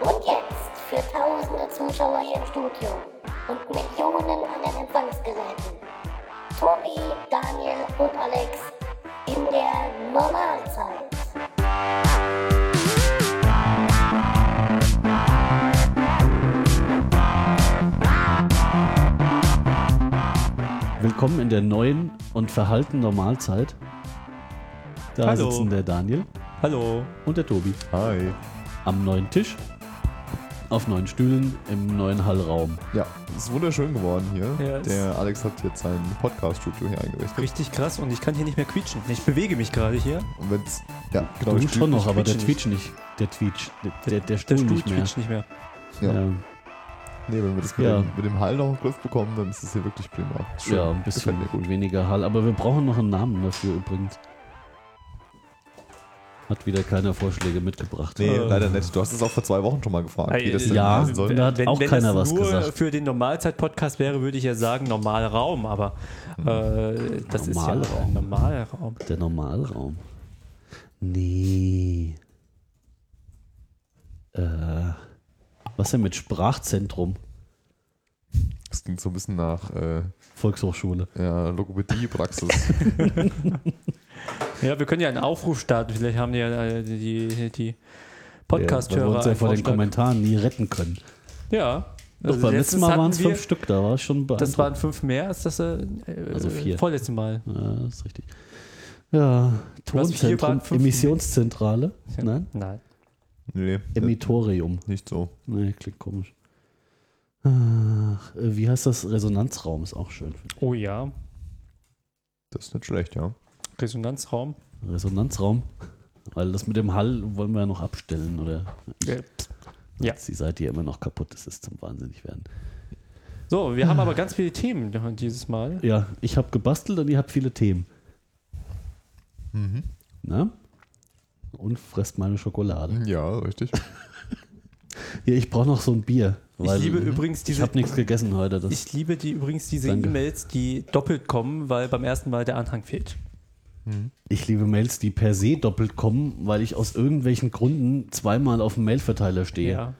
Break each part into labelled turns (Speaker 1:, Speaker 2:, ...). Speaker 1: Und jetzt für tausende Zuschauer hier im Studio und Millionen an den Empfangsgeräten. Tobi, Daniel und Alex in der Normalzeit.
Speaker 2: Willkommen in der neuen und verhalten Normalzeit. Da
Speaker 3: Hallo.
Speaker 2: sitzen der Daniel
Speaker 3: Hallo.
Speaker 2: und der Tobi
Speaker 4: Hi.
Speaker 2: am neuen Tisch, auf neuen Stühlen im neuen Hallraum.
Speaker 4: Ja, es ist wunderschön geworden hier.
Speaker 3: Ja, es-
Speaker 4: Der Alex hat jetzt sein Podcast-Studio hier eingerichtet.
Speaker 3: Richtig krass und ich kann hier nicht mehr quietschen. Ich bewege mich gerade hier.
Speaker 4: Und wenn's. Ja, Genau,
Speaker 2: Du
Speaker 4: ich
Speaker 2: schon noch, aber der
Speaker 3: quietsche
Speaker 2: Twitch nicht. Der Twitch, der, der, der Stuhl nicht mehr.
Speaker 3: quietscht nicht mehr.
Speaker 4: Ja.
Speaker 2: Ja,
Speaker 4: Nee, wenn wir das mit,
Speaker 2: Ja.
Speaker 4: dem, mit dem Hall noch in den Griff bekommen, dann ist es hier wirklich prima. Ist schön.
Speaker 2: ja, ein bisschen
Speaker 4: Gefällt mir gut.
Speaker 2: weniger Hall. Aber wir brauchen noch einen Namen dafür übrigens. Hat wieder keiner Vorschläge mitgebracht.
Speaker 4: Nee,
Speaker 3: Ähm.
Speaker 4: leider nicht. Du hast es auch vor zwei Wochen schon mal gefragt, wie das denn
Speaker 2: ja.
Speaker 4: heißen soll.
Speaker 2: Da hat auch keiner
Speaker 3: das
Speaker 2: was
Speaker 3: nur
Speaker 2: gesagt.
Speaker 3: für den Normalzeit-Podcast wäre, würde ich ja sagen Normalraum, aber äh, das ist ja
Speaker 2: Normalraum.
Speaker 3: ein Normalraum.
Speaker 2: Der Normalraum. Nee. Äh, was denn mit Sprachzentrum?
Speaker 4: Das klingt so ein bisschen nach äh,
Speaker 2: Volkshochschule.
Speaker 4: ja, Logopädie-Praxis.
Speaker 3: Ja, wir können ja einen Aufruf starten. Vielleicht haben die ja äh, die, die
Speaker 2: Weil wir
Speaker 3: Podcast-Hörer
Speaker 2: uns ja
Speaker 3: einen
Speaker 2: vor den
Speaker 3: Vorschlag.
Speaker 2: Kommentaren nie retten können.
Speaker 3: Ja.
Speaker 2: Doch,
Speaker 3: Also
Speaker 2: beim letzten
Speaker 3: letztens
Speaker 2: Mal
Speaker 3: hatten
Speaker 2: waren es
Speaker 3: wir-
Speaker 2: fünf Stück, da war es schon
Speaker 3: Das
Speaker 2: beeindruckend.
Speaker 3: waren fünf mehr als das äh, äh,
Speaker 2: Also vier.
Speaker 3: vorletzte Mal.
Speaker 2: ja, das ist richtig. Ja,
Speaker 3: Was, vier waren
Speaker 2: Tonzentrum,
Speaker 3: fünf?
Speaker 2: Emissionszentrale.
Speaker 3: Ja.
Speaker 2: Nein?
Speaker 3: Nein.
Speaker 4: nee,
Speaker 2: Emitorium.
Speaker 4: nicht so.
Speaker 2: Nee, klingt komisch. Ach, äh, wie heißt das? Resonanzraum ist auch schön. finde
Speaker 3: Oh ja,
Speaker 4: Das ist nicht schlecht, ja.
Speaker 3: Resonanzraum.
Speaker 2: ich. Resonanzraum. Weil das mit dem Hall wollen wir ja noch abstellen, oder?
Speaker 3: Ja. Ja.
Speaker 2: Die Seite hier immer noch kaputt ist, ist zum Wahnsinnig werden.
Speaker 3: So, wir haben aber ganz viele Themen dieses Mal.
Speaker 2: Ja, ich habe gebastelt und ihr habt viele Themen.
Speaker 3: Mhm.
Speaker 2: Na? Und fresst meine
Speaker 3: Mhm.
Speaker 2: Schokolade.
Speaker 4: Ja, richtig.
Speaker 2: Hier, ich brauche noch so ein Bier. weil-
Speaker 3: liebe übrigens diese-
Speaker 2: Ich habe nichts gegessen heute. Das
Speaker 3: Ich liebe die übrigens diese
Speaker 2: Danke.
Speaker 3: E-Mails, die doppelt kommen, weil beim ersten Mal der Anhang fehlt.
Speaker 2: Ich liebe Mails, die per se doppelt kommen, weil ich aus irgendwelchen Gründen zweimal auf dem Mailverteiler stehe.
Speaker 3: Ja.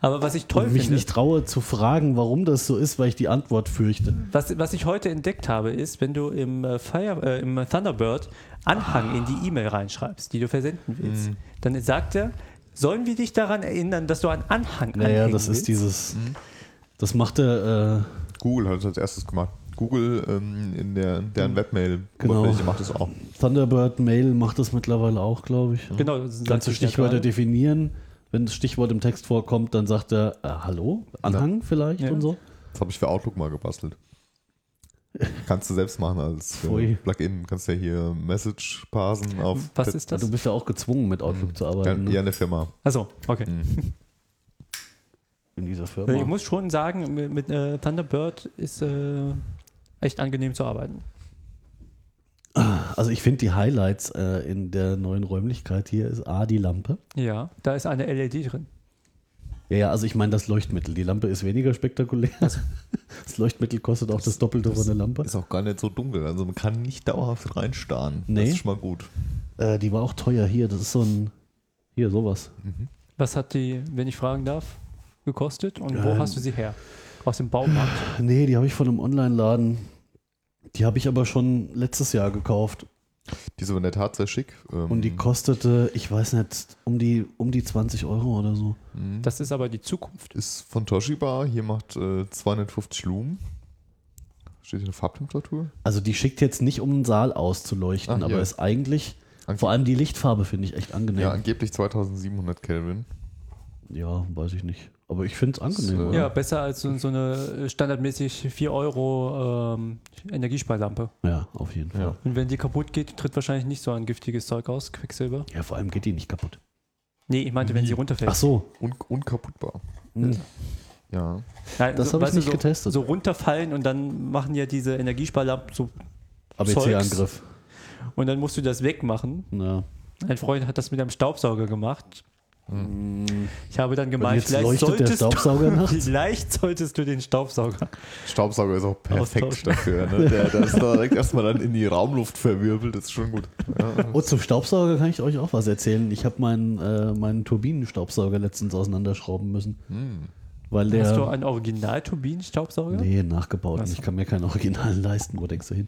Speaker 3: Aber was ich toll
Speaker 2: Und mich
Speaker 3: finde,
Speaker 2: nicht traue zu fragen, warum das so ist, weil ich die Antwort fürchte.
Speaker 3: was, was ich heute entdeckt habe, ist, wenn du im, äh, Fire, äh, im Thunderbird Anhang in die E-Mail reinschreibst, die du versenden willst,
Speaker 2: Mhm.
Speaker 3: dann sagt er, sollen wir dich daran erinnern, dass du einen Anhang
Speaker 2: Naja,
Speaker 3: anhängen
Speaker 2: das ist
Speaker 3: willst? Hm.
Speaker 2: dieses. Das macht der. äh,
Speaker 4: Google hat es als erstes gemacht. Google ähm, in der, deren Webmail
Speaker 2: Genau.
Speaker 4: Oberfläche macht das auch.
Speaker 2: Äh, Thunderbird Mail macht das mittlerweile auch, glaube ich.
Speaker 3: Genau, das ist
Speaker 2: Ganze
Speaker 3: natürlich ja
Speaker 2: Stichwörter
Speaker 3: gerade.
Speaker 2: definieren. Wenn das Stichwort im Text vorkommt, dann sagt er äh, Hallo, Anhang vielleicht
Speaker 3: Ja.
Speaker 2: und so.
Speaker 4: Das habe ich für Outlook mal gebastelt. Kannst du selbst machen als äh,
Speaker 2: Pfui.
Speaker 4: Plugin. Kannst ja hier Message parsen auf
Speaker 3: Was ist das?
Speaker 2: Also Du bist ja auch gezwungen, mit Outlook zu
Speaker 4: ja,
Speaker 2: arbeiten. ne?
Speaker 4: ja, eine Firma.
Speaker 3: Achso, okay.
Speaker 2: Mhm. In dieser Firma.
Speaker 3: Ich muss schon sagen, mit, mit äh, Thunderbird ist äh, echt angenehm zu arbeiten.
Speaker 2: Also ich finde die Highlights äh, in der neuen Räumlichkeit hier ist A, die Lampe.
Speaker 3: Ja, da ist eine LED drin.
Speaker 2: Ja, ja, also ich meine das Leuchtmittel. Die Lampe ist weniger spektakulär. Das Leuchtmittel kostet auch das Doppelte von der Lampe.
Speaker 4: Ist auch gar nicht so dunkel. Also man kann nicht dauerhaft reinstarren.
Speaker 2: Nee.
Speaker 4: Das ist schon mal gut.
Speaker 2: Äh, die war auch teuer hier. Das ist so ein. Hier, sowas.
Speaker 3: Was hat die, wenn ich fragen darf, gekostet und wo
Speaker 2: Ähm.
Speaker 3: hast du sie her? Aus dem Baumarkt.
Speaker 2: Nee, die habe ich von einem Online-Laden. Die habe ich aber schon letztes Jahr gekauft.
Speaker 4: Die ist aber in der Tat sehr schick. Ähm,
Speaker 2: Und die kostete, ich weiß nicht, um die, um die 20 Euro oder so.
Speaker 3: Das ist aber die Zukunft.
Speaker 4: mhm. ist von Toshiba. Hier macht äh, 250 Lumen. Steht hier eine Farbtemperatur?
Speaker 2: Also die schickt jetzt nicht, um einen Saal auszuleuchten,
Speaker 4: Ach,
Speaker 2: aber
Speaker 4: ja.
Speaker 2: ist eigentlich.
Speaker 4: Ange-
Speaker 2: Vor allem die Lichtfarbe finde ich echt angenehm.
Speaker 4: Ja,
Speaker 2: Ja,
Speaker 4: angeblich 2700 Kelvin.
Speaker 2: weiß ich nicht. Aber ich finde es angenehm.
Speaker 4: So.
Speaker 2: oder?
Speaker 3: Ja, besser als so, so eine äh, standardmäßig 4 Euro ähm, Energiesparlampe.
Speaker 2: ja, auf jeden Fall. Ja.
Speaker 4: Ja.
Speaker 3: Und wenn die kaputt geht, tritt wahrscheinlich nicht so ein giftiges Zeug aus, Quecksilber.
Speaker 2: vor allem geht die nicht kaputt.
Speaker 3: Nee, ich meinte, wenn sie runterfällt.
Speaker 2: Mhm. Ach so.
Speaker 4: Un unkaputtbar.
Speaker 2: Hm.
Speaker 4: Ja.
Speaker 3: Nein,
Speaker 2: das habe ich
Speaker 3: weißt du,
Speaker 2: nicht
Speaker 3: so,
Speaker 2: getestet.
Speaker 3: So runterfallen und dann machen ja diese Energiesparlampen so
Speaker 2: ABC-Angriff.
Speaker 3: Zeugs. Und dann musst du das wegmachen.
Speaker 2: Ja.
Speaker 3: Ein Freund hat das mit einem Staubsauger gemacht. Ich habe dann gemeint,
Speaker 2: jetzt
Speaker 3: vielleicht
Speaker 2: leuchtet der
Speaker 3: solltest,
Speaker 2: Staubsauger
Speaker 3: du,
Speaker 2: nachts?
Speaker 3: vielleicht solltest du den Staubsauger.
Speaker 4: Staubsauger ist auch
Speaker 3: Austausch.
Speaker 4: perfekt dafür. Ne? Der, der ist da direkt erstmal dann in die Raumluft verwirbelt. Das ist schon gut. Ja.
Speaker 2: Oh, zum Staubsauger kann ich euch auch was erzählen. Ich habe meinen, äh, meinen Turbinenstaubsauger letztens auseinanderschrauben müssen.
Speaker 4: Hm.
Speaker 2: Weil der.
Speaker 3: Hast du einen Original-Turbinen-Staubsauger?
Speaker 2: Nee, nachgebaut. Ich kann mir keinen Originalen leisten. Wo denkst du hin?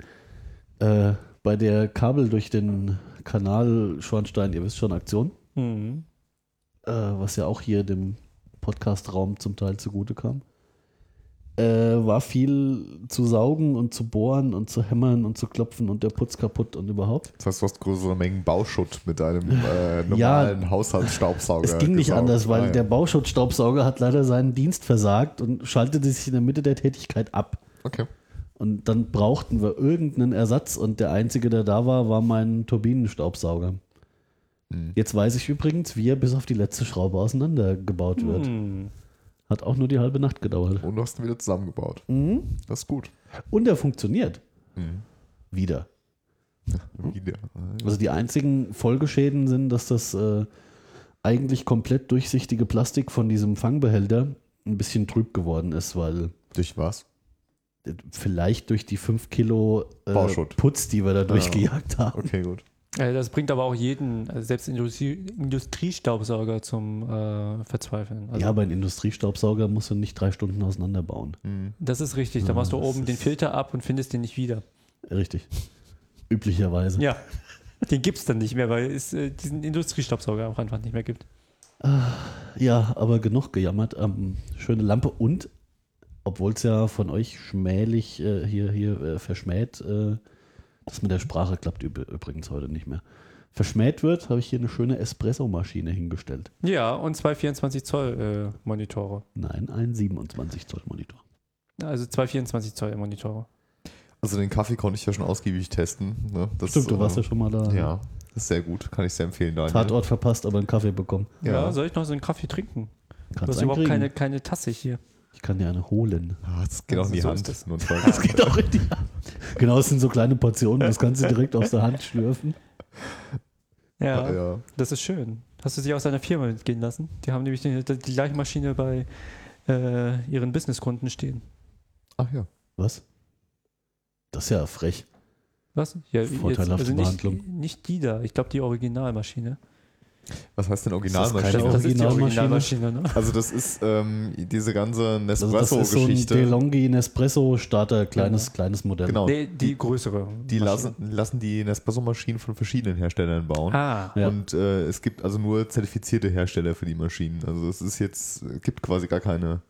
Speaker 2: Äh, bei der Kabel durch den Kanal Schornstein, ihr wisst schon, Aktion,
Speaker 3: Mhm.
Speaker 2: äh, was ja auch hier dem Podcastraum zum Teil zugute kam, äh, war viel zu saugen und zu bohren und zu hämmern und zu klopfen und der Putz kaputt und überhaupt.
Speaker 4: Das heißt, du hast größere Mengen Bauschutt mit deinem äh, normalen Haushaltsstaubsauger.
Speaker 2: Es ging nicht
Speaker 4: gesaugt.
Speaker 2: anders, weil
Speaker 4: Ah, ja.
Speaker 2: der Bauschutzstaubsauger hat leider seinen Dienst versagt und schaltete sich in der Mitte der Tätigkeit ab.
Speaker 4: Okay.
Speaker 2: Und dann brauchten wir irgendeinen Ersatz und der einzige, der da war, war mein Turbinenstaubsauger. Jetzt weiß ich übrigens, wie er bis auf die letzte Schraube auseinandergebaut wird.
Speaker 3: Hm.
Speaker 2: Hat auch nur die halbe Nacht gedauert. Hm.
Speaker 4: Und du hast ihn wieder zusammengebaut. Das ist gut.
Speaker 2: Und er funktioniert. Wieder.
Speaker 4: Wieder.
Speaker 2: Also die einzigen Folgeschäden sind, dass das äh, eigentlich komplett durchsichtige Plastik von diesem Fangbehälter ein bisschen trüb geworden ist, weil
Speaker 4: Durch was?
Speaker 2: äh, vielleicht durch die 5 Kilo äh,
Speaker 4: Bauschutt.
Speaker 2: Putz, die wir da durchgejagt haben.
Speaker 4: Okay, gut.
Speaker 3: Äh, Das bringt aber auch jeden, also selbst Industrie, Industriestaubsauger zum äh, Verzweifeln. Also
Speaker 2: ja, aber einen Industriestaubsauger musst du nicht drei Stunden auseinanderbauen.
Speaker 3: Hm. Das ist richtig. Da machst du oben den Filter ab und findest den nicht wieder.
Speaker 2: Richtig. Üblicherweise.
Speaker 3: Ja. Den gibt es dann nicht mehr, weil es äh, diesen Industriestaubsauger auch einfach nicht mehr gibt.
Speaker 2: Ja, aber genug gejammert. Ähm, schöne Lampe und, obwohl es ja von euch schmählich äh, hier, hier äh, verschmäht, äh, das mit der Sprache klappt üb übrigens heute nicht mehr. Verschmäht wird, habe ich hier eine schöne Espresso-Maschine hingestellt.
Speaker 3: Ja, und zwei 24 Zoll äh, Monitore.
Speaker 2: Nein, ein 27-Zoll-Monitor.
Speaker 3: Also zwei 24 Zoll Monitore.
Speaker 4: Also den Kaffee konnte ich ja schon ausgiebig testen. Ne? Das,
Speaker 2: Stimmt, du warst
Speaker 4: äh,
Speaker 2: ja schon mal da.
Speaker 4: Ja, das ist sehr gut. Kann ich sehr empfehlen, Daniel.
Speaker 2: Tatort verpasst, aber einen Kaffee bekommen.
Speaker 3: Ja.
Speaker 4: Ja.
Speaker 3: soll ich noch so einen Kaffee trinken? Du
Speaker 2: Kannst
Speaker 3: hast
Speaker 2: einen
Speaker 3: überhaupt
Speaker 2: kriegen.
Speaker 3: keine, keine Tasse hier.
Speaker 2: Ich kann dir eine holen.
Speaker 4: Ah, das geht auch
Speaker 2: Also
Speaker 4: in die
Speaker 3: So
Speaker 4: Hand.
Speaker 3: ist das.
Speaker 4: Nur ein Vollgas.
Speaker 2: Geht auch richtig ab. Genau, es sind so kleine Portionen, das kannst du direkt aus der Hand schlürfen.
Speaker 3: Ja,
Speaker 4: Ah, ja.
Speaker 3: das ist schön. Hast du dich aus deiner Firma mitgehen lassen? Die haben nämlich die, die gleiche Maschine bei äh, ihren Businesskunden stehen.
Speaker 4: Ach ja.
Speaker 2: Was? Das ist ja frech.
Speaker 3: Was? Ja, jetzt- also
Speaker 2: Vorteilhafte
Speaker 3: nicht,
Speaker 2: Behandlung.
Speaker 3: nicht die da. Ich glaube, die Originalmaschine.
Speaker 4: Was heißt denn
Speaker 2: keine
Speaker 4: Originalmaschine?
Speaker 2: Original-
Speaker 3: Das ist die
Speaker 2: Originalmaschine?
Speaker 3: Originalmaschine, ne?
Speaker 4: Also das ist ähm, diese ganze
Speaker 2: Also das ist so ein
Speaker 4: Nespresso-Geschichte.
Speaker 2: DeLonghi Nespresso Starter, kleines, kleines Modell.
Speaker 4: genau.
Speaker 3: Nee, die größere.
Speaker 4: Die lassen, lassen die Nespresso-Maschinen von verschiedenen Herstellern bauen.
Speaker 3: Ah,
Speaker 2: Ja.
Speaker 4: Und äh, es gibt also nur zertifizierte Hersteller für die Maschinen. Also es ist jetzt, es gibt quasi gar keine.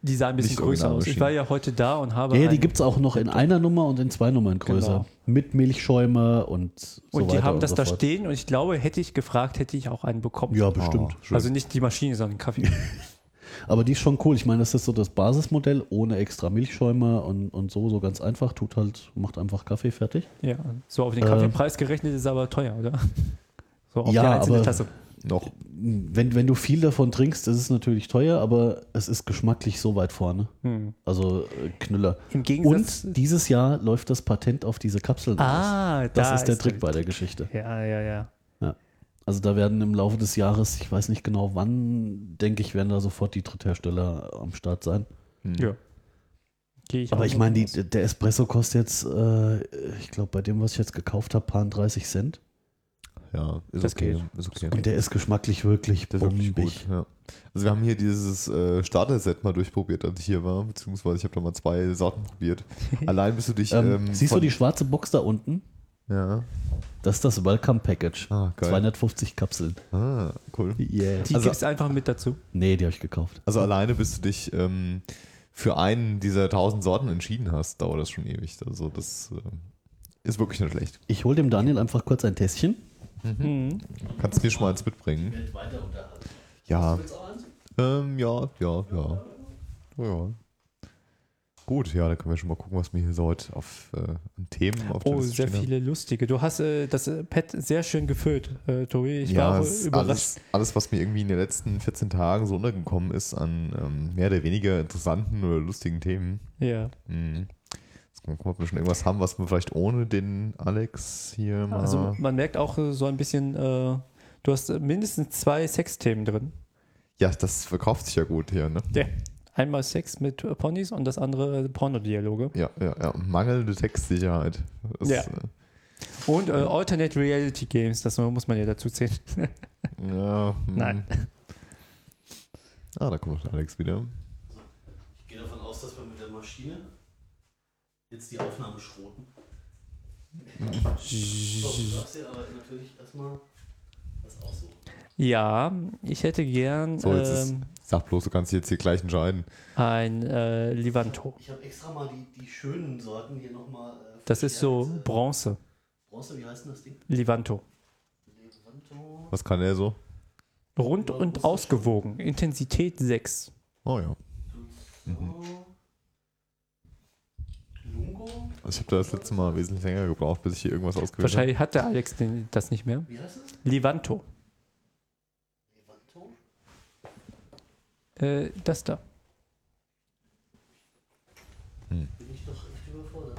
Speaker 3: die sah ein bisschen
Speaker 4: Nicht
Speaker 3: größer aus. Ich
Speaker 4: Originalmaschine.
Speaker 3: war ja heute da und habe.
Speaker 2: Ja, ja, die
Speaker 3: einen-
Speaker 2: gibt es auch noch in einer Nummer und in zwei Nummern größer.
Speaker 3: Genau.
Speaker 2: Mit Milchschäume und so
Speaker 3: Und
Speaker 2: weiter.
Speaker 3: die haben
Speaker 2: und
Speaker 3: das
Speaker 2: so
Speaker 3: da
Speaker 2: fort.
Speaker 3: stehen und ich glaube, hätte ich gefragt, hätte ich auch einen bekommen.
Speaker 2: Ja, bestimmt.
Speaker 4: schön.
Speaker 3: also nicht die Maschine, sondern den Kaffee.
Speaker 2: Aber die ist schon cool. Ich meine, das ist so das Basismodell ohne extra Milchschäume und, und so, so ganz einfach. Tut halt, macht einfach Kaffee fertig.
Speaker 3: ja, so auf den
Speaker 2: Äh.
Speaker 3: Kaffeepreis gerechnet ist aber teuer, oder? So auf
Speaker 2: Ja,
Speaker 3: die einzelne
Speaker 2: aber-
Speaker 3: Tasse.
Speaker 4: noch.
Speaker 2: Wenn, wenn du viel davon trinkst, ist es natürlich teuer, aber es ist geschmacklich so weit vorne.
Speaker 3: Hm.
Speaker 2: Also äh, Knüller.
Speaker 3: Im Gegensatz-
Speaker 2: Und dieses Jahr läuft das Patent auf diese Kapseln
Speaker 3: Ah,
Speaker 2: aus. Das
Speaker 3: da
Speaker 2: ist der
Speaker 3: ist
Speaker 2: Trick
Speaker 3: der
Speaker 2: bei der Geschichte.
Speaker 3: Ja, ja, ja.
Speaker 2: Ja. Also da werden im Laufe des Jahres, ich weiß nicht genau wann, denke ich, werden da sofort die Dritthersteller am Start sein.
Speaker 3: ja. Geh
Speaker 2: Aber
Speaker 3: auch
Speaker 2: ich meine, die-
Speaker 3: davon aus.
Speaker 2: der Espresso kostet jetzt, äh, ich glaube, bei dem, was ich jetzt gekauft habe, paar 30 Cent.
Speaker 4: Ja, ist
Speaker 3: Das
Speaker 4: okay.
Speaker 3: geht.
Speaker 4: Ist okay.
Speaker 2: Und der ist geschmacklich wirklich
Speaker 4: Das ist wirklich
Speaker 2: bombig.
Speaker 4: gut. Ja. Also wir haben hier dieses äh, Starter-Set mal durchprobiert, als ich hier war, beziehungsweise ich habe da mal zwei Sorten probiert. Allein bist du dich.
Speaker 2: Ähm,
Speaker 4: ähm,
Speaker 2: siehst du
Speaker 4: von-
Speaker 2: die schwarze Box da unten?
Speaker 4: Ja.
Speaker 2: Das ist das Welcome Package.
Speaker 4: Ah, geil.
Speaker 2: 250 Kapseln.
Speaker 4: Ah, cool.
Speaker 2: Yeah.
Speaker 3: die
Speaker 4: also-
Speaker 3: gibt's einfach mit dazu.
Speaker 2: Nee, die habe ich gekauft.
Speaker 4: Also alleine bis du dich ähm, für einen dieser tausend Sorten entschieden hast, dauert das schon ewig. Also das äh, ist wirklich nicht schlecht.
Speaker 2: Ich hole dem Daniel einfach kurz ein Tässchen.
Speaker 4: Kannst mir schon mal eins mitbringen? Ja. Ähm, ja, ja, ja. Oh, ja. Gut, ja, dann können wir schon mal gucken, was wir hier so heute auf äh, an Themen auf der
Speaker 3: Oh,
Speaker 4: Liste
Speaker 3: sehr
Speaker 4: stehen haben.
Speaker 3: viele lustige. Du hast äh, das äh, Pad sehr schön gefüllt, äh, Tori. Ich
Speaker 4: Ja,
Speaker 3: war
Speaker 4: es ist
Speaker 3: überrascht.
Speaker 4: alles, alles, was mir irgendwie in den letzten 14 Tagen so untergekommen ist an ähm, mehr oder weniger interessanten oder lustigen Themen.
Speaker 3: Ja.
Speaker 4: Mhm. Mal gucken, ob wir schon irgendwas haben, was wir vielleicht ohne den Alex hier mal.
Speaker 3: Also man merkt auch äh, so ein bisschen, äh, du hast äh, mindestens zwei Sexthemen drin.
Speaker 4: ja, das verkauft sich ja gut hier, ne?
Speaker 3: Einmal Sex mit äh, Ponys und das andere äh, Pornodialoge.
Speaker 4: Ja, ja, ja. Mangelnde Textsicherheit. Das,
Speaker 3: Ja.
Speaker 4: äh,
Speaker 3: Und äh, Alternate Reality Games, das muss man ja dazu zählen.
Speaker 4: Ja, hm.
Speaker 3: Nein.
Speaker 4: Ah, da kommt der Alex wieder.
Speaker 2: Ich gehe davon aus, dass wir mit der Maschine jetzt die Aufnahme schroten. So, du darfst dir aber natürlich erstmal das aussuchen.
Speaker 3: Ja, ich hätte gern
Speaker 4: So, jetzt ist,
Speaker 3: ähm,
Speaker 4: sag bloß, du kannst dich jetzt hier gleich entscheiden.
Speaker 3: ein äh, Levanto.
Speaker 2: Ich habe extra mal die, die schönen Sorten hier nochmal. Äh,
Speaker 3: Das ist so
Speaker 2: verstärkt.
Speaker 3: Bronze.
Speaker 2: Bronze, wie heißt denn das Ding?
Speaker 3: Levanto.
Speaker 2: Levanto.
Speaker 4: Was kann er so?
Speaker 3: Rund und ausgewogen. Intensität 6.
Speaker 4: Oh ja. Mhm.
Speaker 2: Lungo.
Speaker 4: Also ich habe da das letzte Mal wesentlich länger gebraucht, bis ich hier irgendwas ausgewählt habe.
Speaker 3: Wahrscheinlich hat der Alex den, das nicht mehr.
Speaker 2: Wie heißt es?
Speaker 3: Levanto.
Speaker 2: Levanto.
Speaker 3: Äh, das da.
Speaker 2: Bin ich doch echt überfordert.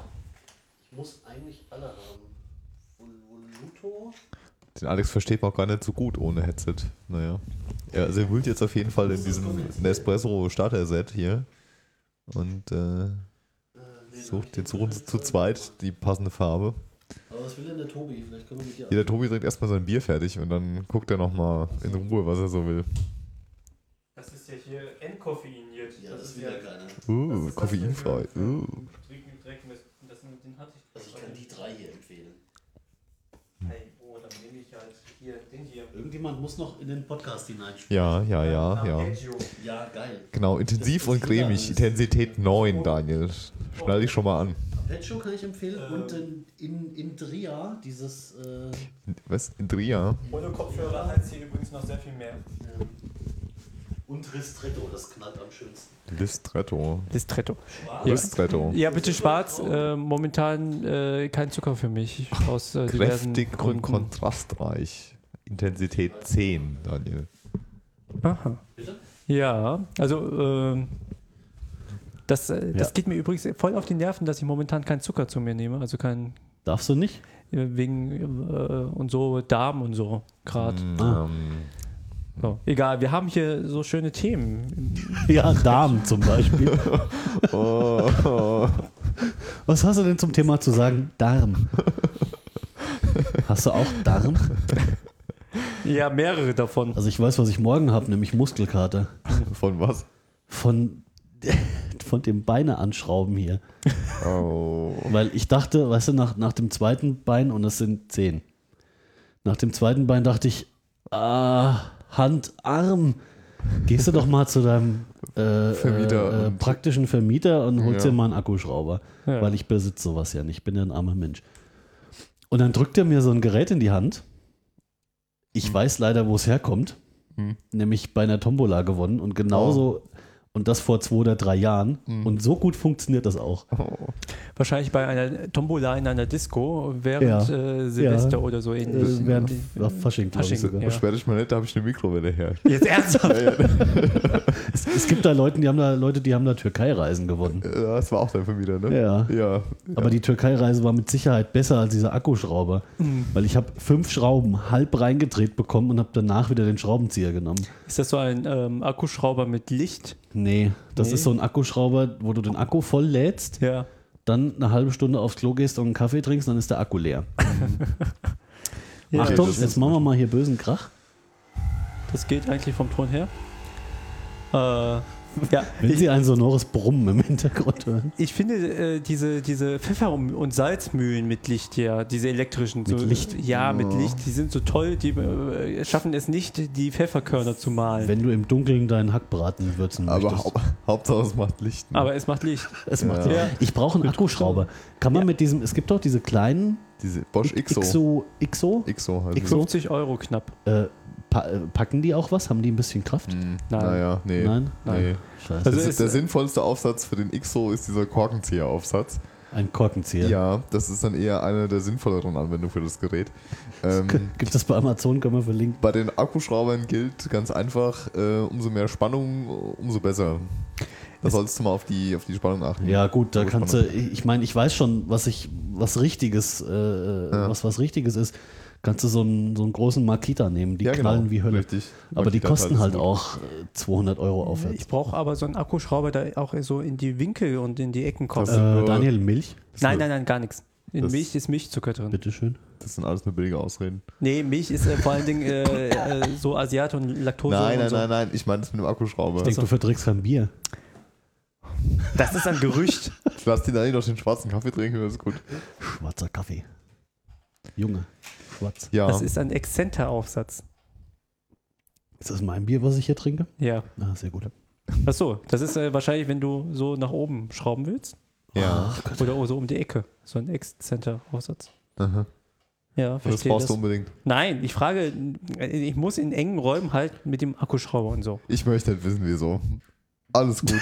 Speaker 2: Ich muss eigentlich alle haben. Vol- Voluto.
Speaker 4: Den Alex versteht man auch gar nicht so gut ohne Headset. Naja. Ja, also er wühlt jetzt auf jeden Fall in diesem Nespresso Starter Set hier. Und äh, sucht jetzt suchen sie zu zweit die passende Farbe.
Speaker 2: Aber was will denn der Tobi? Vielleicht können wir mit dir.
Speaker 4: Jeder Tobi trinkt erstmal sein Bier fertig und dann guckt er nochmal in Ruhe, was er so will.
Speaker 5: Das ist ja hier entkoffeiniert.
Speaker 2: Ja, das will ja keiner.
Speaker 4: Uh, koffeinfrei. Uh.
Speaker 5: Trinken, trinken, das, das, den hatte ich.
Speaker 2: Also ich kann die drei hier empfehlen.
Speaker 5: Hey, oh, dann nehme ich halt hier den hier.
Speaker 2: Irgendjemand muss noch in den Podcast hineinspielen.
Speaker 4: Ja, ja, ja, ja.
Speaker 5: Arpeggio.
Speaker 2: Ja, geil.
Speaker 4: Genau, intensiv und cremig. Intensität 9, Daniel. Schnall dich schon mal an.
Speaker 2: Pecho kann ich empfehlen und in, in, in Dria dieses. Äh,
Speaker 4: Was? Indria?
Speaker 5: Ohne Kopfhörer heißt hier übrigens noch sehr viel mehr.
Speaker 2: ähm, und Ristretto, das knallt am schönsten.
Speaker 4: Listretto.
Speaker 3: Listretto.
Speaker 4: Listretto.
Speaker 3: Ja, bitte schwarz. Äh, momentan äh, kein Zucker für mich. Aus äh, diversen
Speaker 4: Kräftig und
Speaker 3: Gründen.
Speaker 4: kontrastreich. Intensität 10, Daniel.
Speaker 3: Aha.
Speaker 2: Bitte?
Speaker 3: Ja, also ähm, das, äh, das
Speaker 2: Ja.
Speaker 3: geht mir übrigens voll auf die Nerven, dass ich momentan keinen Zucker zu mir nehme. Also kein
Speaker 2: Darfst du nicht?
Speaker 3: äh, wegen äh, und so Darm und so gerade.
Speaker 4: Ähm,
Speaker 3: So. Egal, wir haben hier so schöne Themen.
Speaker 2: Ja, Darm zum Beispiel.
Speaker 4: oh,
Speaker 2: Was hast du denn zum Thema zu sagen? Darm. Hast du auch Darm?
Speaker 3: Ja, mehrere davon.
Speaker 2: Also ich weiß, was ich morgen habe, nämlich Muskelkater.
Speaker 4: von was?
Speaker 2: Von, von dem Beine anschrauben hier.
Speaker 4: Oh.
Speaker 2: Weil ich dachte, weißt du, nach, nach dem zweiten Bein, und das sind zehn. Nach dem zweiten Bein dachte ich, ah, Hand, Arm. Gehst du doch mal zu deinem äh,
Speaker 4: Vermieter
Speaker 2: äh, äh,
Speaker 4: und-
Speaker 2: praktischen Vermieter und holst
Speaker 4: Ja.
Speaker 2: dir mal einen Akkuschrauber.
Speaker 3: Ja.
Speaker 2: Weil ich besitze sowas ja nicht. Ich bin ja ein armer Mensch. Und dann drückt er mir so ein Gerät in die Hand. Ich
Speaker 3: Hm.
Speaker 2: weiß leider, wo es herkommt. Nämlich bei einer Tombola gewonnen. Und genauso,
Speaker 3: Oh.
Speaker 2: und das vor zwei oder drei Jahren.
Speaker 3: Hm.
Speaker 2: Und so gut funktioniert das auch.
Speaker 3: Wahrscheinlich bei einer Tombola in einer Disco während
Speaker 2: Ja.
Speaker 3: äh,
Speaker 2: Ja.
Speaker 3: Silvester oder so ähnlich.
Speaker 2: Äh, während ja, Fasching, glaub
Speaker 3: Fasching,
Speaker 2: ich sogar.
Speaker 3: ja.
Speaker 4: Beschwer dich mal nicht, da habe ich eine Mikrowelle her.
Speaker 3: Jetzt ernsthaft?
Speaker 2: Es gibt da Leute, die haben da Leute, die haben da Türkei-Reisen gewonnen.
Speaker 4: Äh, Das war auch dein Vermieter, ne?
Speaker 2: Ja.
Speaker 4: Ja.
Speaker 2: Aber die Türkei-Reise war mit Sicherheit besser als dieser Akkuschrauber,
Speaker 3: Hm.
Speaker 2: weil ich habe fünf Schrauben halb reingedreht bekommen und habe danach wieder den Schraubenzieher genommen.
Speaker 3: Ist das so ein ähm, Akkuschrauber mit Licht?
Speaker 2: Nee, das
Speaker 3: Nee.
Speaker 2: ist so ein Akkuschrauber, wo du den Akku voll lädst,
Speaker 3: Ja.
Speaker 2: dann eine halbe Stunde aufs Klo gehst und einen Kaffee trinkst, dann ist der Akku leer.
Speaker 3: Ja.
Speaker 2: Achtung,
Speaker 4: das ist-
Speaker 2: jetzt machen wir mal hier bösen Krach.
Speaker 3: Das geht eigentlich vom Ton her. Äh, ja,
Speaker 2: Wenn Sie ein sonores Brummen im Hintergrund hören.
Speaker 3: ich finde äh, diese, diese Pfeffer- und und Salzmühlen mit Licht, ja, diese elektrischen. so,
Speaker 2: Mit Licht?
Speaker 3: Ja, mit Licht, die sind so toll, die äh, schaffen es nicht, die Pfefferkörner zu malen.
Speaker 2: Wenn du im Dunkeln deinen Hackbraten würzen
Speaker 4: Aber
Speaker 2: möchtest.
Speaker 4: hau Hauptsache es macht Licht. Ne?
Speaker 3: Aber es macht Licht.
Speaker 2: Es macht
Speaker 3: Ja.
Speaker 2: Ich brauche einen Akkuschrauber. Kann man mit diesem, es gibt doch diese kleinen
Speaker 4: Diese Bosch IXO.
Speaker 2: XO,
Speaker 4: IXO,
Speaker 2: XO,
Speaker 4: heißt es.
Speaker 2: IXO.
Speaker 3: 50 Euro knapp.
Speaker 2: äh, pa äh, packen die auch was? Haben die ein bisschen Kraft?
Speaker 4: Hm.
Speaker 3: Nein.
Speaker 4: Naja, nee.
Speaker 2: Nein?
Speaker 4: Nee.
Speaker 2: Scheiße.
Speaker 3: Also
Speaker 4: Das
Speaker 3: ist-
Speaker 4: ist der sinnvollste Aufsatz für den IXO ist dieser Korkenzieher-Aufsatz.
Speaker 2: Ein Korkenzieher.
Speaker 4: Ja, das ist dann eher eine der sinnvolleren Anwendungen für das Gerät. Ähm,
Speaker 2: Gibt es bei Amazon, können wir verlinken.
Speaker 4: bei den Akkuschraubern gilt ganz einfach, äh, umso mehr Spannung, umso besser. Da sollst du mal auf die, auf die Spannung achten.
Speaker 2: Ja, gut, da
Speaker 4: So
Speaker 2: kannst du, äh,
Speaker 4: Spannung.
Speaker 2: ich meine, ich weiß schon, was ich, was Richtiges, äh, was was Richtiges ist. Kannst du so einen, so einen großen Makita nehmen, die
Speaker 4: Ja, genau,
Speaker 2: knallen wie Hölle.
Speaker 4: richtig.
Speaker 2: Aber die
Speaker 4: Makita
Speaker 2: kosten
Speaker 4: Teil
Speaker 2: halt
Speaker 4: ist gut.
Speaker 2: auch äh, 200 Euro aufwärts.
Speaker 3: Ich brauche aber so einen Akkuschrauber, der auch so in die Winkel und in die Ecken kommt.
Speaker 4: Das sind
Speaker 2: Äh,
Speaker 4: nur-
Speaker 2: Daniel, Milch,
Speaker 3: nein, nein, nein, gar nichts. In
Speaker 4: Das-
Speaker 3: Milch ist Milchzucker drin.
Speaker 2: bitteschön.
Speaker 4: Das sind alles nur billige Ausreden.
Speaker 3: Nee, Milch ist äh, vor allen Dingen äh, äh, so Asiat und Laktose.
Speaker 4: nein,
Speaker 3: und
Speaker 4: nein,
Speaker 3: so.
Speaker 4: nein, nein. Ich meine das mit dem Akkuschrauber.
Speaker 2: Ich denke, du verträgst kein Bier.
Speaker 3: Das ist ein Gerücht.
Speaker 4: Ich lass den Daniel noch den schwarzen Kaffee trinken, das ist gut.
Speaker 2: Schwarzer Kaffee. Junge, schwarz.
Speaker 4: Ja.
Speaker 3: Das ist ein Exzenter-Aufsatz.
Speaker 2: Ist das mein Bier, was ich hier trinke?
Speaker 3: Ja.
Speaker 2: Ah, sehr gut.
Speaker 3: Ach so, das ist äh, wahrscheinlich, wenn du so nach oben schrauben willst.
Speaker 4: ja.
Speaker 2: Ach Gott.
Speaker 3: Oder so um die Ecke. So ein Exzenter-Aufsatz.
Speaker 4: Aha.
Speaker 3: Ja,
Speaker 4: Das
Speaker 3: verstehe
Speaker 4: brauchst
Speaker 3: das.
Speaker 4: du um unbedingt.
Speaker 3: Nein, ich frage, äh, ich muss in engen Räumen halt mit dem Akkuschrauber und so.
Speaker 4: Ich möchte nicht wissen, wieso. Alles gut.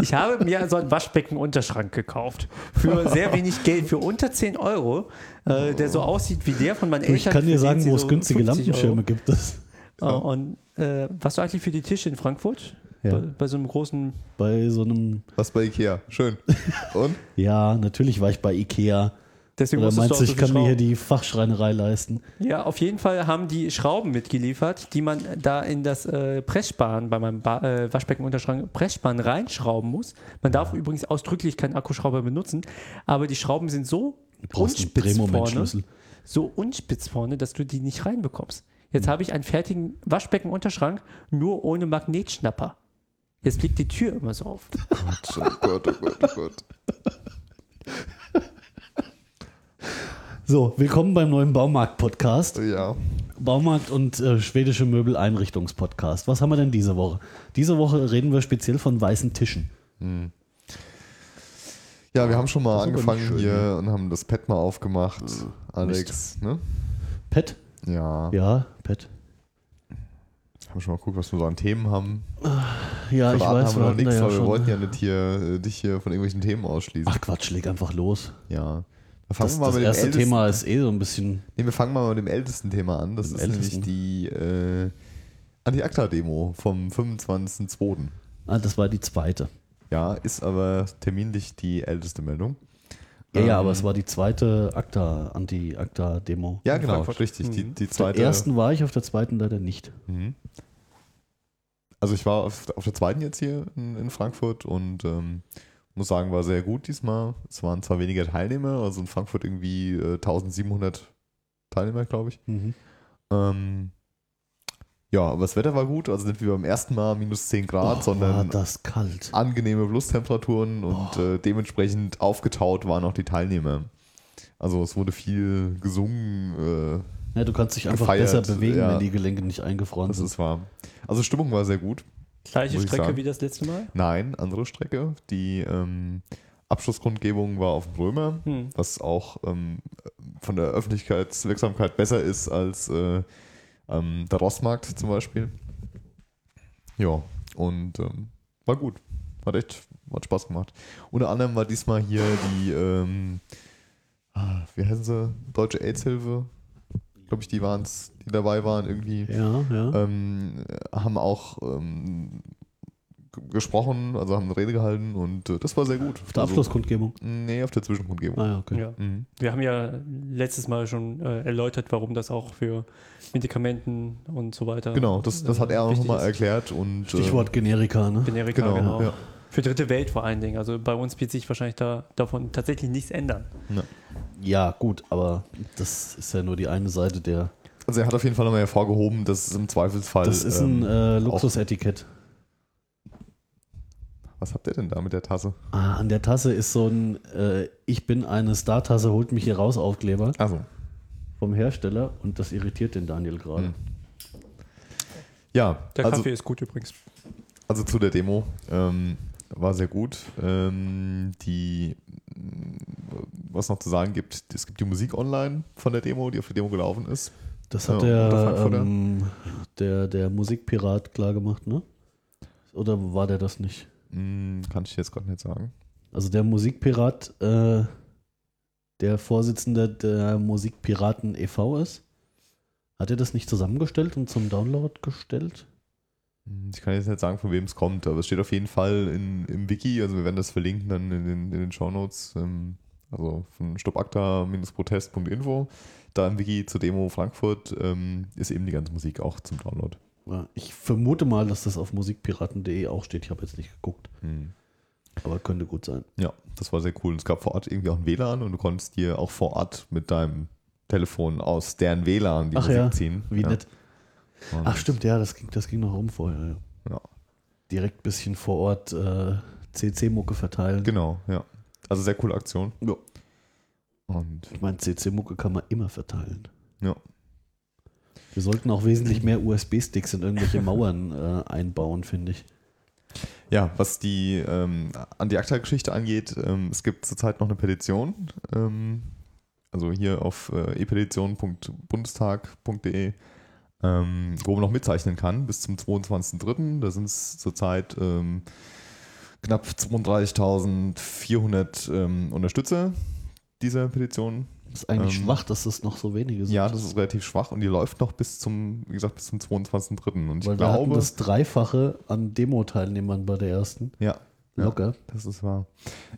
Speaker 3: Ich habe mir so ein Waschbecken-Unterschrank gekauft. Für sehr wenig Geld, für unter 10 Euro, äh, der so aussieht wie der von meinen
Speaker 2: Du,
Speaker 3: Eltern.
Speaker 2: ich kann dir
Speaker 3: für den
Speaker 2: sagen,
Speaker 3: sie
Speaker 2: wo es
Speaker 3: so
Speaker 2: günstige
Speaker 3: 50 Euro-
Speaker 2: Lampenschirme gibt. Das
Speaker 3: Äh, und äh, warst du eigentlich für die Tische in Frankfurt?
Speaker 2: Ja.
Speaker 3: Bei, bei so einem großen.
Speaker 2: bei so einem.
Speaker 4: Was bei Ikea. Schön. Und?
Speaker 2: Ja, natürlich war ich bei Ikea.
Speaker 3: Deswegen
Speaker 2: Oder
Speaker 3: musstest
Speaker 2: meinst du,
Speaker 3: auch so
Speaker 2: ich
Speaker 3: viel
Speaker 2: kann mir hier
Speaker 3: Schrauben.
Speaker 2: die Fachschreinerei leisten?
Speaker 3: Ja, auf jeden Fall haben die Schrauben mitgeliefert, die man da in das äh, Pressspan bei meinem ba äh, Waschbeckenunterschrank Pressspan reinschrauben muss. Man darf übrigens ausdrücklich keinen Akkuschrauber benutzen, aber die Schrauben sind so
Speaker 2: Du brauchst einen
Speaker 3: unspitz vorne,
Speaker 2: Drehmomentschlüssel.
Speaker 3: so unspitz vorne, dass du die nicht reinbekommst.
Speaker 2: Hm.
Speaker 3: Jetzt habe ich einen fertigen Waschbeckenunterschrank nur ohne Magnetschnapper. Jetzt fliegt die Tür immer so auf.
Speaker 4: Oh Gott, oh Gott, oh Gott.
Speaker 2: So, willkommen beim neuen Baumarkt-Podcast.
Speaker 4: Ja.
Speaker 2: Baumarkt und äh, schwedische Möbeleinrichtungspodcast. Was haben wir denn diese Woche? Diese Woche reden wir speziell von weißen Tischen.
Speaker 4: Ja, wir haben schon
Speaker 2: Das
Speaker 4: mal
Speaker 2: ist aber
Speaker 4: angefangen
Speaker 2: nicht schön, ne?
Speaker 4: hier und haben das Pad mal aufgemacht. Alex, ne?
Speaker 2: Pet?
Speaker 4: Ja.
Speaker 2: Ja, Pet.
Speaker 4: Haben schon mal geguckt, was wir so an Themen haben.
Speaker 2: Ja, ich
Speaker 4: Verraten
Speaker 2: weiß,
Speaker 4: haben wir
Speaker 2: wir
Speaker 4: noch
Speaker 2: hatten da
Speaker 4: nichts,
Speaker 2: ja
Speaker 4: weil wir wollten
Speaker 2: schon.
Speaker 4: ja nicht hier, äh, dich hier von irgendwelchen Themen ausschließen.
Speaker 2: Ach Quatsch, leg einfach los.
Speaker 4: Ja. Da fangen
Speaker 2: Das,
Speaker 4: wir mal
Speaker 2: das
Speaker 4: mit dem
Speaker 2: erste
Speaker 4: ältesten,
Speaker 2: Thema ist eh so ein bisschen.
Speaker 4: Nee, wir fangen mal mit dem ältesten Thema an. Das
Speaker 2: Dem
Speaker 4: ist
Speaker 2: ältesten?
Speaker 4: nämlich die äh, Anti-ACTA-Demo vom 25.02.
Speaker 2: Ah, das war die zweite.
Speaker 4: Ja, ist aber terminlich die älteste Meldung.
Speaker 2: Ja, ja, aber
Speaker 4: Ähm,
Speaker 2: es war die zweite Akta, Anti-Akta-Demo.
Speaker 4: Ja, genau,
Speaker 3: Frankfurt.
Speaker 4: richtig. Die,
Speaker 2: Auf
Speaker 4: die
Speaker 2: Mhm. der
Speaker 4: zweite.
Speaker 2: ersten war ich, auf der zweiten leider nicht.
Speaker 4: Mhm. Also ich war auf, auf der zweiten jetzt hier in, in Frankfurt und ähm, muss sagen, war sehr gut diesmal. Es waren zwar weniger Teilnehmer, also in Frankfurt irgendwie äh, 1700 Teilnehmer, glaube ich. Ähm, ja, aber das Wetter war gut, also nicht wie beim ersten Mal minus 10 Grad,
Speaker 2: Och, Oh, war
Speaker 4: sondern
Speaker 2: das kalt.
Speaker 4: Ah. angenehme Plustemperaturen und äh, dementsprechend aufgetaut waren auch die Teilnehmer. Also es wurde viel gesungen, äh,
Speaker 2: Ja, du kannst dich einfach
Speaker 4: gefeiert,
Speaker 2: besser bewegen,
Speaker 4: ja.
Speaker 2: wenn die Gelenke nicht eingefroren
Speaker 4: das
Speaker 2: sind.
Speaker 4: ist wahr. Also Stimmung war sehr gut.
Speaker 3: Gleiche
Speaker 4: Muss ich
Speaker 3: Strecke
Speaker 4: sagen.
Speaker 3: wie das letzte Mal.
Speaker 4: Nein, andere Strecke. Die ähm, Abschlussgrundgebung war auf dem Römer,
Speaker 3: Hm.
Speaker 4: was auch ähm, von der Öffentlichkeitswirksamkeit besser ist als äh, ähm, der Rossmarkt zum Beispiel. Ja, und ähm, war gut. Hat echt hat Spaß gemacht. Unter anderem war diesmal hier die, ähm, ah, wie heißen sie? Deutsche Aids-Hilfe. Glaube ich, die waren es, die dabei waren irgendwie
Speaker 2: Ja, ja.
Speaker 4: ähm, haben auch ähm, g- gesprochen, also haben eine Rede gehalten und äh, das war sehr gut.
Speaker 2: auf der
Speaker 4: also,
Speaker 2: Abschlusskundgebung.
Speaker 4: Nee, auf der Zwischenkundgebung.
Speaker 2: Ah, ja, okay.
Speaker 3: Ja.
Speaker 4: Mhm.
Speaker 3: Wir haben ja letztes Mal schon äh, erläutert, warum das auch für Medikamenten und so weiter.
Speaker 4: Genau, das, das hat er auch
Speaker 3: Wichtig
Speaker 4: nochmal
Speaker 3: ist.
Speaker 4: erklärt und äh,
Speaker 2: Stichwort Generika, ne?
Speaker 3: Generika,
Speaker 4: Genau,
Speaker 3: genau.
Speaker 4: ja.
Speaker 3: Für dritte Welt vor allen Dingen. Also bei uns wird sich wahrscheinlich da, davon tatsächlich nichts ändern.
Speaker 2: Ja, gut, aber das ist ja nur die eine Seite der.
Speaker 4: Äh, also er hat auf jeden Fall nochmal hervorgehoben, dass es im Zweifelsfall.
Speaker 2: Das ist ein
Speaker 4: ähm,
Speaker 2: äh, Luxusetikett. äh,
Speaker 4: was habt ihr denn da mit der Tasse?
Speaker 2: Ah, an der Tasse ist so ein äh, Ich bin eine Star-Tasse, holt mich hier raus Aufkleber
Speaker 4: Also.
Speaker 2: vom Hersteller und das irritiert den Daniel gerade.
Speaker 4: Hm. Ja,
Speaker 3: Der
Speaker 4: also,
Speaker 3: Kaffee ist gut übrigens.
Speaker 4: also zu der Demo. Ähm, war sehr gut. Ähm, die, mh, was noch zu sagen gibt, es gibt die Musik online von der Demo, die auf der Demo gelaufen ist.
Speaker 2: Das hat
Speaker 4: Ja, unter
Speaker 2: der,
Speaker 4: Frankfurter.
Speaker 2: ähm, der, der Musikpirat klar gemacht, ne? Oder war der das nicht?
Speaker 4: Hm, kann ich jetzt gerade nicht sagen.
Speaker 2: Also der Musikpirat, äh, der Vorsitzende der Musikpiraten e e.V. ist. Hat er das nicht zusammengestellt und zum Download gestellt?
Speaker 4: Hm, Ich kann jetzt nicht sagen, von wem es kommt, aber es steht auf jeden Fall in, im Wiki, also wir werden das verlinken dann in den, in den Shownotes, ähm, also von stoppakta-protest.info. Da im Wiki zur Demo Frankfurt ähm, ist eben die ganze Musik auch zum Download.
Speaker 2: Ja, Ich vermute mal, dass das auf musikpiraten.de auch steht. Ich habe jetzt nicht geguckt,
Speaker 4: Hm.
Speaker 2: aber könnte gut sein.
Speaker 4: Ja, das war sehr cool. Und es gab vor Ort irgendwie auch ein WLAN und du konntest dir auch vor Ort mit deinem Telefon aus deren WLAN die
Speaker 2: Ach
Speaker 4: Musik
Speaker 2: ja,
Speaker 4: ziehen.
Speaker 2: wie
Speaker 4: ja.
Speaker 2: nett.
Speaker 4: Und-
Speaker 2: Ach stimmt, ja, das ging, das ging noch rum vorher. Ja.
Speaker 4: Ja.
Speaker 2: Direkt bisschen vor Ort äh, CC-Mucke verteilen.
Speaker 4: Genau, ja. Also sehr coole Aktion.
Speaker 2: Ja.
Speaker 4: Und
Speaker 2: Ich meine, CC-Mucke kann man immer verteilen.
Speaker 4: Ja.
Speaker 2: Wir sollten auch wesentlich mehr USB-Sticks in irgendwelche Mauern äh, einbauen, finde ich.
Speaker 4: ja, was die ähm, Anti-Akta-Geschichte angeht, ähm, es gibt zurzeit noch eine Petition. Ähm, also hier auf äh, epetition.bundestag.de, ähm, wo man noch mitzeichnen kann bis zum 22.03. Da sind es zurzeit ähm, knapp 32.400 ähm, Unterstützer dieser Petition.
Speaker 2: Das ist eigentlich
Speaker 4: Ähm,
Speaker 2: schwach, dass das noch so wenige sind.
Speaker 4: Ja, das ist relativ schwach und die läuft noch bis zum, wie gesagt, bis zum 22.03. Und ich
Speaker 2: Weil wir hatten
Speaker 4: glaube,
Speaker 2: das Dreifache an Demo-Teilnehmern bei der ersten.
Speaker 4: ja, Ja.
Speaker 2: Locker.
Speaker 4: das ist wahr.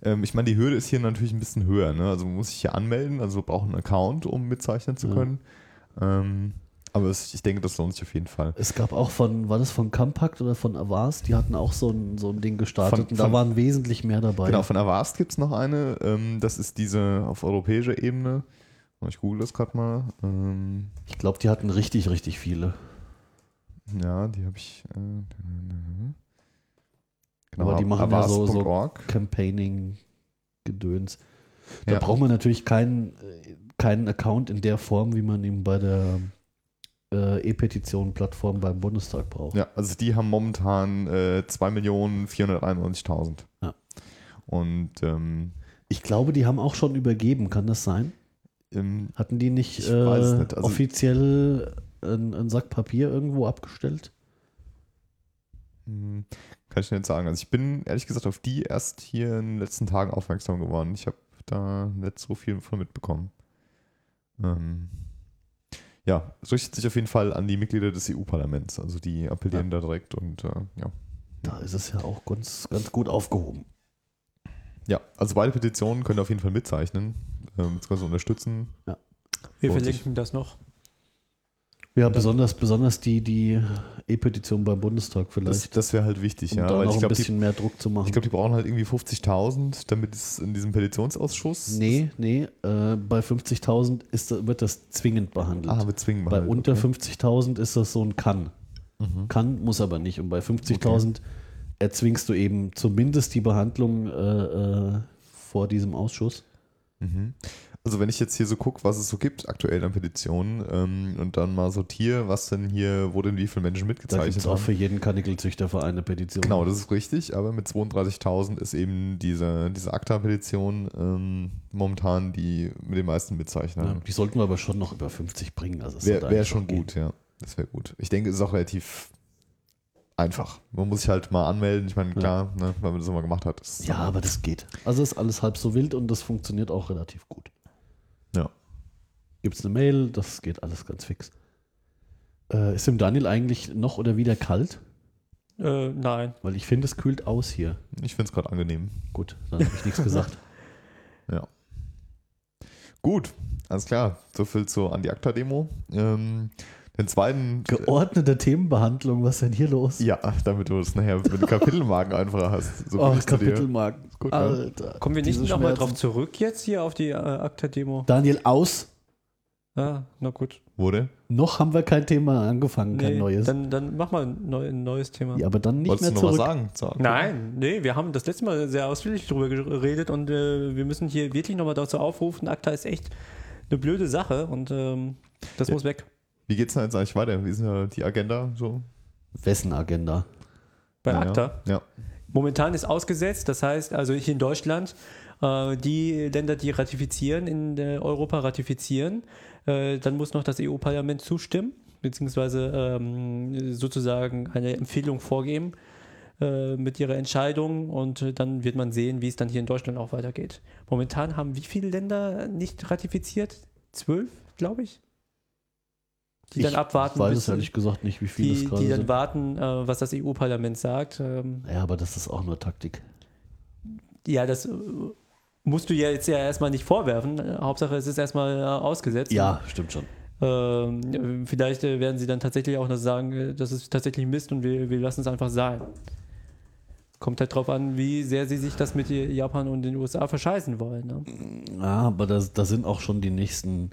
Speaker 4: Ähm, ich meine, die Hürde ist hier natürlich ein bisschen höher. Ne? Also man muss sich hier anmelden, also braucht einen Account, um mitzeichnen zu
Speaker 2: Ja.
Speaker 4: können. Ähm, aber es, ich denke, das lohnt sich auf jeden Fall.
Speaker 2: Es gab auch von, war das von Compact oder von Avast? Die hatten auch so ein, so ein Ding gestartet
Speaker 4: Von-
Speaker 2: und da
Speaker 4: von-
Speaker 2: waren wesentlich mehr dabei.
Speaker 4: Genau, von Avast gibt es noch eine. Ähm, das ist diese auf europäischer Ebene. Ich google das gerade mal. Ähm,
Speaker 2: Ich glaube, die hatten richtig, richtig viele.
Speaker 4: ja, die habe ich. Äh, genau,
Speaker 2: Aber die machen ja so- so-
Speaker 4: avast.org.
Speaker 2: Campaigning-Gedöns. Da
Speaker 4: Ja.
Speaker 2: braucht man natürlich keinen, äh, keinen Account in der Form, wie man ihn bei der äh, E-Petition-Plattform beim Bundestag braucht.
Speaker 4: Ja, also die haben momentan äh, 2.491.000.
Speaker 2: Ja.
Speaker 4: Und ähm,
Speaker 2: Ich glaube, die haben auch schon übergeben, kann das sein?
Speaker 4: ähm,
Speaker 2: Hatten die nicht,
Speaker 4: Ich
Speaker 2: äh,
Speaker 4: weiß es nicht, also-
Speaker 2: offiziell einen, einen Sack Papier irgendwo abgestellt?
Speaker 4: hm, kann ich nicht sagen. Also ich bin ehrlich gesagt auf die erst hier in den letzten Tagen aufmerksam geworden. Ich habe da nicht so viel von mitbekommen. Ähm, ja, es richtet sich auf jeden Fall an die Mitglieder des EU-Parlaments. Also die appellieren da direkt und äh, ja.
Speaker 2: Da ist es ja auch ganz, ganz gut aufgehoben.
Speaker 4: Ja, also beide Petitionen können auf jeden Fall mitzeichnen, ähm, beziehungsweise unterstützen.
Speaker 3: Wir
Speaker 4: Lohnt sich.
Speaker 3: verlinken das noch.
Speaker 2: Ja, besonders, besonders die, die E-Petition beim Bundestag
Speaker 4: Das,
Speaker 2: vielleicht,
Speaker 4: das wäre halt wichtig,
Speaker 2: um
Speaker 4: ja.
Speaker 2: da
Speaker 4: Weil
Speaker 2: noch
Speaker 4: ich
Speaker 2: ein
Speaker 4: glaube, die
Speaker 2: bisschen mehr Druck zu machen.
Speaker 4: Ich glaube, die brauchen halt irgendwie 50.000, damit es in diesem Petitionsausschuss.
Speaker 2: nee, nee, äh, bei 50.000 ist, da- wird das zwingend behandelt.
Speaker 4: Ah, wir zwingen
Speaker 2: bei
Speaker 4: halt,
Speaker 2: unter
Speaker 4: okay.
Speaker 2: 50.000 ist das so ein kann. Kann, muss aber nicht. Und bei 50.000 erzwingst du eben zumindest die Behandlung äh, äh, vor diesem Ausschuss.
Speaker 4: Mhm. Also, wenn ich jetzt hier so gucke, was es so gibt aktuell an Petitionen ähm, und dann mal sortiere, was denn hier, wo denn wie viele Menschen
Speaker 2: Da gibt es
Speaker 4: mitgezeichnet
Speaker 2: auch für
Speaker 4: haben.
Speaker 2: jeden Kanickelzüchterverein eine Petition.
Speaker 4: Genau, das ist richtig, aber mit 32.000 ist eben diese, diese ACTA-Petition ähm, momentan die mit den meisten
Speaker 2: Ja,
Speaker 4: Mitzeichnern.
Speaker 2: die sollten wir aber schon noch über 50 bringen. Also es
Speaker 4: Wäre
Speaker 2: sollte
Speaker 4: wär
Speaker 2: eigentlich
Speaker 4: schon
Speaker 2: gehen.
Speaker 4: gut, ja. Das wäre gut. Ich denke, es ist auch relativ einfach. Man muss sich halt mal anmelden. Ich meine, klar, ne, weil man das immer gemacht hat. ist es
Speaker 2: Ja,
Speaker 4: dann-
Speaker 2: aber das geht. Also ist alles halb so wild und das funktioniert auch relativ gut.
Speaker 4: Ja.
Speaker 2: Gibt es eine Mail, das geht alles ganz fix. Äh, ist dem Daniel eigentlich noch oder wieder kalt?
Speaker 3: Äh, nein.
Speaker 2: Weil ich finde, es kühlt aus hier.
Speaker 4: Ich finde es gerade angenehm.
Speaker 2: Gut, dann habe ich nichts gesagt.
Speaker 4: Gut, alles klar. Soviel zur Anti-Akta-Demo. Ähm, den zweiten.
Speaker 2: Geordnete Themenbehandlung, was ist denn hier los?
Speaker 4: ja, damit du es nachher mit dem Kapitelmarken einfacher hast. So
Speaker 2: Ach,
Speaker 4: bin ich zu dir.
Speaker 2: Oh, Kapitelmarken.
Speaker 4: Gut, ne?
Speaker 2: Alter.
Speaker 3: Kommen wir nicht
Speaker 2: Diese
Speaker 3: nochmal
Speaker 2: Schmerzen.
Speaker 3: drauf zurück jetzt hier auf die äh, Akta-Demo?
Speaker 2: Daniel, aus.
Speaker 3: Ah, na gut.
Speaker 4: Wurde?
Speaker 2: Noch haben wir kein Thema angefangen, kein
Speaker 3: Nee,
Speaker 2: neues.
Speaker 3: Dann, dann mach mal ein, neu, ein neues Thema.
Speaker 2: ja, aber dann nicht
Speaker 4: Wolltest du
Speaker 2: mehr
Speaker 4: noch was
Speaker 2: zurück.
Speaker 4: sagen? Zur Akta?
Speaker 3: Nein, nee, wir haben das letzte Mal sehr ausführlich drüber geredet und äh, wir müssen hier wirklich nochmal dazu aufrufen, ACTA ist echt eine blöde Sache und ähm, das
Speaker 4: Ja.
Speaker 3: muss weg.
Speaker 4: Wie geht's denn jetzt eigentlich weiter? Wie ist denn da die Agenda? So?
Speaker 2: Wessen Agenda?
Speaker 3: Bei
Speaker 4: Ja,
Speaker 3: ACTA.
Speaker 4: Ja.
Speaker 3: Momentan ist ausgesetzt, das heißt also hier in Deutschland, äh, die Länder, die ratifizieren, in äh, Europa ratifizieren, äh, dann muss noch das EU-Parlament zustimmen, beziehungsweise ähm, sozusagen eine Empfehlung vorgeben äh, mit ihrer Entscheidung und äh, dann wird man sehen, wie es dann hier in Deutschland auch weitergeht. Momentan haben wie viele Länder nicht ratifiziert? Zwölf, glaube ich. die dann abwarten,
Speaker 2: Ich weiß
Speaker 3: bis
Speaker 2: es ehrlich gesagt nicht, wie viel das
Speaker 3: die,
Speaker 2: gerade
Speaker 3: die dann
Speaker 2: sind.
Speaker 3: warten, äh, was das EU-Parlament sagt. Ähm,
Speaker 2: Ja, aber das ist auch nur Taktik.
Speaker 3: ja, das äh, musst du ja jetzt ja erstmal nicht vorwerfen. Äh, Hauptsache, es ist erstmal äh, ausgesetzt.
Speaker 2: Ja, stimmt schon.
Speaker 3: Ähm, vielleicht äh, werden sie dann tatsächlich auch noch sagen, äh, das ist tatsächlich Mist und wir, wir lassen es einfach sein. Kommt halt drauf an, wie sehr sie sich das mit ihr- Japan und den USA verscheißen wollen. Ne?
Speaker 2: Ja, aber da, da sind auch schon die nächsten,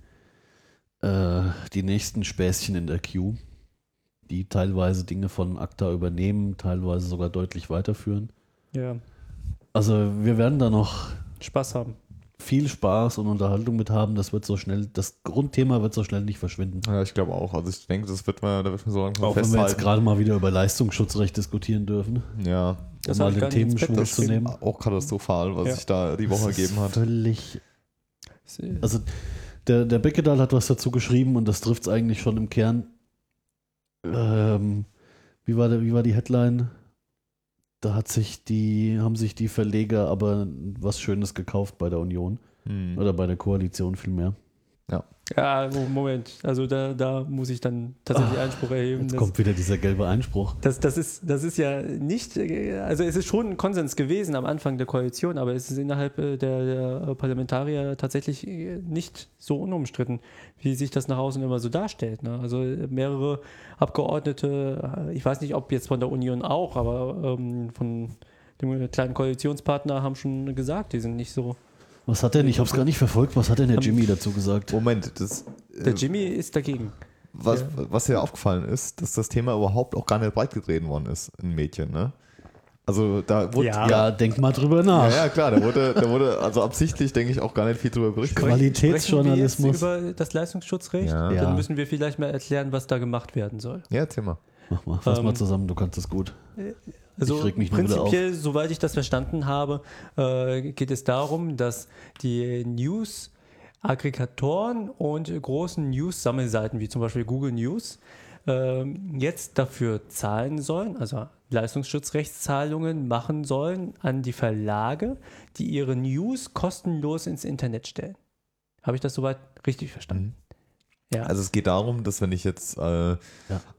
Speaker 2: äh, die nächsten Späßchen in der Queue, die teilweise Dinge von ACTA übernehmen, teilweise sogar deutlich weiterführen.
Speaker 3: Ja,
Speaker 2: Also wir werden da noch
Speaker 3: Spaß haben.
Speaker 2: viel Spaß und Unterhaltung mit haben. Das wird so schnell, das Grundthema wird so schnell nicht verschwinden.
Speaker 4: Ja, ich glaube auch. Also ich denke, das wird man, da wird man so langsam
Speaker 2: Auch wenn wir jetzt
Speaker 4: festhalten.
Speaker 2: gerade mal wieder über Leistungsschutzrecht diskutieren dürfen,
Speaker 4: ja,
Speaker 2: um
Speaker 3: Das
Speaker 2: mal
Speaker 3: habe ich
Speaker 2: den
Speaker 3: gar nicht ins Bett
Speaker 2: Themenschwung
Speaker 4: das ist
Speaker 2: mitzunehmen.
Speaker 4: auch katastrophal, was
Speaker 3: Ja.
Speaker 4: sich da die
Speaker 2: Das
Speaker 4: Woche
Speaker 2: ist
Speaker 4: ergeben hat.
Speaker 2: Völlig.
Speaker 3: Das, äh,
Speaker 2: Also der, der Beckedahl hat was dazu geschrieben und das trifft es eigentlich schon im Kern. Ähm, wie, war der, wie war die Headline? Da hat sich die, haben sich die Verleger aber was Schönes gekauft bei der Union
Speaker 4: Hm.
Speaker 2: oder bei der Koalition vielmehr.
Speaker 3: Ja, Mo- Moment. Also da, da muss ich dann tatsächlich Einspruch erheben.
Speaker 2: Ah, Jetzt
Speaker 3: Das,
Speaker 2: kommt wieder dieser gelbe Einspruch.
Speaker 3: das, das, ist, das ist ja nicht, äh, also es ist schon ein Konsens gewesen am Anfang der Koalition, aber es ist innerhalb äh, der, der Parlamentarier tatsächlich äh, nicht so unumstritten, wie sich das nach außen immer so darstellt. Ne? Also äh, mehrere Abgeordnete, äh, ich weiß nicht, ob jetzt von der Union auch, aber ähm, von dem äh, kleinen Koalitionspartner haben schon gesagt, die sind nicht so.
Speaker 2: Was hat denn, ich habe es gar nicht verfolgt, was hat denn der Jimmy dazu gesagt?
Speaker 4: Moment, das,
Speaker 3: Der
Speaker 4: äh,
Speaker 3: Jimmy ist dagegen.
Speaker 4: was,
Speaker 3: Ja.
Speaker 4: was dir aufgefallen ist, dass das Thema überhaupt auch gar nicht breit getreten worden ist in Medien, ne? Also da wurde
Speaker 3: Ja.
Speaker 2: Ja, denk mal drüber nach.
Speaker 4: Ja, ja, klar, da wurde, da wurde also absichtlich, denke ich, auch gar nicht viel drüber berichtet.
Speaker 2: Qualitätsjournalismus.
Speaker 3: Sprechen wir jetzt über das Leistungsschutzrecht,
Speaker 4: Ja.
Speaker 2: Ja.
Speaker 3: dann müssen wir vielleicht mal erklären, was da gemacht werden soll.
Speaker 4: Ja, Thema.
Speaker 2: Mach mal, fass
Speaker 3: Ähm,
Speaker 2: mal zusammen, du kannst das gut.
Speaker 3: Also
Speaker 2: reg mich nur wieder auf.
Speaker 3: prinzipiell, soweit ich das verstanden habe, äh, geht es darum, dass die News Aggregatoren und großen News-Sammelseiten wie zum Beispiel Google News ähm, jetzt dafür zahlen sollen, also Leistungsschutzrechtszahlungen machen sollen an die Verlage, die ihre News kostenlos ins Internet stellen. Habe ich das soweit richtig verstanden?
Speaker 2: Mhm.
Speaker 3: Ja.
Speaker 4: Also es geht darum, dass wenn ich jetzt äh,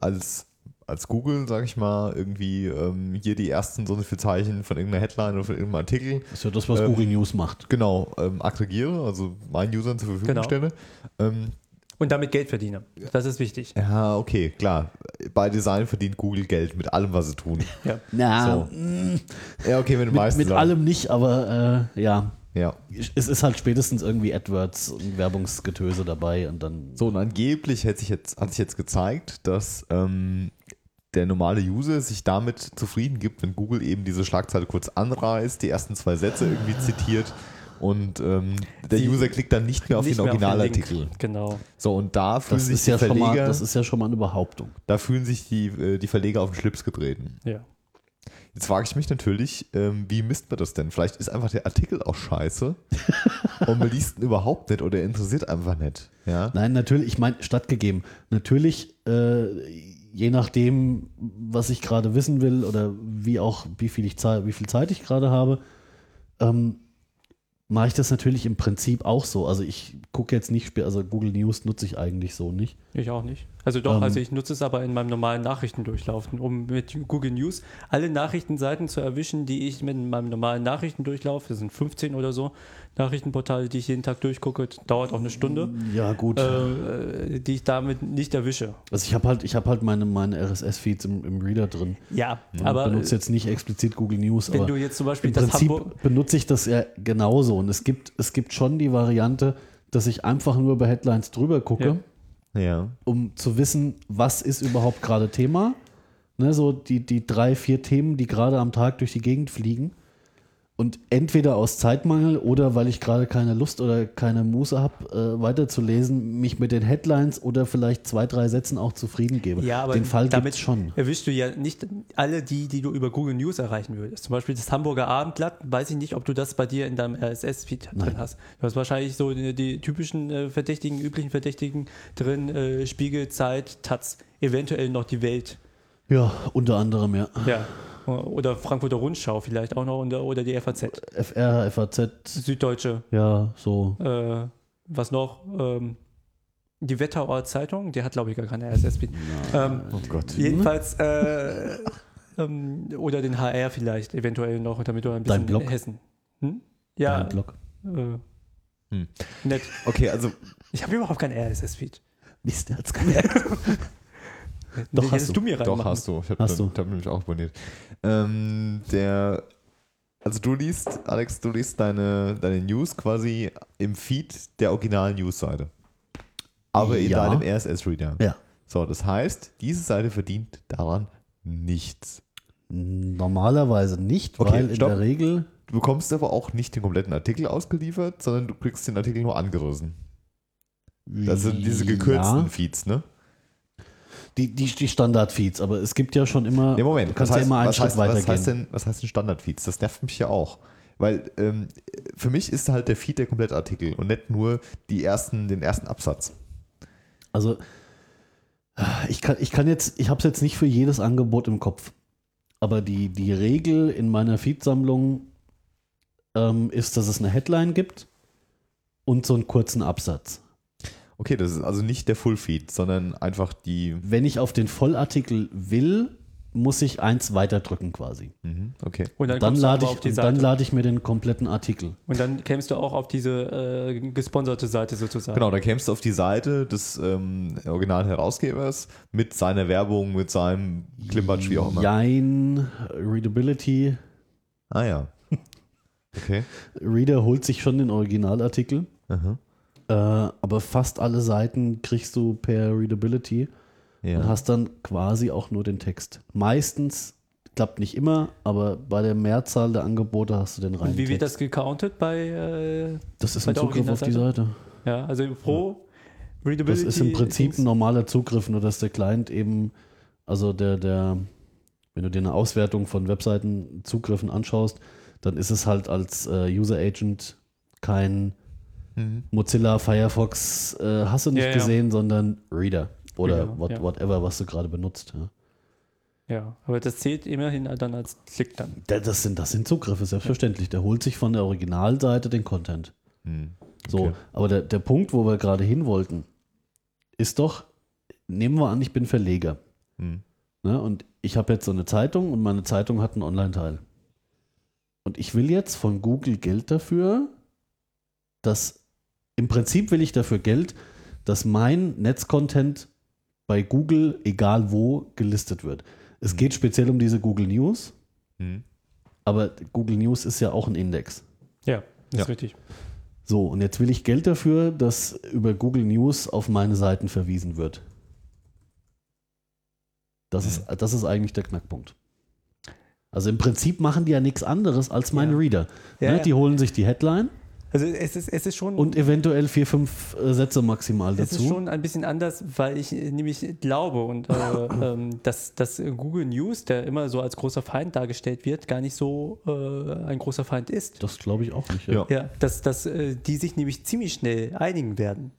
Speaker 4: als, als Google, sage ich mal, irgendwie ähm, hier die ersten so und so viele Zeichen von irgendeiner Headline oder von irgendeinem Artikel
Speaker 2: Das ist ja das, was
Speaker 4: ähm,
Speaker 2: Google News macht.
Speaker 4: genau ähm, aggregiere, also meinen Usern zur Verfügung
Speaker 3: Genau.
Speaker 4: stelle. Ähm,
Speaker 3: Und damit Geld verdiene. Das ist wichtig.
Speaker 4: ja, okay, klar. Bei Design verdient Google Geld mit allem, was sie tun.
Speaker 3: Ja.
Speaker 2: Na,
Speaker 4: so. Ja, okay, mit den
Speaker 2: mit,
Speaker 4: meisten.
Speaker 2: mit
Speaker 4: Sachen.
Speaker 2: allem nicht, aber äh, ja.
Speaker 4: Ja.
Speaker 2: Es ist halt spätestens irgendwie AdWords und Werbungsgetöse dabei und dann.
Speaker 4: So, und angeblich hat sich jetzt, hat sich jetzt gezeigt, dass ähm, der normale User sich damit zufrieden gibt, wenn Google eben diese Schlagzeile kurz anreißt, die ersten zwei Sätze irgendwie zitiert und ähm, der
Speaker 3: Die-
Speaker 4: User klickt dann nicht mehr auf
Speaker 3: Nicht
Speaker 4: den
Speaker 3: mehr auf den
Speaker 4: Originalartikel.
Speaker 3: Link. Genau.
Speaker 4: so, und da fühlen
Speaker 2: Das
Speaker 4: sich
Speaker 2: ist,
Speaker 4: die
Speaker 2: ja schon mal,
Speaker 4: Verleger,
Speaker 2: das ist ja schon mal eine Behauptung.
Speaker 4: da fühlen sich die, äh, die Verleger auf den Schlips getreten.
Speaker 3: Ja.
Speaker 4: Jetzt frage ich mich natürlich, ähm, wie misst man das denn? Vielleicht ist einfach der Artikel auch scheiße und man liest ihn überhaupt nicht oder interessiert einfach nicht. Ja?
Speaker 2: Nein, natürlich, ich meine, stattgegeben. Natürlich, äh, je nachdem, was ich gerade wissen will oder wie auch, wie viel, ich, Zeit- wie viel Zeit ich gerade habe, ähm, mache ich das natürlich im Prinzip auch so. Also ich gucke jetzt nicht, spe- also Google News nutze ich eigentlich so nicht.
Speaker 3: Ich auch nicht. Also doch,
Speaker 2: Ähm.
Speaker 3: also ich nutze es aber in meinem normalen Nachrichtendurchlauf, um mit Google News alle Nachrichtenseiten zu erwischen, die ich mit meinem normalen Nachrichtendurchlauf, das sind 15 oder so, Nachrichtenportale, die ich jeden Tag durchgucke, dauert auch eine Stunde,
Speaker 2: Ja, gut.
Speaker 3: äh, die ich damit nicht erwische.
Speaker 2: Ähm. Also ich habe halt, ich habe halt meine, meine RSS-Feeds im, im Reader drin.
Speaker 3: Ja,
Speaker 2: Aber
Speaker 3: aber äh,
Speaker 2: benutze jetzt nicht explizit Google News,
Speaker 3: wenn
Speaker 2: aber
Speaker 3: du jetzt zum Beispiel
Speaker 2: im
Speaker 3: das
Speaker 2: Prinzip
Speaker 3: Hamburg...
Speaker 2: benutze ich das ja genauso. Und es gibt, es gibt schon die Variante, dass ich einfach nur über Headlines drüber gucke,
Speaker 3: äh, Ja.
Speaker 4: Ja.
Speaker 2: um zu wissen, was ist überhaupt gerade Thema. Ne, so die, die drei, vier Themen, die gerade am Tag durch die Gegend fliegen. Und entweder aus Zeitmangel oder weil ich gerade keine Lust oder keine Muße habe, äh, weiterzulesen, mich mit den Headlines oder vielleicht zwei, drei Sätzen auch zufrieden gebe.
Speaker 3: Ja, aber
Speaker 2: den Fall
Speaker 3: damit
Speaker 2: gibt's schon.
Speaker 3: erwischst du ja nicht alle die, die du über Google News erreichen würdest. Zum Beispiel das Hamburger Abendblatt, weiß ich nicht, ob du das bei dir in deinem RSS-Feed drin hast. Du hast wahrscheinlich so die, die typischen äh, Verdächtigen, üblichen Verdächtigen drin, äh, Spiegel, Zeit, Taz, eventuell noch die Welt.
Speaker 2: Ja, unter anderem, ja.
Speaker 3: Ja. Oder Frankfurter Rundschau vielleicht auch noch und, oder die FAZ.
Speaker 2: FR, FAZ,
Speaker 3: Süddeutsche,
Speaker 2: ja, so.
Speaker 3: äh, was noch? Ähm, die Wetterauer Zeitung, die hat, glaube ich, gar keine RSS-Feed. Ähm,
Speaker 4: Oh Gott.
Speaker 3: jedenfalls, äh, ähm, oder den HR vielleicht, eventuell noch, damit du ein bisschen
Speaker 2: Dein Blog?
Speaker 3: Hessen. Hm? Ja,
Speaker 2: Dein Blog.
Speaker 3: äh,
Speaker 4: Hm.
Speaker 3: nett.
Speaker 4: Okay, also
Speaker 3: Ich habe überhaupt kein RSS-Feed.
Speaker 2: Mist, der hat's gemerkt. Doch, hast
Speaker 3: hättest
Speaker 2: du.
Speaker 3: du mir
Speaker 4: Doch,
Speaker 3: reinmachen.
Speaker 4: hast du. Ich habe
Speaker 2: Hast du.
Speaker 4: hab nämlich auch abonniert. Ähm, der, also du liest, Alex, du liest deine, deine News quasi im Feed der originalen News-Seite. Aber in
Speaker 2: Ja.
Speaker 4: deinem RSS-Reader.
Speaker 2: Ja.
Speaker 4: So, das heißt, diese Seite verdient daran nichts.
Speaker 2: Normalerweise nicht,
Speaker 4: Okay,
Speaker 2: weil in
Speaker 4: stopp.
Speaker 2: der Regel.
Speaker 4: Du bekommst aber auch nicht den kompletten Artikel ausgeliefert, sondern du kriegst den Artikel nur angerissen. Das sind diese gekürzten
Speaker 2: Ja,
Speaker 4: Feeds, ne?
Speaker 2: die die, die Standard-Feeds, aber es gibt ja schon immer.
Speaker 4: Nee, Moment.
Speaker 2: Du kannst
Speaker 4: was
Speaker 2: ja immer einen
Speaker 4: was
Speaker 2: Schritt
Speaker 4: heißt,
Speaker 2: weitergehen.
Speaker 4: Was heißt denn, was heißt denn Standard-Feeds? Das nervt mich ja auch. Weil ähm, für mich ist halt der Feed der Komplettartikel und nicht nur die ersten, den ersten Absatz.
Speaker 2: Also, ich kann, ich kann jetzt, ich habe es jetzt nicht für jedes Angebot im Kopf. Aber die, die Regel in meiner Feed-Sammlung ähm, ist, dass es eine Headline gibt und so einen kurzen Absatz.
Speaker 4: Okay, das ist also nicht der Full-Feed, sondern einfach die.
Speaker 2: Wenn ich auf den Vollartikel will, muss ich eins weiterdrücken quasi.
Speaker 4: Mhm, okay.
Speaker 3: Und dann,
Speaker 2: Dann,
Speaker 3: kommst du
Speaker 2: lade
Speaker 3: aber
Speaker 2: ich,
Speaker 3: auf die
Speaker 2: und
Speaker 3: Seite.
Speaker 2: dann lade ich mir den kompletten Artikel.
Speaker 3: und dann kämst du auch auf diese äh, gesponserte Seite sozusagen.
Speaker 4: Genau, da kämst du auf die Seite des ähm, originalen Herausgebers mit seiner Werbung, mit seinem Klimpatsch, wie auch immer.
Speaker 2: Jein, Readability.
Speaker 4: Ah ja. Okay.
Speaker 2: Reader holt sich schon den Originalartikel.
Speaker 4: Aha.
Speaker 2: Äh, aber fast alle Seiten kriegst du per Readability
Speaker 4: Ja.
Speaker 2: und hast dann quasi auch nur den Text. Meistens klappt nicht immer, aber bei der Mehrzahl der Angebote hast du den rein.
Speaker 3: Und wie wird das gecountet bei, äh,
Speaker 2: Das ist
Speaker 3: bei
Speaker 2: ein
Speaker 3: der
Speaker 2: Zugriff auf die Seite.
Speaker 3: ja, also pro
Speaker 2: Das
Speaker 3: Readability?
Speaker 2: ist im Prinzip ein
Speaker 3: noch.
Speaker 2: normaler Zugriff, nur dass der Client eben, also der, der, wenn du dir eine Auswertung von Webseitenzugriffen anschaust, dann ist es halt als äh, User Agent kein
Speaker 4: Mhm.
Speaker 2: Mozilla, Firefox, äh, hast du nicht
Speaker 3: Ja, ja.
Speaker 2: gesehen, sondern Reader oder
Speaker 3: Reader,
Speaker 2: what,
Speaker 3: ja.
Speaker 2: whatever, was du gerade benutzt. Ja.
Speaker 3: Ja, aber das zählt immerhin dann als Klick dann.
Speaker 2: Da- Das sind, das sind Zugriffe, selbstverständlich. Der holt sich von der Originalseite den Content.
Speaker 4: Hm.
Speaker 2: So,
Speaker 4: Okay.
Speaker 2: aber der, der Punkt, wo wir gerade hin wollten, ist doch, nehmen wir an, ich bin Verleger.
Speaker 4: Hm.
Speaker 2: Ne? Und ich habe jetzt so eine Zeitung und meine Zeitung hat einen Online-Teil. Und ich will jetzt von Google Geld dafür, dass im Prinzip will ich dafür Geld, dass mein Netzcontent bei Google, egal wo, gelistet wird. Es geht speziell um diese Google News,
Speaker 4: Hm.
Speaker 2: aber Google News ist ja auch ein Index.
Speaker 3: Ja, das
Speaker 4: Ja.
Speaker 3: ist richtig.
Speaker 2: So, und jetzt will ich Geld dafür, dass über Google News auf meine Seiten verwiesen wird. Das, ist, das ist eigentlich der Knackpunkt. Also im Prinzip machen die ja nichts anderes als meine
Speaker 3: Ja.
Speaker 2: Reader.
Speaker 3: Ja,
Speaker 2: ne?
Speaker 3: ja.
Speaker 2: Die holen sich die Headline
Speaker 3: Also es ist, es ist schon.
Speaker 2: und eventuell vier, fünf äh, Sätze maximal
Speaker 3: es ist
Speaker 2: dazu.
Speaker 3: schon ein bisschen anders, weil ich äh, nämlich glaube und äh, ähm, dass, dass äh, Google News, der immer so als großer Feind dargestellt wird, gar nicht so äh, ein großer Feind ist.
Speaker 2: Das glaube ich auch nicht.
Speaker 4: Ja.
Speaker 3: Ja, dass, dass äh, die sich nämlich ziemlich schnell einigen werden.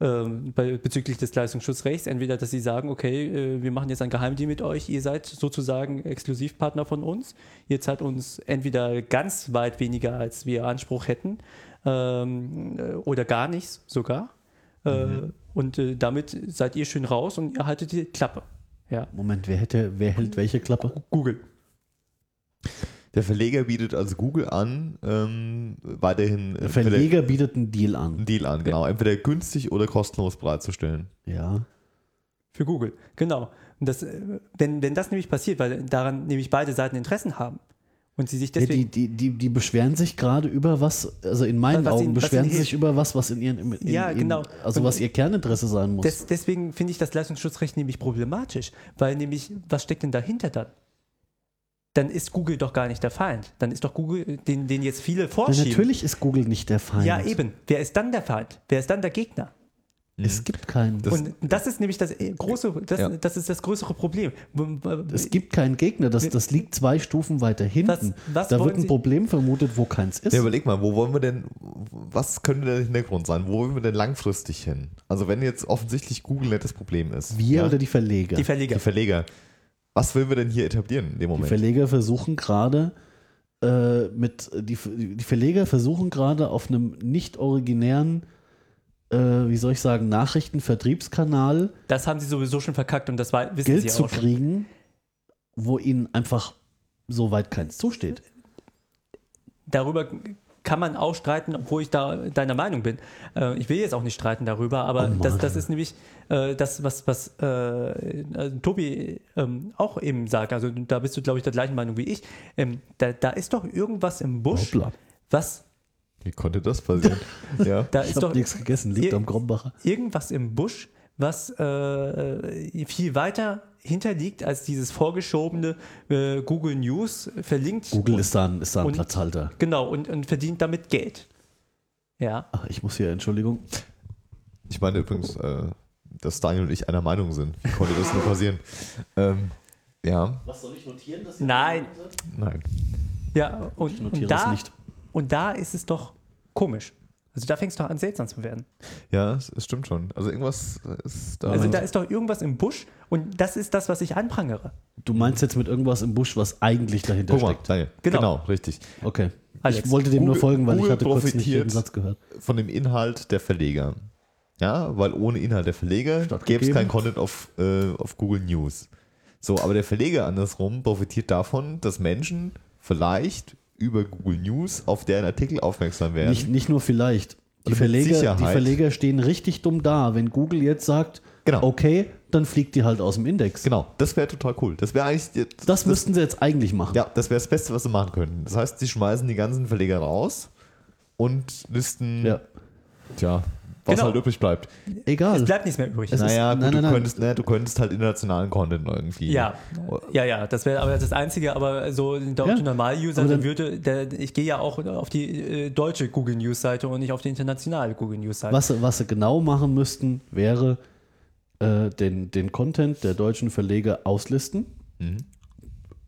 Speaker 3: Ähm, bei, bezüglich des Leistungsschutzrechts. Entweder, dass sie sagen, okay, äh, wir machen jetzt einen Geheimdeal mit euch, ihr seid sozusagen Exklusivpartner von uns. Ihr zahlt uns entweder ganz weit weniger, als wir Anspruch hätten, ähm, äh, oder gar nichts sogar. Äh, Und äh, damit seid ihr schön raus und ihr haltet die Klappe. Ja.
Speaker 2: Moment, wer, hätte, wer hält welche Klappe?
Speaker 3: Google.
Speaker 4: Der Verleger bietet also Google an, ähm, weiterhin
Speaker 2: Der
Speaker 4: äh,
Speaker 2: Verleger bietet einen Deal an.
Speaker 4: einen Deal an, genau. Entweder günstig oder kostenlos bereitzustellen.
Speaker 2: Ja.
Speaker 3: Für Google, genau. Und das, äh, wenn, wenn das nämlich passiert, weil daran nämlich beide Seiten Interessen haben und sie sich
Speaker 2: Ja, die,
Speaker 3: deswegen.
Speaker 2: die, die, die beschweren sich gerade über was, also in meinen
Speaker 3: Was ihnen-
Speaker 2: Augen
Speaker 3: was
Speaker 2: beschweren
Speaker 3: ihnen
Speaker 2: sie sich
Speaker 3: hilft.
Speaker 2: über was, was in ihren, in, in-
Speaker 3: Ja,
Speaker 2: in,
Speaker 3: genau.
Speaker 2: also
Speaker 3: Und
Speaker 2: was ihr Kerninteresse sein muss.
Speaker 3: des, deswegen finde ich das Leistungsschutzrecht nämlich problematisch, weil nämlich, was steckt denn dahinter dann? Dann ist Google doch gar nicht der Feind. Dann ist doch Google, den, den jetzt viele
Speaker 2: Ja,
Speaker 3: vorschieben.
Speaker 2: natürlich ist Google nicht der Feind.
Speaker 3: Ja, eben. Wer ist dann der Feind? Wer ist dann der Gegner?
Speaker 2: Es
Speaker 4: Mhm.
Speaker 2: gibt keinen.
Speaker 3: Und das ist nämlich das äh, große, das,
Speaker 4: Ja.
Speaker 3: das ist das größere Problem.
Speaker 2: es gibt keinen Gegner. Das, das liegt zwei Stufen weiter hinten.
Speaker 3: Was- was
Speaker 2: da
Speaker 3: wollen
Speaker 2: wird ein
Speaker 3: Sie-
Speaker 2: Problem vermutet, wo keins ist.
Speaker 4: Ja, überleg mal, wo wollen wir denn, was könnte der Hintergrund sein? Wo wollen wir denn langfristig hin? Also wenn jetzt offensichtlich Google nicht das Problem ist.
Speaker 2: Wir
Speaker 4: ja?
Speaker 2: oder die Verleger?
Speaker 3: die
Speaker 2: Die,
Speaker 3: Verleger.
Speaker 4: Die Verleger. Was will wir denn hier etablieren in dem Moment?
Speaker 2: Verleger versuchen gerade äh, mit die, die Verleger versuchen gerade auf einem nicht originären äh, äh, wie soll ich sagen, Nachrichtenvertriebskanal
Speaker 3: Das haben sie sowieso schon verkackt und das war, wissen
Speaker 2: Geld
Speaker 3: sie
Speaker 2: zu
Speaker 3: auch schon.
Speaker 2: kriegen, wo ihnen einfach soweit keins zusteht.
Speaker 3: Darüber kann man auch streiten, obwohl ich da deiner Meinung bin. Äh, ich will jetzt auch nicht streiten darüber, aber
Speaker 2: Oh
Speaker 3: das,
Speaker 2: Mann.
Speaker 3: das ist nämlich äh, das, was, was äh, also Tobi ähm, auch eben sagt. Also da bist du, glaube ich, der gleichen Meinung wie ich. Ähm, da, da ist doch irgendwas im Busch,
Speaker 2: Hoppla.
Speaker 3: was
Speaker 4: Wie konnte das passieren? ja.
Speaker 3: da
Speaker 2: Ich
Speaker 3: ist
Speaker 2: habe
Speaker 3: doch
Speaker 2: nichts gegessen, liegt
Speaker 3: Ihr-
Speaker 2: am Grombacher.
Speaker 3: irgendwas im Busch, was äh, viel weiter hinterliegt als dieses vorgeschobene äh, Google News verlinkt.
Speaker 2: Google ist da ein, ist da ein
Speaker 3: Und-
Speaker 2: Platzhalter.
Speaker 3: Genau, und, und verdient damit Geld. Ja.
Speaker 2: Ach, ich muss hier, Entschuldigung.
Speaker 4: Ich meine übrigens, äh, dass Daniel und ich einer Meinung sind. Wie konnte das nur passieren? Ähm, ja,
Speaker 2: Was soll ich notieren? Dass
Speaker 3: Nein.
Speaker 4: nein.
Speaker 3: Ja, und,
Speaker 2: notiere
Speaker 3: und, da,
Speaker 2: es nicht.
Speaker 3: und da ist es doch komisch. Also da fängt es doch an, seltsam zu werden.
Speaker 4: Ja, es, es stimmt schon. Also irgendwas ist da.
Speaker 3: Also da ist doch irgendwas im Busch und das ist das, was ich anprangere.
Speaker 2: Du meinst jetzt mit irgendwas im Busch, was eigentlich dahinter
Speaker 4: Guck mal,
Speaker 2: steckt.
Speaker 4: Daniel.
Speaker 3: Genau.
Speaker 4: richtig.
Speaker 2: Okay.
Speaker 3: Alex,
Speaker 2: ich wollte dem nur
Speaker 4: Google-
Speaker 2: folgen, weil
Speaker 4: Google
Speaker 2: ich hatte kurz nicht
Speaker 4: profitiert.
Speaker 2: jeden Satz gehört.
Speaker 4: Von dem Inhalt der Verleger. Ja, weil ohne Inhalt der Verleger gäbe es
Speaker 2: Stattgegeben.
Speaker 4: kein Content auf, äh, auf Google News. So, aber der Verleger andersrum profitiert davon, dass Menschen vielleicht über Google News auf deren Artikel aufmerksam werden.
Speaker 2: Nicht, nicht nur vielleicht. Die
Speaker 4: mit
Speaker 2: Verleger, die
Speaker 4: Sicherheit.
Speaker 2: Verleger stehen richtig dumm da, wenn Google jetzt sagt,
Speaker 4: Genau.
Speaker 2: okay, dann fliegt die halt aus dem Index.
Speaker 4: Genau, das wäre total cool. Das wäre eigentlich die-
Speaker 2: Das, müssten sie jetzt eigentlich machen.
Speaker 4: Ja, das wäre das Beste, was sie machen können. Das heißt, sie schmeißen die ganzen Verleger raus und listen,
Speaker 2: Ja.
Speaker 4: tja, was
Speaker 3: Genau.
Speaker 4: halt übrig bleibt.
Speaker 2: Egal.
Speaker 3: Bleibt nichts mehr übrig.
Speaker 2: Es ist-
Speaker 4: Naja, gut,
Speaker 2: nein,
Speaker 4: du,
Speaker 2: nein, nein.
Speaker 4: Könntest, naja, du könntest halt internationalen Content irgendwie. Oh,
Speaker 3: ja, ja, ja, das wäre aber das Einzige, aber so ein deutscher
Speaker 2: Ja.
Speaker 3: Normal-User,
Speaker 2: Aber
Speaker 3: dann
Speaker 2: dann-
Speaker 3: würde, der, ich gehe ja auch auf die äh, deutsche Google News-Seite und nicht auf die internationale Google News-Seite.
Speaker 2: Was, sie- was sie genau machen müssten, wäre äh, den, den Content der deutschen Verleger auslisten
Speaker 3: Mhm.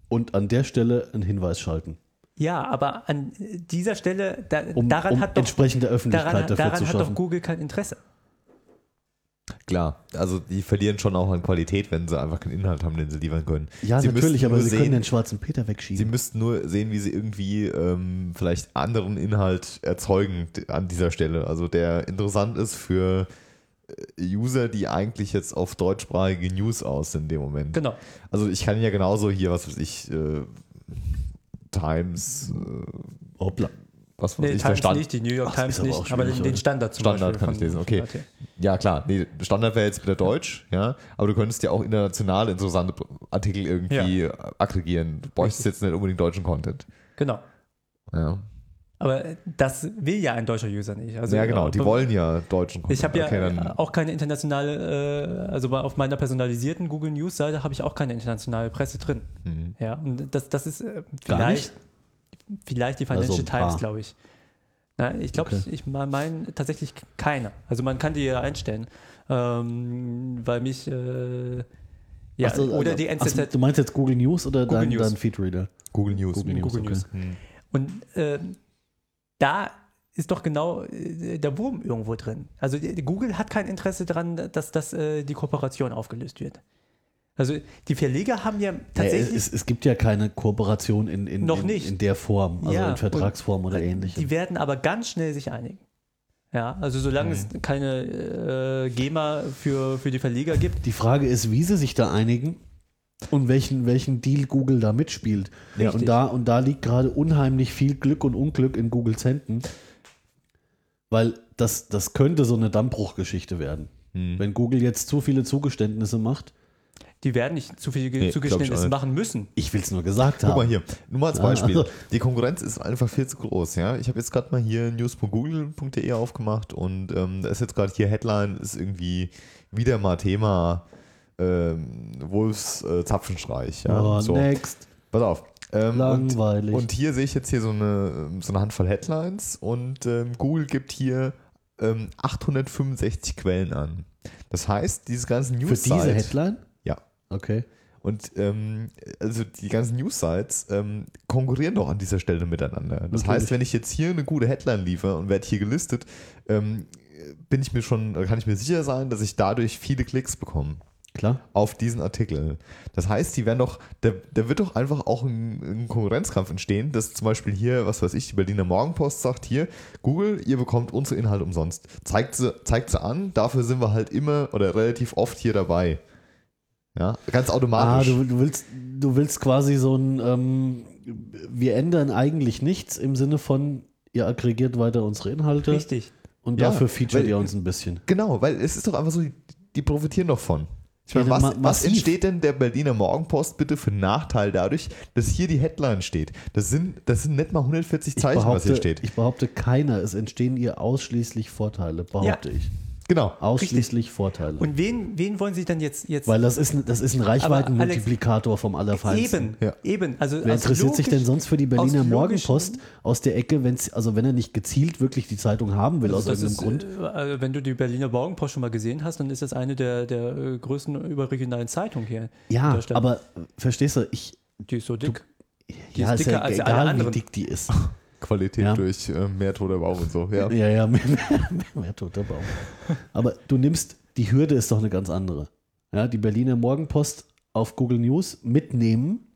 Speaker 2: und an der Stelle einen Hinweis schalten,
Speaker 3: Ja, aber an dieser Stelle, da,
Speaker 2: um,
Speaker 3: daran
Speaker 2: um
Speaker 3: hat doch,
Speaker 2: entsprechende Öffentlichkeit
Speaker 3: daran,
Speaker 2: dafür zu
Speaker 3: daran hat doch
Speaker 2: schaffen.
Speaker 3: Google kein Interesse.
Speaker 4: Klar, also die verlieren schon auch an Qualität, wenn sie einfach keinen Inhalt haben, den sie liefern können.
Speaker 2: ja,
Speaker 4: sie
Speaker 2: natürlich,
Speaker 4: müssten
Speaker 2: aber
Speaker 4: nur
Speaker 2: sie
Speaker 4: sehen,
Speaker 2: können den schwarzen Peter
Speaker 4: Sie
Speaker 2: wegschieben.
Speaker 4: müssten nur sehen, wie sie irgendwie ähm, vielleicht anderen Inhalt erzeugen d- an dieser Stelle. Also der interessant ist für äh, User, die eigentlich jetzt auf deutschsprachige News aus sind in dem Moment.
Speaker 3: Genau.
Speaker 4: Also ich kann ja genauso hier, was weiß ich, äh, Times, äh,
Speaker 2: Hoppla.
Speaker 4: was weiß
Speaker 3: Nee,
Speaker 4: ich, der
Speaker 3: Times
Speaker 4: Stand,
Speaker 3: nicht, die New York
Speaker 2: Ach, ist
Speaker 3: Times
Speaker 2: aber auch
Speaker 3: nicht, aber
Speaker 2: schwierig,
Speaker 3: den, den
Speaker 2: oder?
Speaker 3: Standard zum
Speaker 4: Standard
Speaker 3: Beispiel
Speaker 4: kann ich
Speaker 3: von-
Speaker 4: lesen, okay.
Speaker 3: Okay.
Speaker 4: Ja, klar. Nee, Standard wäre jetzt wieder Deutsch, ja. Aber du könntest ja auch international interessante Artikel irgendwie aggregieren. Du bräuchtest jetzt nicht unbedingt deutschen Content.
Speaker 3: Genau.
Speaker 4: Ja,
Speaker 3: Aber das will ja ein deutscher User nicht. Also,
Speaker 4: ja genau. Die wollen ja deutschen Content.
Speaker 3: Ich habe ja äh,
Speaker 4: Okay, dann-
Speaker 3: auch keine internationale, äh, also bei- auf meiner personalisierten Google News Seite habe ich auch keine internationale Presse drin.
Speaker 2: Mhm.
Speaker 3: Ja, und das, das ist äh, vielleicht, vielleicht die Financial
Speaker 2: Also ein paar.
Speaker 3: Times, glaube ich. Na, ich glaube,
Speaker 2: Okay.
Speaker 3: ich, ich meine tatsächlich keine. Also man kann die ja einstellen, ähm, weil mich äh, ja,
Speaker 2: Ach so,
Speaker 3: oder
Speaker 2: also-
Speaker 3: die
Speaker 2: ach so,
Speaker 3: NZZ
Speaker 2: Du meinst jetzt Google News oder
Speaker 3: Google
Speaker 2: dein,
Speaker 3: News.
Speaker 2: dein Feedreader?
Speaker 4: Google News.
Speaker 2: Google News,
Speaker 3: Google
Speaker 2: okay.
Speaker 3: News. Und ähm, da ist doch genau äh, der Wurm irgendwo drin. Also die, die Google hat kein Interesse daran, dass, dass äh, die Kooperation aufgelöst wird. Also die Verleger haben ja
Speaker 2: Tatsächlich?
Speaker 3: tatsächlich,
Speaker 2: es, es gibt ja keine Kooperation in, in,
Speaker 3: Noch
Speaker 2: in,
Speaker 3: nicht.
Speaker 2: in der Form, also
Speaker 3: Ja, äh,
Speaker 2: in Vertragsform oder ähnlichem.
Speaker 3: die werden aber ganz schnell sich einigen. Ja, also solange es
Speaker 4: Mhm.
Speaker 3: keine äh, GEMA für, für die Verleger gibt,
Speaker 2: Die Frage ist, wie sie sich da einigen und welchen, welchen Deal Google da mitspielt.
Speaker 3: Ja.
Speaker 2: Und, da, und da liegt gerade unheimlich viel Glück und Unglück in Googles Händen, weil das, das könnte so eine Dammbruchgeschichte werden.
Speaker 4: Hm.
Speaker 2: Wenn Google jetzt zu viele Zugeständnisse macht,
Speaker 3: die werden nicht zu viel nee,
Speaker 4: Nee, glaub ich auch
Speaker 3: Zugeständnisse
Speaker 4: nicht.
Speaker 3: machen müssen.
Speaker 2: ich will es nur gesagt
Speaker 4: Guck mal
Speaker 2: haben.
Speaker 4: hier, nur mal als
Speaker 2: Ah,
Speaker 4: Beispiel.
Speaker 2: also-
Speaker 4: Die Konkurrenz ist einfach viel zu groß, ja. Ich habe jetzt gerade mal hier news.google.de aufgemacht und ähm, da ist jetzt gerade hier Headline, ist irgendwie wieder mal Thema ähm, Wolfs äh, Zapfenstreich. Ja?
Speaker 2: Oh,
Speaker 4: so.
Speaker 2: Next.
Speaker 4: Pass auf. Ähm,
Speaker 2: Langweilig.
Speaker 4: Und, und hier sehe ich jetzt hier so eine, ähm, so eine Handvoll Headlines und ähm, Google gibt hier ähm, 865 Quellen an. Das heißt, diese ganzen
Speaker 2: Für
Speaker 4: news
Speaker 2: diese Headline?
Speaker 4: Ja.
Speaker 2: Okay.
Speaker 4: Und ähm, also die ganzen News-Sites ähm, konkurrieren doch an dieser Stelle miteinander. Das
Speaker 2: Natürlich.
Speaker 4: heißt, wenn ich jetzt hier eine gute Headline liefere und werde hier gelistet, ähm, bin ich mir schon, kann ich mir sicher sein, dass ich dadurch viele Klicks bekomme.
Speaker 2: Klar.
Speaker 4: auf diesen Artikel. Das heißt, die werden doch, da, da wird doch einfach auch ein, ein Konkurrenzkampf entstehen, dass zum Beispiel hier, was weiß ich, die Berliner Morgenpost sagt, hier, Google, ihr bekommt unsere Inhalte umsonst. Zeigt sie, zeigt sie an, dafür sind wir halt immer oder relativ oft hier dabei. Ja, ganz
Speaker 2: Ah,
Speaker 4: automatisch.
Speaker 2: du, du, willst, du willst quasi so ein, ähm, wir ändern eigentlich nichts im Sinne von, ihr aggregiert weiter unsere Inhalte
Speaker 3: Richtig.
Speaker 2: und
Speaker 4: Ja,
Speaker 2: dafür featuret
Speaker 4: weil-
Speaker 2: ihr uns ein bisschen.
Speaker 4: genau, weil es ist doch einfach so, die, die profitieren doch von. Ich meine,
Speaker 2: Ja,
Speaker 4: was,
Speaker 2: ma-
Speaker 4: was
Speaker 2: massiv.
Speaker 4: entsteht denn der Berliner Morgenpost bitte für einen Nachteil dadurch, dass hier die Headline steht? Das sind, das sind nicht mal 140 Zeichen, was hier steht.
Speaker 2: ich behaupte keiner, es entstehen ihr ausschließlich Vorteile, behaupte ich.
Speaker 4: genau.
Speaker 2: Ausschließlich Vorteile.
Speaker 3: Und wen, wen wollen sie dann jetzt? jetzt
Speaker 2: Weil das ist, ein- das ist ein Reichweitenmultiplikator vom Allerfeinsten.
Speaker 3: eben,
Speaker 4: Ja.
Speaker 3: eben. Also
Speaker 2: Wer
Speaker 3: aus
Speaker 2: interessiert sich denn
Speaker 3: logisch-
Speaker 2: sonst für die
Speaker 3: aus
Speaker 2: Berliner
Speaker 3: logischen-
Speaker 2: Morgenpost aus der Ecke, wenn's, also wenn er nicht gezielt wirklich die Zeitung haben will, aus
Speaker 3: Das
Speaker 2: irgendeinem
Speaker 3: ist,
Speaker 2: Grund?
Speaker 3: äh, also wenn du die Berliner Morgenpost schon mal gesehen hast, dann ist das eine der, der äh, größten überregionalen Zeitungen hier. in
Speaker 2: Ja,
Speaker 3: Deutschland.
Speaker 2: aber äh, verstehst du, ich,
Speaker 3: die ist so dick.
Speaker 2: Die ja,
Speaker 3: ist
Speaker 2: ist,
Speaker 3: dicker
Speaker 2: ja
Speaker 3: als alle
Speaker 2: egal, wie
Speaker 3: anderen.
Speaker 2: dick die ist.
Speaker 4: Qualität
Speaker 2: Ja.
Speaker 4: durch äh, mehr toter Baum und so. Ja.
Speaker 2: ja, ja, mehr, mehr, mehr toter Baum. Aber du nimmst, die Hürde ist doch eine ganz andere. Ja, die Berliner Morgenpost auf Google News mitnehmen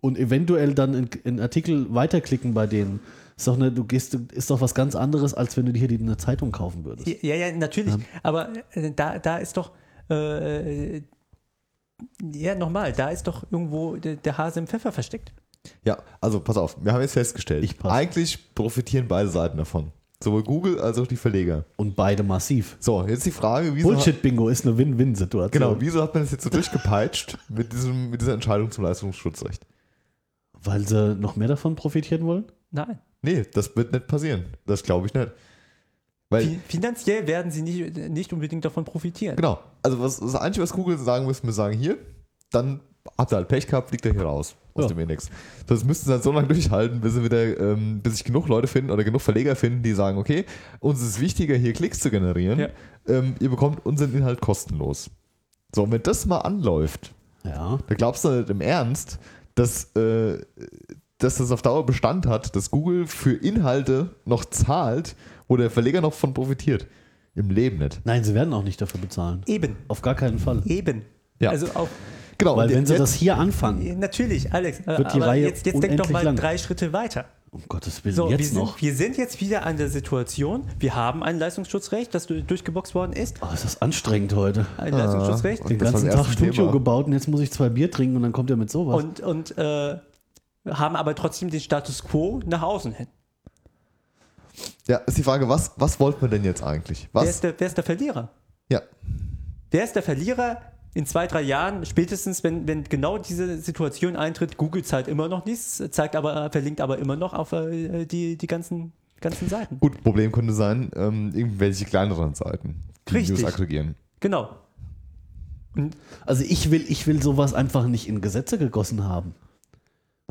Speaker 2: und eventuell dann in- in Artikel weiterklicken bei denen. Ist doch, eine, du gehst, du- ist doch was ganz anderes, als wenn du dir die eine Zeitung kaufen würdest.
Speaker 3: Ja, ja, natürlich. Aber äh, da, da ist doch. Äh, äh, ja, nochmal, da ist doch irgendwo der, der Hase im Pfeffer versteckt.
Speaker 4: Ja, also pass auf, wir haben jetzt festgestellt,
Speaker 2: Ich pass.
Speaker 4: eigentlich profitieren beide Seiten davon. Sowohl Google als auch die Verleger.
Speaker 2: Und beide massiv.
Speaker 4: So, jetzt die Frage, wieso,
Speaker 2: Bullshit-Bingo ist eine Win-Win-Situation.
Speaker 4: genau, wieso hat man das jetzt so durchgepeitscht mit, diesem, mit dieser Entscheidung zum Leistungsschutzrecht?
Speaker 2: Weil sie noch mehr davon profitieren wollen?
Speaker 3: Nein.
Speaker 4: Nee, das wird nicht passieren. Das glaube ich nicht.
Speaker 2: Äh.
Speaker 4: Weil,
Speaker 3: Fi- Finanziell werden sie nicht, nicht unbedingt davon profitieren.
Speaker 4: genau, also was, das Einzige, was Google sagen müssen, wir sagen hier, dann habt ihr halt Pech gehabt, fliegt ihr hier raus aus
Speaker 2: Ja.
Speaker 4: dem Index. Das müssten sie halt so lange durchhalten, bis sie wieder, ähm, bis sich genug Leute finden oder genug Verleger finden, die sagen, okay, uns ist wichtiger, hier Klicks zu generieren.
Speaker 3: Ja.
Speaker 4: ähm, ihr bekommt unseren Inhalt kostenlos. So, und wenn das mal anläuft,
Speaker 2: Ja.
Speaker 4: da glaubst du nicht im Ernst, dass, äh, dass das auf Dauer Bestand hat, dass Google für Inhalte noch zahlt, wo der Verleger noch von profitiert. Im Leben nicht.
Speaker 2: Nein, sie werden auch nicht dafür bezahlen.
Speaker 3: Eben,
Speaker 2: Auf gar keinen Fall.
Speaker 3: eben.
Speaker 4: Ja.
Speaker 3: Also auch äh,
Speaker 4: Genau,
Speaker 2: Weil
Speaker 4: und
Speaker 2: wenn sie
Speaker 4: jetzt-
Speaker 2: das hier anfangen,
Speaker 3: natürlich, Alex.
Speaker 2: Wird die Reihe
Speaker 3: jetzt, jetzt denk doch
Speaker 2: unendlich
Speaker 3: mal
Speaker 2: lang.
Speaker 3: drei Schritte weiter.
Speaker 2: Um Gottes Willen,
Speaker 3: So, wir,
Speaker 2: jetzt
Speaker 3: sind,
Speaker 2: noch.
Speaker 3: wir sind jetzt wieder an der Situation, wir haben ein Leistungsschutzrecht, das du- durchgeboxt worden ist.
Speaker 2: Oh, ist das anstrengend heute.
Speaker 3: Ein Leistungsschutzrecht.
Speaker 2: Den
Speaker 4: Das war
Speaker 2: ganzen
Speaker 4: das
Speaker 2: Tag
Speaker 4: erste
Speaker 2: Studio
Speaker 4: Thema.
Speaker 2: gebaut und jetzt muss ich zwei Bier trinken und dann kommt er mit sowas.
Speaker 3: Und, und äh, haben aber trotzdem den Status quo nach außen hin.
Speaker 4: ja, ist die Frage, was, was wollt man denn jetzt eigentlich?
Speaker 3: Wer ist,
Speaker 4: Was?
Speaker 3: der, wer ist der Verlierer?
Speaker 4: Ja,
Speaker 3: Wer ist der Verlierer in zwei, drei Jahren, spätestens, wenn, wenn genau diese Situation eintritt? Google zahlt immer noch nichts, zeigt aber, verlinkt aber immer noch auf äh, die, die ganzen, ganzen Seiten.
Speaker 4: gut, Problem könnte sein, ähm, irgendwelche kleineren Seiten, die
Speaker 3: Richtig.
Speaker 4: News aggregieren.
Speaker 3: Genau.
Speaker 2: also ich will, ich will sowas einfach nicht in Gesetze gegossen haben.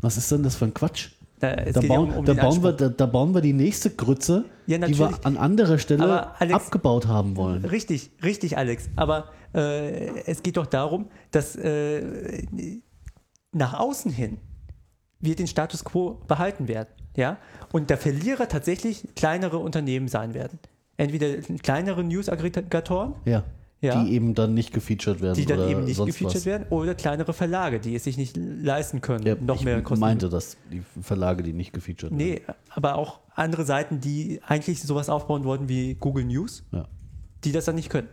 Speaker 2: Was ist denn das für ein Quatsch?
Speaker 3: es
Speaker 2: Da
Speaker 3: geht ja
Speaker 2: bauen,
Speaker 3: um- um
Speaker 2: da,
Speaker 3: den
Speaker 2: bauen wir, da,
Speaker 3: Anspruch.
Speaker 2: da bauen wir die nächste Grütze,
Speaker 3: Ja,
Speaker 2: die wir
Speaker 3: natürlich.
Speaker 2: an anderer Stelle
Speaker 3: Aber Alex-
Speaker 2: abgebaut haben wollen.
Speaker 3: Richtig, richtig, Alex. Aber äh, es geht doch darum, dass äh, nach außen hin wir den Status quo behalten werden. Ja? Und der Verlierer tatsächlich kleinere Unternehmen sein werden. Entweder kleinere News-Aggregatoren,
Speaker 2: Ja.
Speaker 3: Ja.
Speaker 2: Die eben dann nicht gefeatured werden.
Speaker 3: die dann
Speaker 2: oder
Speaker 3: eben nicht
Speaker 2: sonst
Speaker 3: gefeatured
Speaker 2: was.
Speaker 3: werden, oder kleinere Verlage, die es sich nicht leisten können,
Speaker 2: Ja,
Speaker 3: noch
Speaker 2: ich
Speaker 3: mehr Kosten.
Speaker 2: meinte das, die Verlage, die nicht gefeatured werden.
Speaker 3: Nee, aber auch andere Seiten, die eigentlich sowas aufbauen wollten wie Google News,
Speaker 2: Ja.
Speaker 3: die das dann nicht können.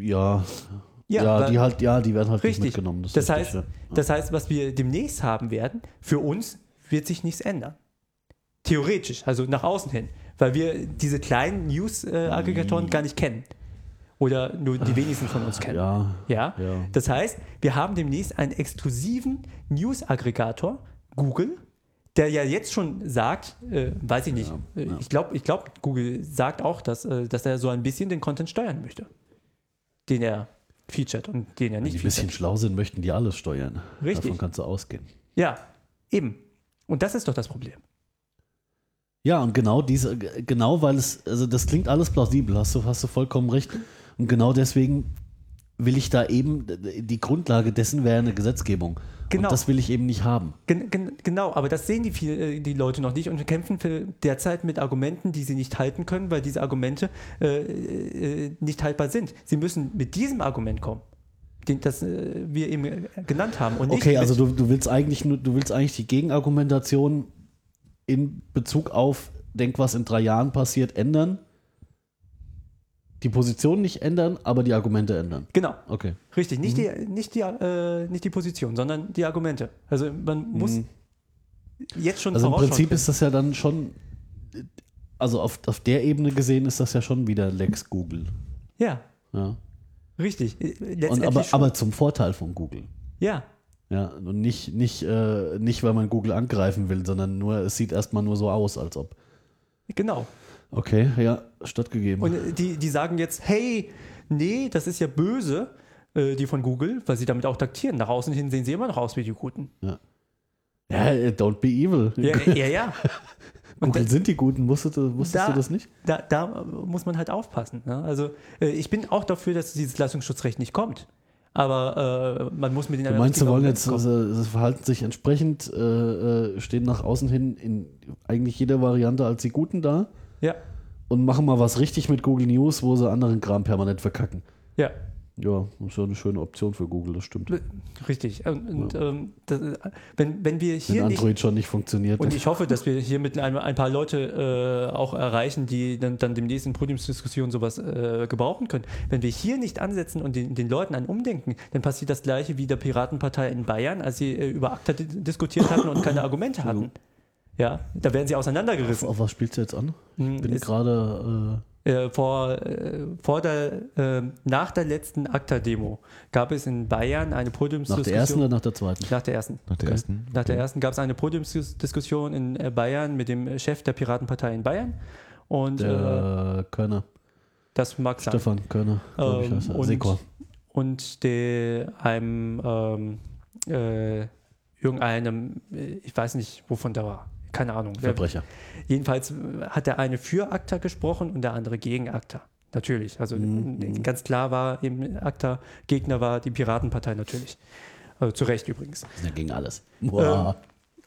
Speaker 2: Ja, ja,
Speaker 3: weil-
Speaker 2: die halt, ja, die werden halt nicht
Speaker 3: Richtig.
Speaker 2: mitgenommen.
Speaker 3: Das,
Speaker 2: ist
Speaker 3: heißt,
Speaker 2: richtig, ja.
Speaker 3: das heißt, was wir demnächst haben werden, für uns wird sich nichts ändern. Theoretisch, also nach außen hin, weil wir diese kleinen News-Aggregatoren gar nicht kennen. Oder nur die wenigsten von uns kennen.
Speaker 2: Hm. ja.
Speaker 3: Ja?
Speaker 2: Ja.
Speaker 3: Das heißt, wir haben demnächst einen exklusiven News-Aggregator, Google, der ja jetzt schon sagt, äh, weiß ich nicht, äh, ich glaube, ich glaub, Google sagt auch, dass, äh, dass er so ein bisschen den Content steuern möchte, den er featured und den er
Speaker 2: Die
Speaker 3: nicht
Speaker 2: ein bisschen
Speaker 3: featured.
Speaker 2: schlau sind, möchten die alles steuern.
Speaker 3: Richtig.
Speaker 2: Davon kannst du ausgehen.
Speaker 3: Ja, eben. Und das ist doch das Problem.
Speaker 2: Ja, und genau diese, genau weil es, also das klingt alles plausibel, hast du, hast du vollkommen recht. Und genau deswegen will ich da eben, die Grundlage dessen wäre eine Gesetzgebung.
Speaker 3: Genau.
Speaker 2: Und das will ich eben nicht haben.
Speaker 3: Gen gen genau, aber das sehen die, viel, äh, die Leute noch nicht und kämpfen für derzeit mit Argumenten, die sie nicht halten können, weil diese Argumente äh, äh, nicht haltbar sind. Sie müssen mit diesem Argument kommen, den, das äh, wir eben äh, genannt haben. Und nicht
Speaker 2: Okay,
Speaker 3: mit,
Speaker 2: also du, du willst eigentlich nur, du willst eigentlich die Gegenargumentation in Bezug auf denk was in drei Jahren passiert ändern, die Position nicht ändern, aber die Argumente ändern.
Speaker 3: Genau,
Speaker 2: Okay.
Speaker 3: richtig. Nicht,
Speaker 2: Mhm.
Speaker 3: die, nicht, die, äh, nicht die Position, sondern die Argumente. Also man muss jetzt schon
Speaker 2: Mhm. Also im
Speaker 3: vorausschauen
Speaker 2: Prinzip
Speaker 3: können.
Speaker 2: ist das ja dann schon, also auf, auf der Ebene gesehen ist das ja schon wieder Lex Google.
Speaker 3: Ja,
Speaker 2: Ja.
Speaker 3: richtig. Äh, Letztendlich
Speaker 2: Und aber,
Speaker 3: schon.
Speaker 2: aber zum Vorteil von Google.
Speaker 3: ja,
Speaker 2: Ja, und nicht, nicht, äh, nicht, weil man Google angreifen will, sondern nur, es sieht erstmal nur so aus, als ob.
Speaker 3: genau.
Speaker 2: Okay, ja, stattgegeben.
Speaker 3: Und äh, die, die sagen jetzt, hey, nee, das ist ja böse, äh, die von Google, weil sie damit auch taktieren. Nach außen hin sehen sie immer noch aus wie die Guten.
Speaker 2: Ja, äh, don't be evil.
Speaker 3: Ja, ja, ja. Und da,
Speaker 2: Google sind die Guten, wusstest du, wusstest
Speaker 3: Da-
Speaker 2: du das nicht?
Speaker 3: da, da muss man halt aufpassen. Ne? Also äh, ich bin auch dafür, dass dieses Leistungsschutzrecht nicht kommt. Aber äh, man muss mit den
Speaker 2: Du meinst, sie
Speaker 3: richtigen
Speaker 2: wollen
Speaker 3: Argumenten
Speaker 2: jetzt, äh,
Speaker 3: kommen.
Speaker 2: sie, sie verhalten sich entsprechend, äh, äh, stehen nach außen hin in eigentlich jeder Variante als die Guten da
Speaker 3: Ja,
Speaker 2: und machen mal was richtig mit Google News, wo sie anderen Kram permanent verkacken.
Speaker 3: ja.
Speaker 2: Ja, ist ja eine schöne Option für Google, das stimmt.
Speaker 3: B- Richtig. Und, und ähm, das, äh, wenn, wenn wir
Speaker 2: Wenn
Speaker 3: hier nicht
Speaker 2: Android schon nicht funktioniert.
Speaker 3: Und ich hoffe, dass wir hiermit ein, ein paar Leute äh, auch erreichen, die dann, dann demnächst in Podiumsdiskussionen sowas äh, gebrauchen können. Wenn wir hier nicht ansetzen und den, den Leuten ein Umdenken, dann passiert das gleiche wie der Piratenpartei in Bayern, als sie äh, über ACTA di diskutiert hatten und keine Argumente hatten. Ja, da werden sie auseinandergerissen.
Speaker 2: Auf was spielst du jetzt an? Ich bin
Speaker 3: Hm, ist-
Speaker 2: gerade.
Speaker 3: Äh, vor, äh, vor der, äh, nach der letzten ACTA-Demo gab es in Bayern eine
Speaker 2: Äh, nach
Speaker 3: Podiumsdiskussion.
Speaker 2: der ersten oder nach der zweiten?
Speaker 3: Nach der ersten.
Speaker 4: Nach der ersten.
Speaker 3: Nach der ersten gab es eine Podiumsdiskussion in äh, Bayern mit dem äh, Chef der Piratenpartei in Bayern. Und äh,
Speaker 2: Der äh, Körner.
Speaker 3: das mag sein.
Speaker 2: Stefan Körner, glaube ich,
Speaker 3: Ähm,
Speaker 2: heißt er.
Speaker 3: und-
Speaker 2: Sekor.
Speaker 3: Und de, einem ähm, äh, irgendeinem, äh, ich weiß nicht, wovon der war. Keine Ahnung. Wer-
Speaker 2: Verbrecher.
Speaker 3: Jedenfalls äh, hat der eine für ACTA gesprochen und der andere gegen ACTA. Natürlich. Also
Speaker 2: Mhm.
Speaker 3: äh, ganz klar war eben ACTA, Gegner war die Piratenpartei natürlich. Also zu Recht übrigens.
Speaker 2: Ist ja gegen alles.
Speaker 3: Ähm.
Speaker 2: Boah.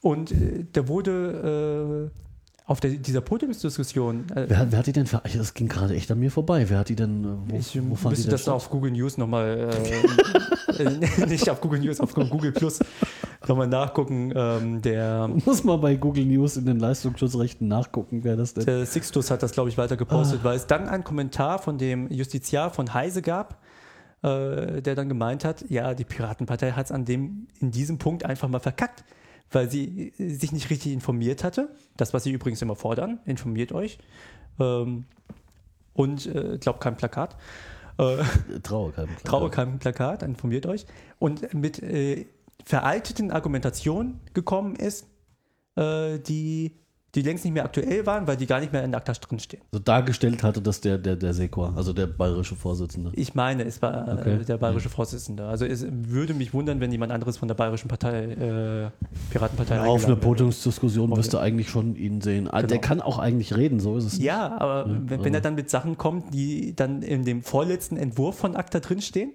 Speaker 3: Und äh, da wurde äh, auf der, dieser Podiumsdiskussion, äh,
Speaker 2: Wer, wer hat die denn ver- Das ging gerade echt an mir vorbei. Wer hat die denn. äh, Wo,
Speaker 3: ich
Speaker 2: wo fand die
Speaker 3: müsste
Speaker 2: denn
Speaker 3: das
Speaker 2: statt?
Speaker 3: auf Google News nochmal, äh, äh, nicht auf Google News, auf Google Plus nochmal nachgucken. Ähm, der,
Speaker 2: Muss mal bei Google News in den Leistungsschutzrechten nachgucken, wer das denn.
Speaker 3: der Sixtus hat das, glaube ich, weiter gepostet, weil es dann einen Kommentar von dem Justiziar von Heise gab, äh, der dann gemeint hat, ja, die Piratenpartei hat es an dem, in diesem Punkt einfach mal verkackt, weil sie äh, sich nicht richtig informiert hatte. Das, was sie übrigens immer fordern, informiert euch. Ähm, und äh, glaubt kein Plakat. Äh,
Speaker 2: Traue keinem.
Speaker 3: traue keinem Plakat, informiert euch. Und mit äh, veralteten Argumentationen gekommen ist, äh, die, die längst nicht mehr aktuell waren, weil die gar nicht mehr in ACTA drinstehen.
Speaker 2: So dargestellt hatte das der, der, der Sekor, also der bayerische Vorsitzende.
Speaker 3: Ich meine, es war äh,
Speaker 2: Okay. Mhm.
Speaker 3: der bayerische Vorsitzende. Also es würde mich wundern, wenn jemand anderes von der bayerischen Partei, äh, Piratenpartei
Speaker 2: Auf eine
Speaker 3: eingeladen wäre.
Speaker 2: Podiumsdiskussion wirst du eigentlich schon ihn sehen. Ah, Der
Speaker 3: Genau.
Speaker 2: kann auch eigentlich reden, so ist es. nicht.
Speaker 3: Ja, aber wenn, wenn er dann mit Sachen kommt, die dann in dem vorletzten Entwurf von ACTA drinstehen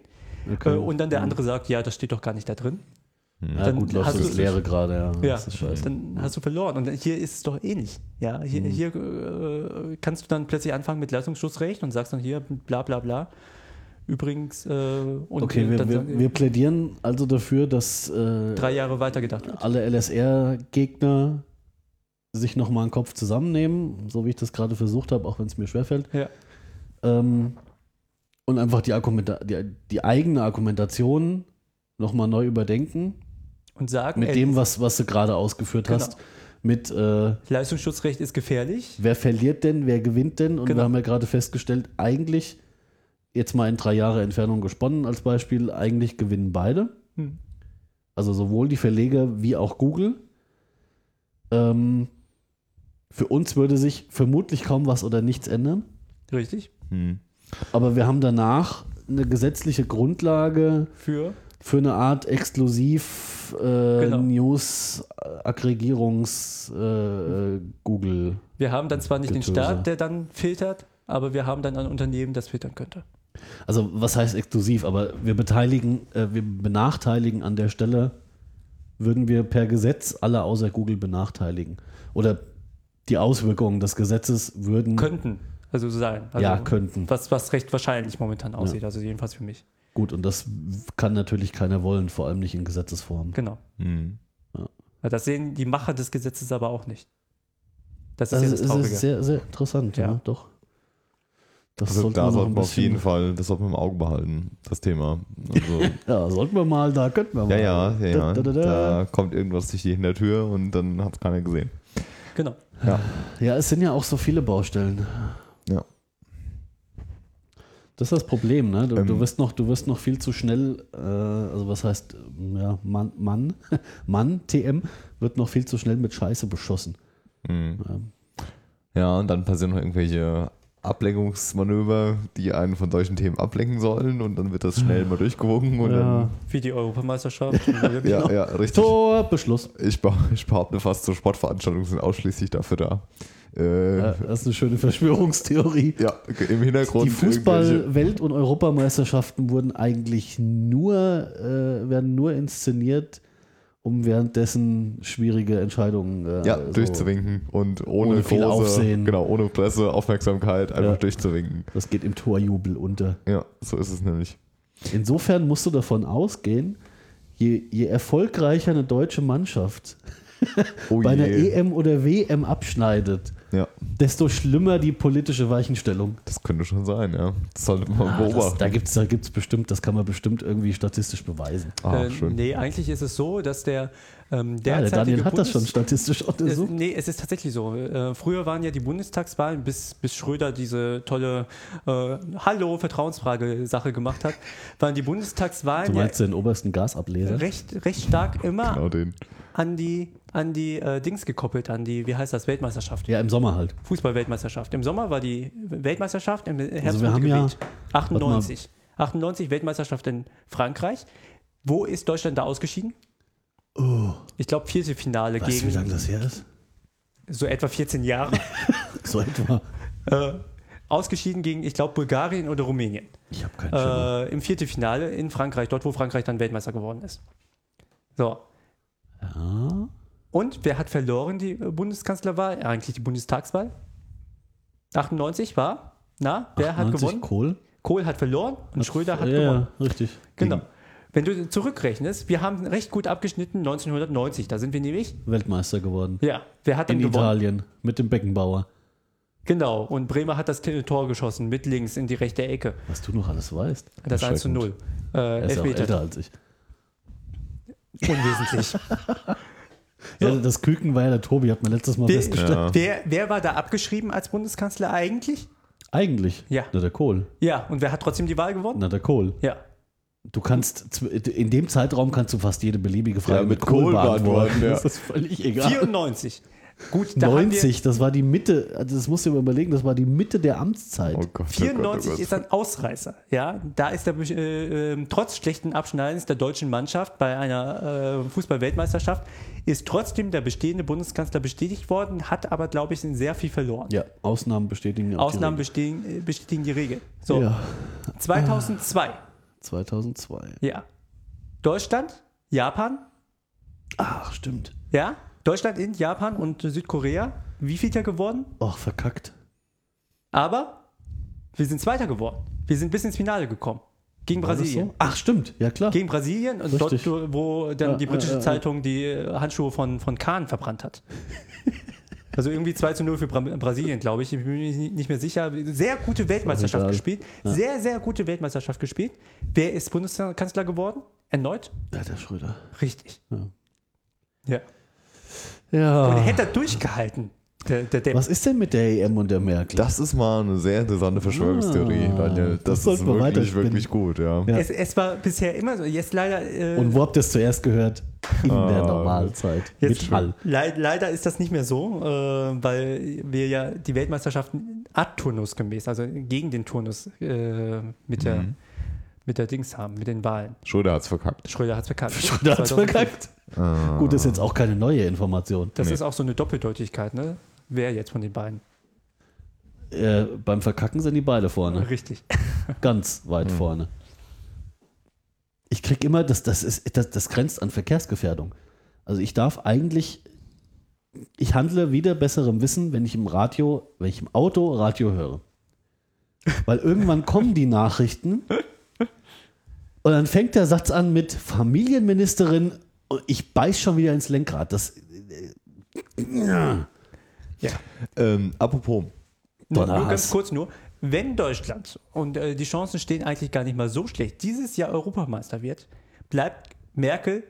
Speaker 2: Okay. Mhm.
Speaker 3: äh, und dann der andere sagt, ja, das steht doch gar nicht da drin,
Speaker 2: ja,
Speaker 3: dann
Speaker 2: gut, läuft
Speaker 3: hast
Speaker 2: das
Speaker 3: du-
Speaker 2: Leere gerade, ja.
Speaker 3: Ja,
Speaker 2: Das ist scheiße.
Speaker 3: dann hast du verloren. Und hier ist es doch ähnlich. Ja, hier,
Speaker 2: Mhm.
Speaker 3: hier äh, kannst du dann plötzlich anfangen mit Leistungsschutzrecht und sagst dann hier bla bla bla. Übrigens, äh, und
Speaker 2: Okay, wir,
Speaker 3: dann
Speaker 2: wir,
Speaker 3: sagen-
Speaker 2: wir plädieren also dafür, dass äh,
Speaker 3: drei Jahre weitergedacht wird.
Speaker 2: alle LSR-Gegner sich nochmal einen Kopf zusammennehmen, so wie ich das gerade versucht habe, auch wenn es mir schwerfällt.
Speaker 3: Ja.
Speaker 2: Ähm, und einfach die, Argumenta die, die eigene Argumentation nochmal neu überdenken,
Speaker 3: Und sagen,
Speaker 2: mit
Speaker 3: ey,
Speaker 2: dem, was, was du gerade ausgeführt
Speaker 3: Äh, Genau.
Speaker 2: hast, mit äh,
Speaker 3: Leistungsschutzrecht ist gefährlich.
Speaker 2: wer verliert denn, wer gewinnt denn? Und
Speaker 3: Genau.
Speaker 2: wir haben ja gerade festgestellt, eigentlich, jetzt mal in drei Jahre Entfernung gesponnen als Beispiel, eigentlich gewinnen beide.
Speaker 3: Hm.
Speaker 2: Also sowohl die Verleger wie auch Google. Ähm, für uns würde sich vermutlich kaum was oder nichts ändern.
Speaker 3: Richtig.
Speaker 4: Hm.
Speaker 2: Aber wir haben danach eine gesetzliche Grundlage
Speaker 3: Für.
Speaker 2: für eine Art exklusiv äh,
Speaker 3: Genau.
Speaker 2: News-Aggregierungs-Google. äh,
Speaker 3: Wir haben dann zwar nicht den
Speaker 2: Getöse.
Speaker 3: Staat, der dann filtert, aber wir haben dann ein Unternehmen, das filtern könnte.
Speaker 2: Also was heißt exklusiv? Aber wir beteiligen, äh, wir benachteiligen an der Stelle, würden wir per Gesetz alle außer Google benachteiligen. Oder die Auswirkungen des Gesetzes würden.
Speaker 3: Könnten, also so sein. Also,
Speaker 2: Mhm. Ja, könnten.
Speaker 3: Was, was recht wahrscheinlich momentan aussieht, also jedenfalls für mich.
Speaker 2: Gut, und das kann natürlich keiner wollen, vor allem nicht in Gesetzesform.
Speaker 3: Genau.
Speaker 4: Hm.
Speaker 3: Ja, Das sehen die Macher des Gesetzes aber auch nicht.
Speaker 2: Das
Speaker 3: Das ist ja
Speaker 2: Also, ist,
Speaker 3: das Traurige.
Speaker 2: ist sehr, sehr interessant, ja,
Speaker 3: Ja.
Speaker 2: doch. Das
Speaker 4: Also
Speaker 2: sollte
Speaker 4: da
Speaker 2: man noch
Speaker 4: sollten
Speaker 2: ein
Speaker 4: wir auf
Speaker 2: bisschen,
Speaker 4: jeden Fall, das sollten wir im Auge behalten, das Thema. Also,
Speaker 2: Ja, sollten wir mal, da könnten wir
Speaker 4: ja,
Speaker 2: mal.
Speaker 4: ja, ja, ja.
Speaker 2: Da, da, da, da.
Speaker 4: Da kommt irgendwas durch die Hintertür und dann hat es keiner gesehen.
Speaker 3: Genau.
Speaker 2: ja, es sind ja auch so viele Baustellen.
Speaker 4: Ja.
Speaker 2: Das ist das Problem, ne? Du, du,
Speaker 4: Ähm.
Speaker 2: wirst noch, du wirst noch viel zu schnell, äh, also was heißt, ähm, ja, Mann, Mann, Mann, TM, wird noch viel zu schnell mit Scheiße beschossen.
Speaker 4: Hm.
Speaker 2: Ähm,
Speaker 4: Ja, und dann passieren noch irgendwelche Ablenkungsmanöver, die einen von solchen Themen ablenken sollen und dann wird das schnell mal durchgewogen und
Speaker 2: ja.
Speaker 3: Wie die Europameisterschaft.
Speaker 4: dann. Ja, ja, richtig.
Speaker 2: Tor, Beschluss.
Speaker 4: Ich, beh- ich behaupte fast, so Sportveranstaltungen sind ausschließlich dafür da. Äh,
Speaker 2: Ja, das ist eine schöne Verschwörungstheorie.
Speaker 4: ja, im Hintergrund.
Speaker 2: Die
Speaker 4: irgendwelche-
Speaker 2: Fußball-Welt- und Europameisterschaften wurden eigentlich nur, äh, werden nur inszeniert, um währenddessen schwierige Entscheidungen äh,
Speaker 4: Ja,
Speaker 2: so-
Speaker 4: durchzuwinken und ohne,
Speaker 2: Ohne viel
Speaker 4: große,
Speaker 2: Aufsehen.
Speaker 4: Genau, ohne Presse, Aufmerksamkeit, einfach
Speaker 2: Ja.
Speaker 4: durchzuwinken.
Speaker 2: Das geht im Torjubel unter.
Speaker 4: Ja, so ist es nämlich.
Speaker 2: Insofern musst du davon ausgehen, je, je erfolgreicher eine deutsche Mannschaft
Speaker 4: Oh
Speaker 2: bei einer E
Speaker 4: je.
Speaker 2: EM oder WM abschneidet,
Speaker 4: Ja,
Speaker 2: desto schlimmer die politische Weichenstellung.
Speaker 4: das könnte schon sein, ja. Das sollte man
Speaker 2: Ah, das,
Speaker 4: beobachten.
Speaker 2: da gibt es da gibt's bestimmt, das kann man bestimmt irgendwie statistisch beweisen.
Speaker 4: Ah,
Speaker 3: äh,
Speaker 4: schön.
Speaker 3: nee, eigentlich ist es so, dass der
Speaker 2: Ja, der
Speaker 3: ähm, derzeitige
Speaker 2: Daniel hat das
Speaker 3: Bundes-
Speaker 2: schon statistisch
Speaker 3: Es,
Speaker 2: untersucht.
Speaker 3: nee, es ist tatsächlich so. Äh, früher waren ja die Bundestagswahlen, bis, bis Schröder diese tolle äh, Hallo-Vertrauensfrage-Sache gemacht hat, waren die Bundestagswahlen
Speaker 2: Du
Speaker 3: ja
Speaker 2: meinst den obersten Gasableser?
Speaker 3: recht, recht stark immer
Speaker 4: Genau den.
Speaker 3: an die, an die äh, Dings gekoppelt, an die, wie heißt das, Weltmeisterschaft.
Speaker 2: Ja, im Sommer halt.
Speaker 3: Fußball-Weltmeisterschaft. Im Sommer war die Weltmeisterschaft, im Herbst
Speaker 2: Also wir haben
Speaker 3: wurde
Speaker 2: ja-
Speaker 3: gewählt. 98. 98 Weltmeisterschaft in Frankreich. Wo ist Deutschland da ausgeschieden?
Speaker 2: Oh.
Speaker 3: Ich glaube, Viertelfinale
Speaker 2: Weißt du, wie lange
Speaker 3: gegen
Speaker 2: das her ist?
Speaker 3: so etwa 14 Jahre.
Speaker 2: So etwa.
Speaker 3: äh, ausgeschieden gegen, ich glaube, Bulgarien oder Rumänien.
Speaker 2: Ich habe keinen Schimmer.
Speaker 3: Äh, Im Viertelfinale in Frankreich, dort, wo Frankreich dann Weltmeister geworden ist. So.
Speaker 2: Ja.
Speaker 3: Und wer hat verloren die äh, Bundeskanzlerwahl? Ja, Eigentlich die Bundestagswahl? 98 war? Na, wer hat
Speaker 2: 90
Speaker 3: gewonnen?
Speaker 2: Kohl.
Speaker 3: Kohl hat verloren und Schröder hat
Speaker 2: ja,
Speaker 3: gewonnen.
Speaker 2: Ja, richtig.
Speaker 3: Genau. Wenn du zurückrechnest, wir haben recht gut abgeschnitten 1990, da sind wir nämlich.
Speaker 2: Weltmeister geworden.
Speaker 3: Ja, wer hat dann
Speaker 2: In
Speaker 3: gewonnen?
Speaker 2: Italien mit dem Beckenbauer.
Speaker 3: Genau, und Bremer hat das Tor geschossen mit links in die rechte Ecke.
Speaker 2: Was du noch alles weißt.
Speaker 3: Das 1 zu 0. Äh,
Speaker 2: Er ist ja auch
Speaker 3: Elfmeter.
Speaker 2: älter als ich.
Speaker 3: Unwesentlich.
Speaker 2: Ja, das Küken war ja der Tobi, hat mir letztes Mal
Speaker 3: Der,
Speaker 2: festgestellt.
Speaker 3: wer, wer war da abgeschrieben als Bundeskanzler eigentlich?
Speaker 2: Eigentlich.
Speaker 3: Ja.
Speaker 2: Na, der Kohl.
Speaker 3: Ja, und wer hat trotzdem die Wahl gewonnen?
Speaker 2: Na, der Kohl.
Speaker 3: Ja.
Speaker 2: Du kannst, zw- in dem Zeitraum kannst du fast jede beliebige Frage
Speaker 4: Ja, mit Kohl beantworten, ja.
Speaker 2: Das ist völlig egal.
Speaker 3: 94. Gut, da haben wir,
Speaker 2: 90, das war die Mitte, also das musst du dir mal überlegen, das war die Mitte der Amtszeit.
Speaker 4: Oh Gott, oh Gott,
Speaker 3: 94
Speaker 4: oh Gott.
Speaker 3: ist ein Ausreißer. Ja, da ist der Besch- äh, ähm, trotz schlechten Abschneidens der deutschen Mannschaft bei einer äh, Fußball-Weltmeisterschaft ist trotzdem der bestehende Bundeskanzler bestätigt worden, hat aber glaube ich sehr viel verloren.
Speaker 2: Ja, Ausnahmen bestätigen ja auch die
Speaker 3: Ausnahmen
Speaker 2: Regel.
Speaker 3: bestätigen, äh, bestätigen die Regel. So,
Speaker 2: Ja,
Speaker 3: 2002.
Speaker 2: 2002.
Speaker 3: Ja. Deutschland, Japan,
Speaker 2: Ach, stimmt.
Speaker 3: Ja, Deutschland, in Japan und Südkorea. Wie viel da geworden?
Speaker 2: Ach, verkackt.
Speaker 3: Aber wir sind Zweiter geworden. Wir sind bis ins Finale gekommen. Gegen
Speaker 2: War das
Speaker 3: Brasilien.
Speaker 2: So? Ach, stimmt. Ja, klar.
Speaker 3: Gegen Brasilien und
Speaker 2: Richtig.
Speaker 3: dort, wo dann
Speaker 2: Ja,
Speaker 3: die
Speaker 2: ja,
Speaker 3: britische
Speaker 2: ja, ja.
Speaker 3: Zeitung die äh, Handschuhe von, von Kahn verbrannt hat. Also irgendwie 2 zu 0 für Bra Brasilien, glaube ich. Ich bin mir ni- nicht mehr sicher. Sehr gute Weltmeisterschaft
Speaker 2: Egal.
Speaker 3: gespielt. Sehr, sehr gute Weltmeisterschaft gespielt. Wer ist Bundeskanzler geworden? Erneut?
Speaker 2: ja, der Schröder.
Speaker 3: Richtig.
Speaker 2: Ja. Ah.
Speaker 3: Ja. Und
Speaker 2: Ja.
Speaker 3: hätte er durchgehalten. Der, der, der
Speaker 2: Was ist denn mit der EM und der Merkel?
Speaker 4: Das ist mal eine sehr interessante Verschwörungstheorie,
Speaker 2: Ah,
Speaker 4: Daniel.
Speaker 2: das
Speaker 4: Das, ist
Speaker 2: sollten wir
Speaker 4: wirklich,
Speaker 2: weiterspinnen.
Speaker 4: wirklich gut, ja.
Speaker 2: Ja.
Speaker 3: Es, es war bisher immer so. Jetzt leider, äh,
Speaker 2: und wo habt ihr es zuerst gehört? In der
Speaker 4: Ah.
Speaker 2: Normalzeit.
Speaker 3: jetzt,
Speaker 2: mit Hall.
Speaker 3: lei- leider ist das nicht mehr so, äh, weil wir ja die Weltmeisterschaften ad Turnus gemäß, also gegen den Turnus äh, mit, der,
Speaker 2: Mhm.
Speaker 3: mit der Dings haben, mit den Wahlen.
Speaker 4: Schröder hat's verkackt.
Speaker 3: Schröder hat es verkackt.
Speaker 2: Schröder hat's
Speaker 3: 2005.
Speaker 2: verkackt. Gut, das ist jetzt auch keine neue Information.
Speaker 3: Das ist auch so eine Doppeldeutigkeit, ne? Wer jetzt von den beiden?
Speaker 2: Äh, beim Verkacken sind die beide vorne.
Speaker 3: Richtig.
Speaker 2: Ganz weit vorne. Ich krieg immer, das, das, ist, das, das grenzt an Verkehrsgefährdung. Also ich darf eigentlich, ich handle wieder besserem Wissen, wenn ich im Radio, wenn ich im Auto Radio höre. Weil irgendwann kommen die Nachrichten und dann fängt der Satz an mit Familienministerin und ich beiß schon wieder ins Lenkrad. Das
Speaker 4: Ähm, apropos,
Speaker 3: Nur, nur
Speaker 2: Donnerhass.
Speaker 3: ganz kurz nur, wenn Deutschland, und äh, die Chancen stehen eigentlich gar nicht mal so schlecht, dieses Jahr Europameister wird, bleibt Merkel,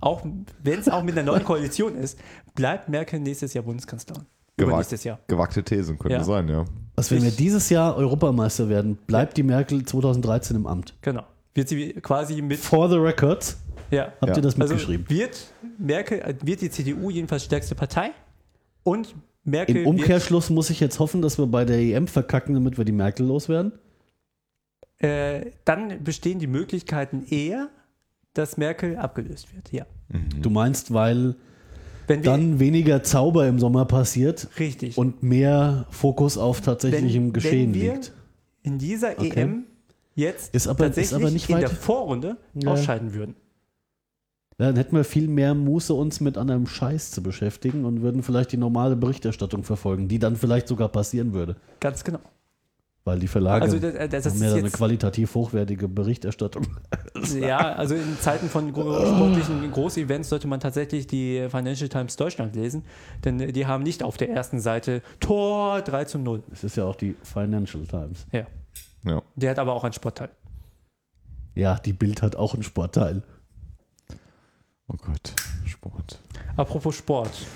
Speaker 3: auch wenn es auch mit einer neuen Koalition ist, bleibt Merkel nächstes Jahr Bundeskanzlerin. Übernächstes Jahr.
Speaker 4: gewagte Thesen könnte
Speaker 3: Ja.
Speaker 4: sein, ja.
Speaker 2: Also wenn wir dieses Jahr Europameister werden, bleibt die Merkel 2013 im Amt.
Speaker 3: Genau. Wird sie quasi mit.
Speaker 2: For the record,
Speaker 3: Ja.
Speaker 2: habt
Speaker 4: Ja.
Speaker 2: ihr das
Speaker 3: Also
Speaker 2: mitgeschrieben?
Speaker 3: wird Merkel, äh, wird die CDU jedenfalls stärkste Partei und Merkel
Speaker 2: Im
Speaker 3: wird,
Speaker 2: Umkehrschluss muss ich jetzt hoffen, dass wir bei der EM verkacken, damit wir die Merkel loswerden.
Speaker 3: äh, dann bestehen die Möglichkeiten eher, dass Merkel abgelöst wird. Ja.
Speaker 2: Du meinst, weil
Speaker 3: Wenn wir,
Speaker 2: dann weniger Zauber im Sommer passiert
Speaker 3: richtig.
Speaker 2: und mehr Fokus auf tatsächlichem
Speaker 3: Wenn-
Speaker 2: Geschehen
Speaker 3: wenn wir
Speaker 2: liegt.
Speaker 3: in dieser
Speaker 2: Okay.
Speaker 3: EM jetzt
Speaker 2: Ist aber- ist
Speaker 3: tatsächlich
Speaker 2: aber nicht
Speaker 3: in
Speaker 2: weit-
Speaker 3: der Vorrunde
Speaker 2: Ja.
Speaker 3: ausscheiden würden.
Speaker 2: Ja, dann hätten wir viel mehr Muße, uns mit anderem Scheiß zu beschäftigen und würden vielleicht die normale Berichterstattung verfolgen, die dann vielleicht sogar passieren würde,
Speaker 3: Ganz genau.
Speaker 2: weil die Verlage
Speaker 3: Also das, das,
Speaker 2: haben
Speaker 3: das
Speaker 2: ja
Speaker 3: ist
Speaker 2: dann eine
Speaker 3: jetzt,
Speaker 2: qualitativ hochwertige Berichterstattung.
Speaker 3: ja, also in Zeiten von gro- sportlichen Großevents sollte man tatsächlich die Financial Times Deutschland lesen, denn äh, die haben nicht auf der ersten Seite Tor 3 zu 0.
Speaker 2: Es ist ja auch die Financial Times.
Speaker 3: Ja.
Speaker 4: Ja.
Speaker 3: Der hat aber auch einen Sportteil.
Speaker 2: Ja, die Bild hat auch einen Sportteil.
Speaker 4: Oh Gott, Sport.
Speaker 3: Apropos Sport.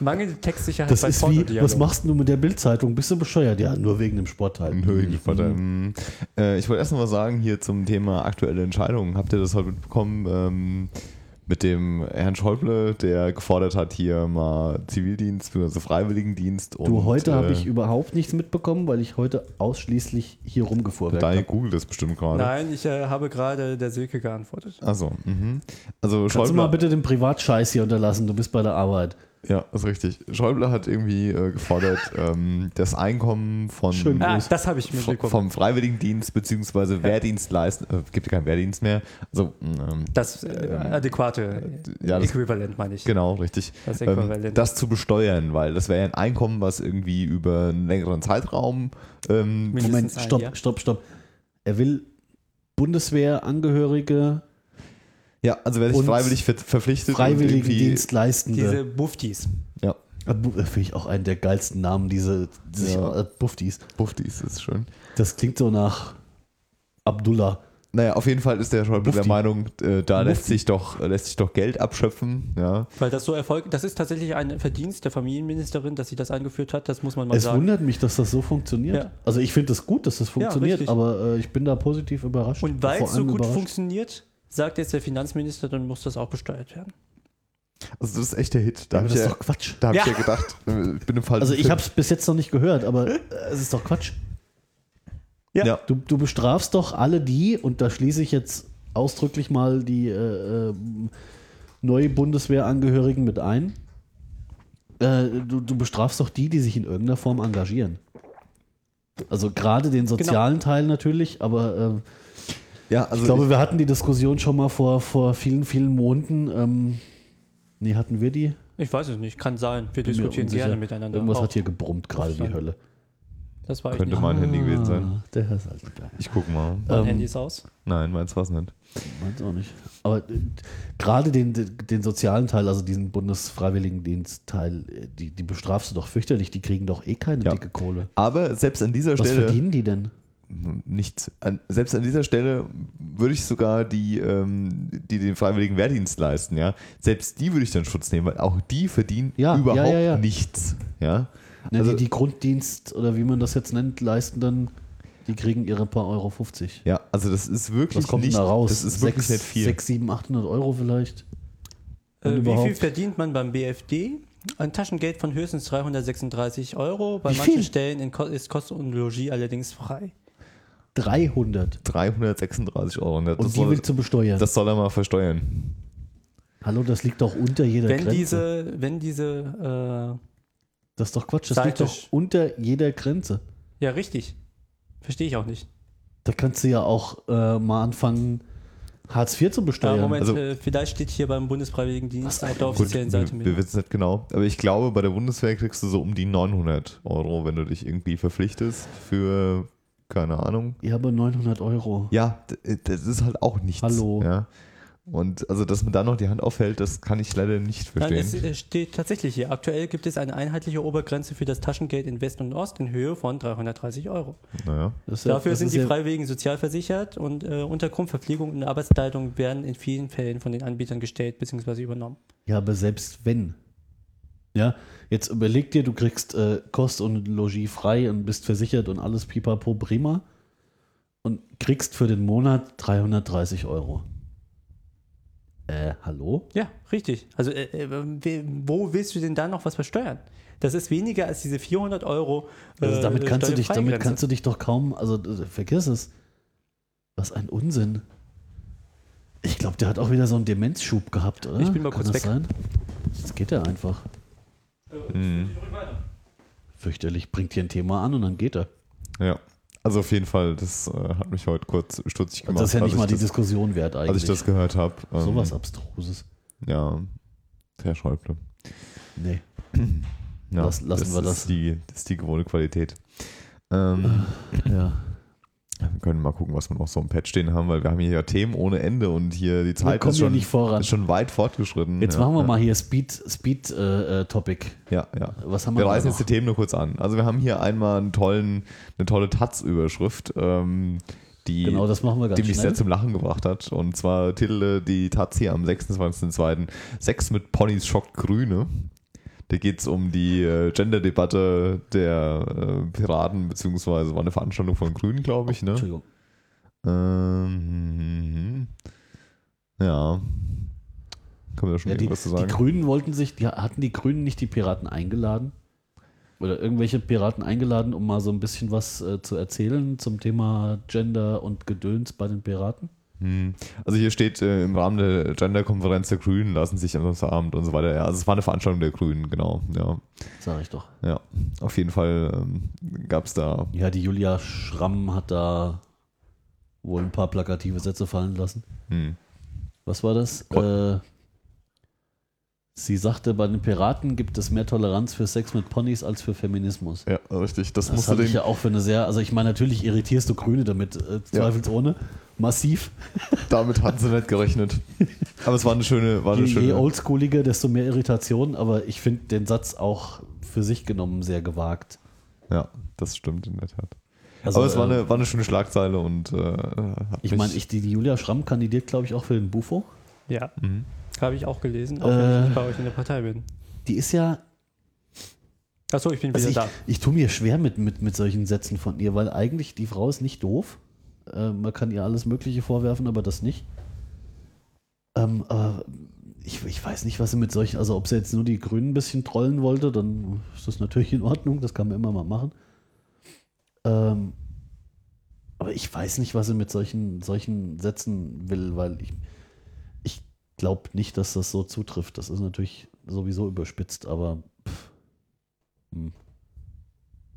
Speaker 3: Mangelnde Textsicherheit
Speaker 2: Das ist wie,
Speaker 3: Pornodialogen.
Speaker 2: was machst du mit der Bildzeitung? Bist du bescheuert? Ja, nur wegen dem Sportteil.
Speaker 4: Ein
Speaker 3: Mhm.
Speaker 4: höheren Sport. Ähm, äh, ich wollte erst noch was sagen hier zum Thema aktuelle Entscheidungen. Habt ihr das heute mitbekommen ähm, mit dem Herrn Schäuble, der gefordert hat, hier mal Zivildienst bzw. Freiwilligendienst? Und,
Speaker 2: Du, heute habe
Speaker 4: äh,
Speaker 2: ich überhaupt nichts mitbekommen, weil ich heute ausschließlich hier rumgefuhrwerkt
Speaker 4: Daniel
Speaker 2: habe.
Speaker 4: googelt das bestimmt gerade.
Speaker 3: Nein, ich äh, habe gerade der Silke geantwortet.
Speaker 4: Also, mhm. also
Speaker 2: Kannst du mal
Speaker 4: Schäuble,
Speaker 2: bitte den Privatscheiß hier unterlassen? Du bist bei der Arbeit.
Speaker 4: ja, ist richtig. Schäuble hat irgendwie äh, gefordert, ähm, das Einkommen von
Speaker 2: Schön.
Speaker 3: Ah,
Speaker 2: Los.
Speaker 3: das habe ich
Speaker 4: v-
Speaker 3: mitbekommen.
Speaker 4: vom Freiwilligendienst bzw. Wehrdienst leisten, äh, gibt ja keinen Wehrdienst mehr. Also, ähm,
Speaker 3: Das äh, adäquate
Speaker 4: ja, das-
Speaker 3: Äquivalent meine ich.
Speaker 4: Genau, richtig.
Speaker 3: Das
Speaker 4: Das, ähm,
Speaker 3: Äquivalent.
Speaker 4: das zu besteuern, weil das wäre ja ein Einkommen, was irgendwie über einen längeren Zeitraum ähm,
Speaker 3: Mindestens
Speaker 2: Moment,
Speaker 3: ein Jahr.
Speaker 2: stopp, stopp, stopp. Er will Bundeswehrangehörige,
Speaker 4: ja, also wer sich
Speaker 2: Und
Speaker 4: freiwillig ver verpflichtet und irgendwie-
Speaker 2: Freiwilligendienst
Speaker 3: Diese
Speaker 2: leistende.
Speaker 3: Muftis.
Speaker 4: Ja,
Speaker 2: Ah, Bu- Finde ich auch einen der geilsten Namen, diese, diese
Speaker 4: Ja.
Speaker 2: äh, Buftis.
Speaker 4: Buftis ist schön.
Speaker 2: Das klingt so nach Abdullah.
Speaker 4: Naja, auf jeden Fall ist der Schäuble der
Speaker 2: Mufti.
Speaker 4: Meinung, äh, da lässt sich, doch, äh, lässt sich doch Geld abschöpfen. Ja.
Speaker 3: Weil das so erfolgt, das ist tatsächlich ein Verdienst der Familienministerin, dass sie das eingeführt hat, das muss man mal
Speaker 2: Es
Speaker 3: sagen.
Speaker 2: wundert mich, dass das so funktioniert.
Speaker 3: Ja.
Speaker 2: Also ich finde es das gut, dass das funktioniert,
Speaker 3: richtig.
Speaker 2: aber äh, ich bin da positiv überrascht.
Speaker 3: Und weil
Speaker 2: Vor
Speaker 3: es so
Speaker 2: allem
Speaker 3: gut
Speaker 2: überrascht.
Speaker 3: funktioniert, sagt jetzt der Finanzminister, dann muss das auch besteuert werden.
Speaker 4: Also das ist echt der Hit. Da
Speaker 2: Aber das
Speaker 4: habe ich,
Speaker 2: ist
Speaker 4: ja,
Speaker 2: doch Quatsch.
Speaker 4: da hab ich
Speaker 3: Ja.
Speaker 4: ja gedacht, äh, ich bin im Fall.
Speaker 2: Also ich habe es bis jetzt noch nicht gehört, aber äh, es ist doch Quatsch.
Speaker 3: Ja.
Speaker 4: Ja.
Speaker 2: Du, du bestrafst doch alle die, und da schließe ich jetzt ausdrücklich mal die äh, äh, neue Bundeswehrangehörigen mit ein. Äh, du, du bestrafst doch die, die sich in irgendeiner Form engagieren. Also gerade den
Speaker 3: Genau.
Speaker 2: sozialen Teil natürlich, aber äh,
Speaker 4: ja, also
Speaker 2: ich glaube, wir hatten die Diskussion schon mal vor, vor vielen, vielen Monaten. Ähm, nee, hatten wir die?
Speaker 3: Ich weiß es nicht, kann sein. Wir
Speaker 2: Bin mir
Speaker 3: diskutieren
Speaker 2: unsicher.
Speaker 3: gerne miteinander.
Speaker 2: Irgendwas
Speaker 3: auch.
Speaker 2: hat hier gebrummt, gerade die
Speaker 3: Offline.
Speaker 2: Hölle.
Speaker 3: das war ich
Speaker 4: könnte
Speaker 3: nicht.
Speaker 4: mein Handy gewesen sein.
Speaker 2: Ah, der ist halt ein kleiner.
Speaker 4: Ich guck mal.
Speaker 3: Mein
Speaker 2: ähm,
Speaker 3: Handy ist aus. Äh,
Speaker 4: Nein, meins war es nicht.
Speaker 2: Meins auch nicht. Aber äh, gerade den, den, den sozialen Teil, also diesen Bundesfreiwilligendienstteil, äh, die, die bestrafst du doch fürchterlich. Die kriegen doch eh keine
Speaker 4: Ja.
Speaker 2: dicke Kohle.
Speaker 4: Aber selbst an dieser
Speaker 2: Was
Speaker 4: Stelle. Hm,
Speaker 2: verdienen die denn?
Speaker 4: nichts. An, selbst an dieser Stelle würde ich sogar die, ähm, die den freiwilligen Wehrdienst leisten, ja. Selbst die würde ich dann Schutz nehmen, weil auch die verdienen
Speaker 2: Ja, ja,
Speaker 4: überhaupt
Speaker 2: ja, ja.
Speaker 4: nichts, ja.
Speaker 2: Ne,
Speaker 4: Also-
Speaker 2: die, die Grunddienst oder wie man das jetzt nennt, leisten dann, die kriegen ihre paar Euro 50.
Speaker 4: Ja, also das ist wirklich
Speaker 2: Was kommt
Speaker 4: nicht,
Speaker 2: denn da raus?
Speaker 4: das ist wirklich nicht viel.
Speaker 2: 6, 7, 800 Euro vielleicht.
Speaker 3: Äh, wie
Speaker 2: überhaupt.
Speaker 3: viel verdient man beim BFD? Ein Taschengeld von höchstens 336 Euro. Bei
Speaker 2: Wie
Speaker 3: manchen
Speaker 2: viel?
Speaker 3: Stellen in Ko ist Kosten und Logis allerdings frei.
Speaker 2: 300.
Speaker 4: 336 Euro. Und das,
Speaker 2: Und die
Speaker 4: soll,
Speaker 2: willst du besteuern.
Speaker 4: das soll er mal versteuern.
Speaker 2: Hallo, das liegt doch unter jeder
Speaker 3: Wenn
Speaker 2: Grenze.
Speaker 3: diese, wenn diese äh,
Speaker 2: Das ist doch Quatsch. Das liegt doch
Speaker 3: Seitisch.
Speaker 2: unter jeder Grenze.
Speaker 3: Ja, richtig. Verstehe ich auch nicht.
Speaker 2: Da kannst du ja auch äh, mal anfangen, Hartz IV zu
Speaker 3: Ja,
Speaker 2: besteuern.
Speaker 3: Moment,
Speaker 4: also-
Speaker 3: äh, vielleicht steht hier beim Bundesfreiwilligendienst auf der
Speaker 4: Gut, wir,
Speaker 3: offiziellen Seite
Speaker 4: wir
Speaker 3: mit.
Speaker 4: wissen nicht genau. Aber ich glaube, bei der Bundeswehr kriegst du so um die 900 Euro, wenn du dich irgendwie verpflichtest für, keine Ahnung.
Speaker 2: Ich habe 900 Euro.
Speaker 4: Ja, d- das ist halt auch nichts.
Speaker 2: Hallo.
Speaker 4: Ja. Und also, dass man da noch die Hand aufhält, das kann ich leider nicht
Speaker 3: Nein, es
Speaker 4: verstehen.
Speaker 3: äh, steht tatsächlich hier. Aktuell gibt es eine einheitliche Obergrenze für das Taschengeld in West und Ost in Höhe von 330 Euro.
Speaker 4: Naja.
Speaker 2: Das ist ja-
Speaker 3: Dafür
Speaker 2: das
Speaker 3: sind
Speaker 2: ist
Speaker 3: die
Speaker 2: ja-
Speaker 3: Freiwilligen sozialversichert und äh, Unterkunft, Verpflegung und Arbeitskleidung werden in vielen Fällen von den Anbietern gestellt bzw. übernommen.
Speaker 2: Ja, aber selbst wenn. Ja, jetzt überleg dir, du kriegst äh, Kost und Logis frei und bist versichert und alles pipapo prima und kriegst für den Monat 330 Euro. Äh, hallo?
Speaker 3: Ja, richtig. Also äh, äh, we- wo willst du denn da noch was versteuern? Das ist weniger als diese 400 Euro.
Speaker 2: Also
Speaker 3: äh,
Speaker 2: damit kannst du dich, damit
Speaker 3: Steuerfreigrenze.
Speaker 2: kannst du dich doch kaum, also äh, vergiss es. Was ein Unsinn. Ich glaube, der hat auch wieder so einen Demenzschub gehabt, oder?
Speaker 3: Ich bin mal
Speaker 2: Kann
Speaker 3: kurz
Speaker 2: das
Speaker 3: weg.
Speaker 2: Sein? Jetzt geht er einfach.
Speaker 4: Mhm.
Speaker 2: Fürchterlich bringt hier ein Thema an und dann geht er.
Speaker 4: Ja. Also auf jeden Fall, das äh, hat mich heute kurz stutzig gemacht.
Speaker 2: Das ist ja
Speaker 4: als
Speaker 2: nicht mal
Speaker 4: ich
Speaker 2: die
Speaker 4: das,
Speaker 2: Diskussion wert eigentlich.
Speaker 4: Als ich das ähm, gehört habe.
Speaker 2: Sowas Abstruses.
Speaker 4: Ja. Herr Schäuble.
Speaker 2: Nee.
Speaker 4: Ja,
Speaker 2: Lass- lassen wir das. Ah.
Speaker 4: Ist die, das ist die gewohnte Qualität. Ähm,
Speaker 2: Ja.
Speaker 4: wir können mal gucken, was wir noch so im Pad stehen haben, weil wir haben hier ja Themen ohne Ende und hier die Zeit
Speaker 2: kommen
Speaker 4: ist
Speaker 2: hier
Speaker 4: schon,
Speaker 2: nicht voran.
Speaker 4: ist schon weit fortgeschritten.
Speaker 2: Jetzt
Speaker 4: ja,
Speaker 2: machen wir
Speaker 4: ja.
Speaker 2: mal hier Speed, Speed äh, äh, Topic.
Speaker 4: Ja, ja.
Speaker 2: Was haben wir
Speaker 4: Wir
Speaker 2: da
Speaker 4: reißen
Speaker 2: noch?
Speaker 4: jetzt die Themen nur kurz an. Also wir haben hier einmal einen tollen, eine tolle Taz-Überschrift, ähm, die,
Speaker 2: Genau, das machen wir ganz
Speaker 4: die mich
Speaker 2: schnell.
Speaker 4: sehr zum Lachen gebracht hat. Und zwar titelte die Taz hier am 26.02. Sex mit Ponys schockt Grüne. Da geht es um die äh, Gender-Debatte der äh, Piraten, beziehungsweise war eine Veranstaltung von Grünen, glaube ich. Ne?
Speaker 2: Entschuldigung.
Speaker 4: Ähm, ja. Kann man da schon
Speaker 2: Ja, die,
Speaker 4: irgendwas zu
Speaker 2: die
Speaker 4: sagen?
Speaker 2: Grünen wollten sich, die, hatten die Grünen nicht die Piraten eingeladen? Oder irgendwelche Piraten eingeladen, um mal so ein bisschen was äh, zu erzählen zum Thema Gender und Gedöns bei den Piraten?
Speaker 4: Hm. Also hier steht, äh, im Rahmen der Gender-Konferenz der Grünen lassen sich am Samstagabend und so weiter. Ja, also es war eine Veranstaltung der Grünen, genau. Ja,
Speaker 2: Sag ich doch.
Speaker 4: ja. auf jeden Fall ähm, gab es da.
Speaker 2: Ja, die Julia Schramm hat da wohl ein paar plakative Sätze fallen lassen.
Speaker 4: Hm.
Speaker 2: was war das? Äh, sie sagte, bei den Piraten gibt es mehr Toleranz für Sex mit Ponys als für Feminismus.
Speaker 4: Ja, richtig. Das,
Speaker 2: Das
Speaker 4: musste
Speaker 2: hatte
Speaker 4: den.
Speaker 2: ich ja auch für eine sehr, also ich meine, natürlich irritierst du Grüne damit, äh, zweifelsohne, massiv.
Speaker 4: Damit hatten sie nicht gerechnet. Aber es war eine schöne. War
Speaker 2: Je,
Speaker 4: eine
Speaker 2: je
Speaker 4: schöne
Speaker 2: oldschooliger, desto mehr Irritation, aber ich finde den Satz auch für sich genommen sehr gewagt.
Speaker 4: ja, das stimmt in der Tat.
Speaker 2: Also,
Speaker 4: Aber es war
Speaker 2: äh,
Speaker 4: eine, war eine schöne Schlagzeile und. Äh, hat
Speaker 2: ich
Speaker 4: mich-
Speaker 2: meine, ich, die, die Julia Schramm kandidiert, glaube ich, auch für den Bufo.
Speaker 3: Ja,
Speaker 4: hm,
Speaker 3: habe ich auch gelesen, auch wenn ich
Speaker 2: Äh.
Speaker 3: nicht bei euch in der Partei bin.
Speaker 2: Die ist ja,
Speaker 3: Achso, ich bin wieder
Speaker 2: Also ich,
Speaker 3: da.
Speaker 2: ich tue mir schwer mit, mit, mit solchen Sätzen von ihr, weil eigentlich die Frau ist nicht doof. Äh, man kann ihr alles Mögliche vorwerfen, aber das nicht. Ähm, aber ich, ich weiß nicht, was sie mit solchen, also ob sie jetzt nur die Grünen ein bisschen trollen wollte, dann ist das natürlich in Ordnung, das kann man immer mal machen. Ähm, aber ich weiß nicht, was sie mit solchen, solchen Sätzen will, weil ich, ich glaube nicht, dass das so zutrifft. Das ist natürlich sowieso überspitzt, aber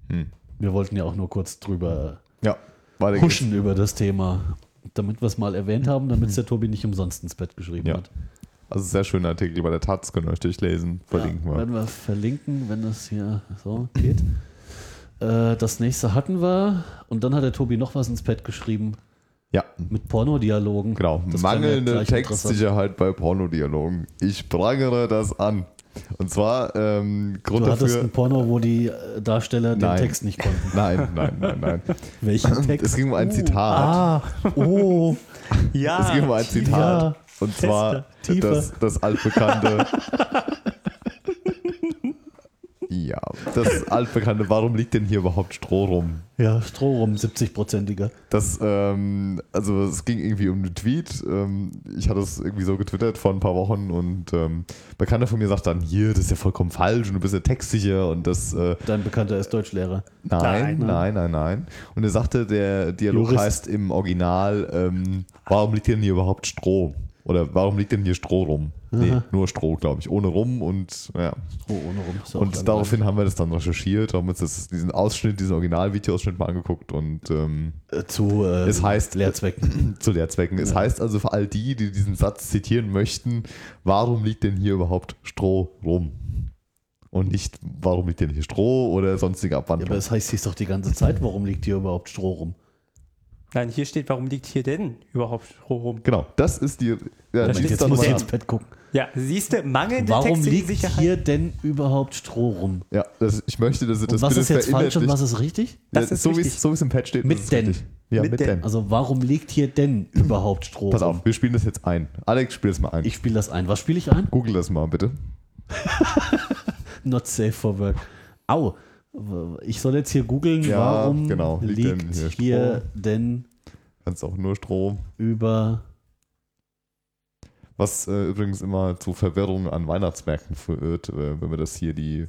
Speaker 4: Hm.
Speaker 2: Wir wollten ja auch nur kurz drüber
Speaker 4: Ja, weiter geht's.
Speaker 2: huschen über das Thema, damit wir es mal erwähnt haben, damit es der Tobi nicht umsonst ins Bett geschrieben
Speaker 4: Mhm. Ja.
Speaker 2: hat.
Speaker 4: Also, sehr schöner Artikel bei der Taz, könnt ihr euch durchlesen. Verlinken
Speaker 2: ja,
Speaker 4: wir.
Speaker 2: Werden wir verlinken, wenn das hier so geht. Äh, Das nächste hatten wir und dann hat der Tobi noch was ins Bett geschrieben
Speaker 4: Ja,
Speaker 2: mit Pornodialogen.
Speaker 4: Genau,
Speaker 2: Das klang ja
Speaker 4: mangelnde
Speaker 2: gleich interessant.
Speaker 4: Textsicherheit bei Pornodialogen. Ich prangere das an. Und zwar ähm, Grund
Speaker 2: Du hattest
Speaker 4: dafür.
Speaker 2: ein Porno, wo die äh, Darsteller den
Speaker 4: Nein.
Speaker 2: Text nicht konnten.
Speaker 4: Nein, nein, nein, nein.
Speaker 2: Welchen
Speaker 4: Es
Speaker 2: Text? Uh,
Speaker 4: ging um ein Zitat.
Speaker 2: Ah, oh,
Speaker 4: es ging um ein Zitat.
Speaker 2: ja.
Speaker 4: Und zwar
Speaker 2: tiefer.
Speaker 4: das, das altbekannte. ja, das altbekannte. Warum liegt denn hier überhaupt Stroh rum?
Speaker 2: ja, Stroh rum, 70-prozentiger.
Speaker 4: Das, ähm, also es ging irgendwie um einen Tweet. Ähm, ich hatte es irgendwie so getwittert vor ein paar Wochen und ähm, Bekannter von mir sagt dann, hier, das ist ja vollkommen falsch und du bist ja textsicher und das, äh,
Speaker 2: Dein Bekannter ist Deutschlehrer.
Speaker 4: nein, nein,
Speaker 3: Nein.
Speaker 4: nein, nein, Und er sagte, der Dialog
Speaker 2: Jurist.
Speaker 4: heißt im Original, ähm, warum liegt denn hier überhaupt Stroh? Oder warum liegt denn hier Stroh rum? Nee, nur Stroh, glaube ich. Ohne rum und ja.
Speaker 2: Oh, ohne rum. Ist ja auch
Speaker 4: Und daraufhin haben wir das dann recherchiert, haben uns das, diesen Ausschnitt, diesen Original-Videoausschnitt mal angeguckt und ähm,
Speaker 2: langweilig. Äh, zu äh,
Speaker 4: Es heißt-
Speaker 2: Lehrzwecken.
Speaker 4: zu Lehrzwecken. Es heißt also für all die, die diesen Satz zitieren möchten, warum liegt denn hier überhaupt Stroh rum? Und nicht, warum liegt denn hier Stroh oder sonstige
Speaker 2: Ja, aber
Speaker 4: Abwandlung?
Speaker 2: es heißt es doch die ganze Zeit, warum liegt hier überhaupt Stroh rum?
Speaker 3: Nein, hier steht, warum liegt hier denn überhaupt Stroh rum?
Speaker 4: genau, das ist die. Ja,
Speaker 3: steht
Speaker 4: lies
Speaker 3: jetzt
Speaker 4: doch
Speaker 3: muss
Speaker 4: mal
Speaker 3: ich
Speaker 4: nach.
Speaker 3: jetzt-
Speaker 2: Bett gucken.
Speaker 3: Ja, siehst du, mangelnde
Speaker 2: Warum liegt
Speaker 3: Textsicherheit.
Speaker 2: hier denn überhaupt Stroh rum?
Speaker 4: ja, das, ich möchte, dass ihr
Speaker 2: Und
Speaker 4: das
Speaker 2: was
Speaker 4: bitte
Speaker 2: ist jetzt falsch und
Speaker 4: verinnerlicht-
Speaker 2: was ist richtig?
Speaker 3: Das ist
Speaker 4: so, wie
Speaker 3: richtig.
Speaker 4: es, so wie es im Patch steht.
Speaker 2: Mit
Speaker 4: das ist
Speaker 2: denn.
Speaker 4: richtig. Ja, mit,
Speaker 3: Mit
Speaker 4: denn.
Speaker 3: denn.
Speaker 2: Also warum liegt hier denn überhaupt Stroh
Speaker 4: Pass
Speaker 2: rum?
Speaker 4: auf, wir spielen das jetzt ein. Alex, spiel das mal ein.
Speaker 2: Ich spiele das ein. Was spiele ich ein?
Speaker 4: Google das mal, bitte.
Speaker 2: Not safe for work. Au, ich soll jetzt hier googeln,
Speaker 4: Ja,
Speaker 2: warum
Speaker 4: genau.
Speaker 2: liegt,
Speaker 4: Liegt denn hier
Speaker 2: hier,
Speaker 4: Stroh?
Speaker 2: denn
Speaker 4: Kannst auch nur Stroh.
Speaker 2: über...
Speaker 4: Was äh, übrigens immer zu Verwirrung an Weihnachtsmärkten führt, äh, wenn man das hier die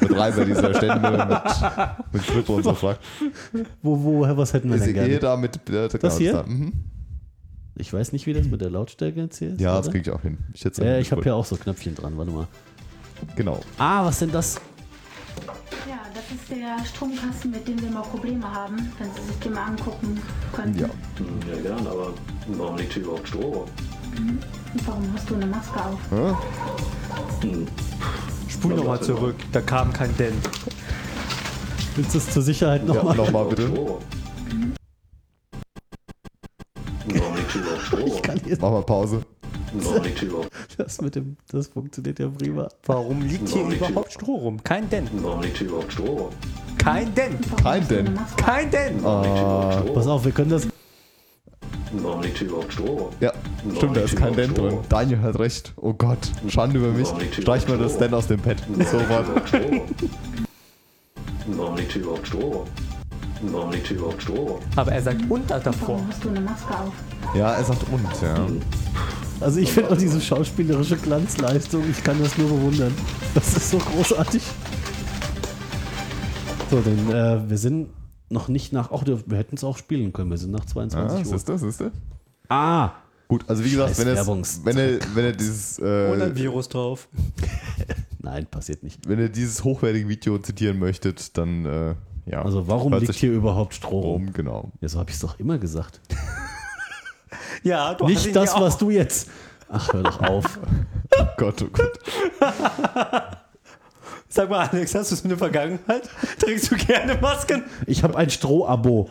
Speaker 4: Betreiber dieser Stände mit, mit Grippe und so fragt.
Speaker 2: Wo, woher, was hätten wir
Speaker 4: Ist
Speaker 2: denn
Speaker 4: ihr
Speaker 2: gerne?
Speaker 4: da mit. äh, genau,
Speaker 2: hier?
Speaker 4: Da. Mhm.
Speaker 2: Ich weiß nicht, wie das mit der Lautstärke jetzt hier ist.
Speaker 4: Ja, das
Speaker 2: oder?
Speaker 4: kriege ich auch hin. Ich, schätze,
Speaker 2: ja, ich habe ja auch so Knöpfchen dran, warte mal.
Speaker 4: Genau.
Speaker 2: Ah, was denn das?
Speaker 6: Ja, das ist der Stromkasten, mit dem wir mal Probleme haben, wenn Sie sich den mal angucken könnten.
Speaker 4: Ja.
Speaker 7: Ja, gern, aber warum liegt hier überhaupt Stroh?
Speaker 6: Und Warum hast du eine Maske auf?
Speaker 3: Spul nochmal zurück, da kam kein Denn.
Speaker 2: Willst du es zur Sicherheit
Speaker 4: Ja,
Speaker 2: nochmal?
Speaker 4: nochmal bitte.
Speaker 7: Stroh. Warum liegt hier überhaupt Stroh?
Speaker 4: Mach mal Pause.
Speaker 7: Warum liegt hier überhaupt,
Speaker 2: Das mit dem, das funktioniert ja prima.
Speaker 3: Warum liegt hier
Speaker 7: Warum liegt hier-
Speaker 3: überhaupt Stroh rum? Kein Denn.
Speaker 7: warum liegt hier überhaupt Stroh?
Speaker 3: Kein Denn.
Speaker 6: Warum
Speaker 4: Kein
Speaker 6: hast du eine
Speaker 4: denn.
Speaker 6: Maske auf?
Speaker 3: Kein Denn.
Speaker 7: Warum liegt hier überhaupt
Speaker 2: Pass
Speaker 7: Stroh?
Speaker 2: auf, wir können das.
Speaker 7: Warum liegt hier überhaupt Stroh?
Speaker 4: Ja, stimmt, da ist kein Denn
Speaker 7: Stroh.
Speaker 4: drin. Daniel hat recht. Oh Gott, Schande über mich. Streich mal das Denn aus dem Pad. Sofort.
Speaker 7: Stroh. Warum liegt hier überhaupt Stroh? Warum liegt hier überhaupt Stroh?
Speaker 3: Aber er sagt unter davor.
Speaker 6: Warum hast du eine Maske auf?
Speaker 4: Ja, er sagt und, ja.
Speaker 2: Also ich finde auch diese schauspielerische Glanzleistung, ich kann das nur bewundern. Das ist so großartig. So, denn äh, wir sind noch nicht nach. Auch wir hätten es auch spielen können. Wir sind nach
Speaker 4: Ah,
Speaker 2: 22 Uhr.
Speaker 4: siehst du, siehst du?
Speaker 2: Ah,
Speaker 4: Gut, also wie gesagt,
Speaker 2: Scheiß
Speaker 4: wenn er,
Speaker 2: Werbungszweck.
Speaker 4: wenn er, wenn er dieses, äh,
Speaker 3: Virus drauf.
Speaker 2: nein, passiert nicht.
Speaker 4: wenn ihr dieses hochwertige Video zitieren möchtet, dann äh, ja.
Speaker 2: Also warum
Speaker 4: Hört
Speaker 2: liegt
Speaker 4: sich
Speaker 2: hier überhaupt Stroh rum?
Speaker 4: rum? Genau.
Speaker 2: Ja, so habe ich es doch immer gesagt.
Speaker 3: Ja, du hast ihn
Speaker 2: nicht das,
Speaker 3: ja auch.
Speaker 2: was du jetzt. Ach, hör doch auf.
Speaker 4: Gott, oh Gott.
Speaker 3: Sag mal, Alex, hast du es in der Vergangenheit? Trägst du gerne Masken?
Speaker 2: Ich habe ein Stroh-Abo.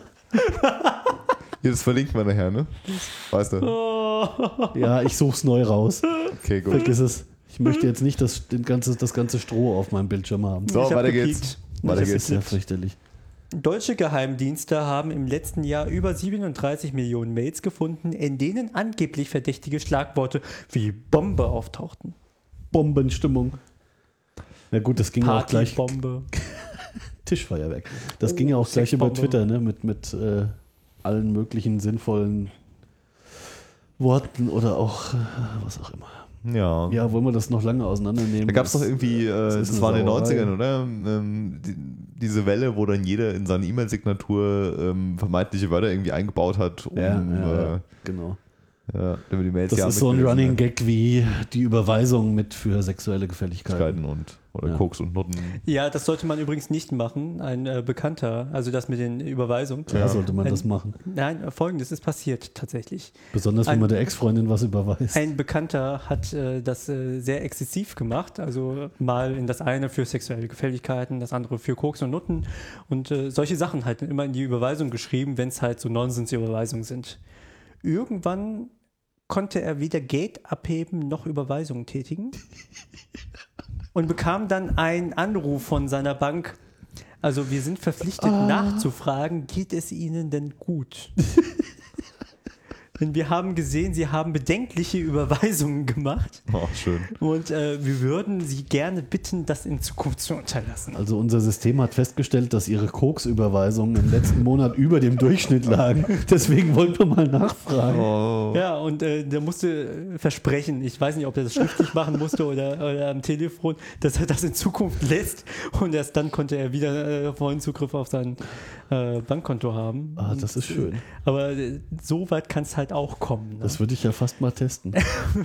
Speaker 4: Hier, das verlinkt man nachher, ne? Weißt du?
Speaker 3: Oh.
Speaker 2: Ja, ich such's neu raus.
Speaker 4: Okay, gut.
Speaker 2: Vergiss es. Ich möchte jetzt nicht das, den ganze, das ganze Stroh auf meinem Bildschirm haben.
Speaker 4: So,
Speaker 3: Ich hab
Speaker 4: weiter
Speaker 3: gepiept.
Speaker 4: geht's.
Speaker 3: Ich
Speaker 4: Weiter
Speaker 3: hab
Speaker 4: geht's.
Speaker 2: Das ist ja fürchterlich.
Speaker 3: Deutsche Geheimdienste haben im letzten Jahr über 37 Millionen Mails gefunden, in denen angeblich verdächtige Schlagworte wie Bombe auftauchten.
Speaker 2: Bombenstimmung. Na gut, das ging ja auch gleich.
Speaker 3: Partybombe.
Speaker 2: Tischfeuerwerk. Das ging ja auch gleich über
Speaker 3: Sexbombe.
Speaker 2: Twitter, ne? Mit, mit äh, allen möglichen sinnvollen Worten oder auch äh, was auch immer.
Speaker 4: Ja.
Speaker 2: Ja, wollen wir das noch lange auseinandernehmen?
Speaker 4: Da gab es doch
Speaker 2: Das-
Speaker 4: irgendwie, äh, das,
Speaker 2: ist eine
Speaker 4: war in den
Speaker 2: Sauerei.
Speaker 4: 90ern, oder? Ähm, die, diese Welle, wo dann jeder in seine E-Mail-Signatur ähm, vermeintliche Wörter irgendwie eingebaut hat, um,
Speaker 2: Ja, ja, ja,
Speaker 4: äh,
Speaker 2: genau.
Speaker 4: ja, damit die Mails
Speaker 2: Das
Speaker 4: ja
Speaker 2: ist so ein
Speaker 4: mitgelesen
Speaker 2: Running
Speaker 4: werden.
Speaker 2: Gag wie die Überweisung mit für sexuelle Gefälligkeiten.
Speaker 4: Möglichkeiten und oder
Speaker 2: Ja.
Speaker 4: Koks und Nutten.
Speaker 3: Ja, das sollte man übrigens nicht machen. Ein äh, Bekannter, also das mit den Überweisungen.
Speaker 2: Da sollte man das machen.
Speaker 3: Nein, äh, folgendes ist passiert tatsächlich.
Speaker 2: Besonders wenn
Speaker 3: Ein-
Speaker 2: man der Ex-Freundin was überweist.
Speaker 3: Ein Bekannter hat äh, das äh, sehr exzessiv gemacht, also mal in das eine für sexuelle Gefälligkeiten, das andere für Koks und Nutten und äh, solche Sachen halt immer in die Überweisung geschrieben, wenn es halt so Nonsens-Überweisungen sind. Irgendwann konnte er weder Geld abheben noch Überweisungen tätigen und bekam dann einen Anruf von seiner Bank. Also wir sind verpflichtet nachzufragen, geht es Ihnen denn gut? Denn wir haben gesehen, Sie haben bedenkliche Überweisungen gemacht
Speaker 4: Ach, Oh, schön.
Speaker 3: und äh, wir würden Sie gerne bitten, das in Zukunft zu unterlassen.
Speaker 2: Also unser System hat festgestellt, dass ihre Koks-Überweisungen im letzten Monat über dem Durchschnitt lagen. Deswegen wollten wir mal nachfragen.
Speaker 3: Ja, und äh, der musste äh, versprechen, ich weiß nicht, ob er das schriftlich machen musste oder, oder am Telefon, dass er das in Zukunft lässt und erst dann konnte er wieder äh, vollen Zugriff auf sein äh, Bankkonto haben.
Speaker 2: Ah, das ist schön.
Speaker 3: Aber äh, so weit kann es halt halt auch kommen. Ne?
Speaker 2: Das würde ich ja fast mal testen. Hm.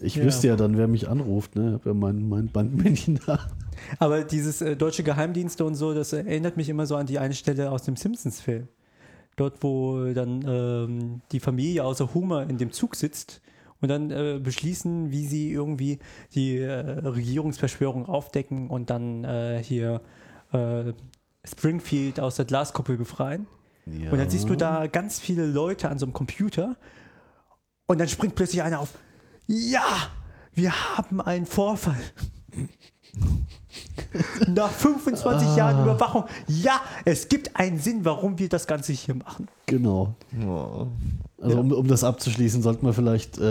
Speaker 2: ich
Speaker 3: Ja.
Speaker 2: wüsste ja dann, wer mich anruft, ne? Hab ja mein, mein Bankmännchen da.
Speaker 3: Aber dieses äh, deutsche Geheimdienste und so, das äh, erinnert mich immer so an die eine Stelle aus dem Simpsons-Film. Dort, wo dann ähm, die Familie außer Homer in dem Zug sitzt und dann äh, beschließen, wie sie irgendwie die äh, Regierungsverschwörung aufdecken und dann äh, hier äh, Springfield aus der Glaskuppel befreien. Und dann siehst du da ganz viele Leute an so einem Computer und dann springt plötzlich einer auf. Ja, wir haben einen Vorfall. Nach 25
Speaker 2: Ah.
Speaker 3: Jahren Überwachung. Ja, es gibt einen Sinn, warum wir das Ganze hier machen.
Speaker 2: Genau. Also um, um das abzuschließen, sollte man vielleicht äh,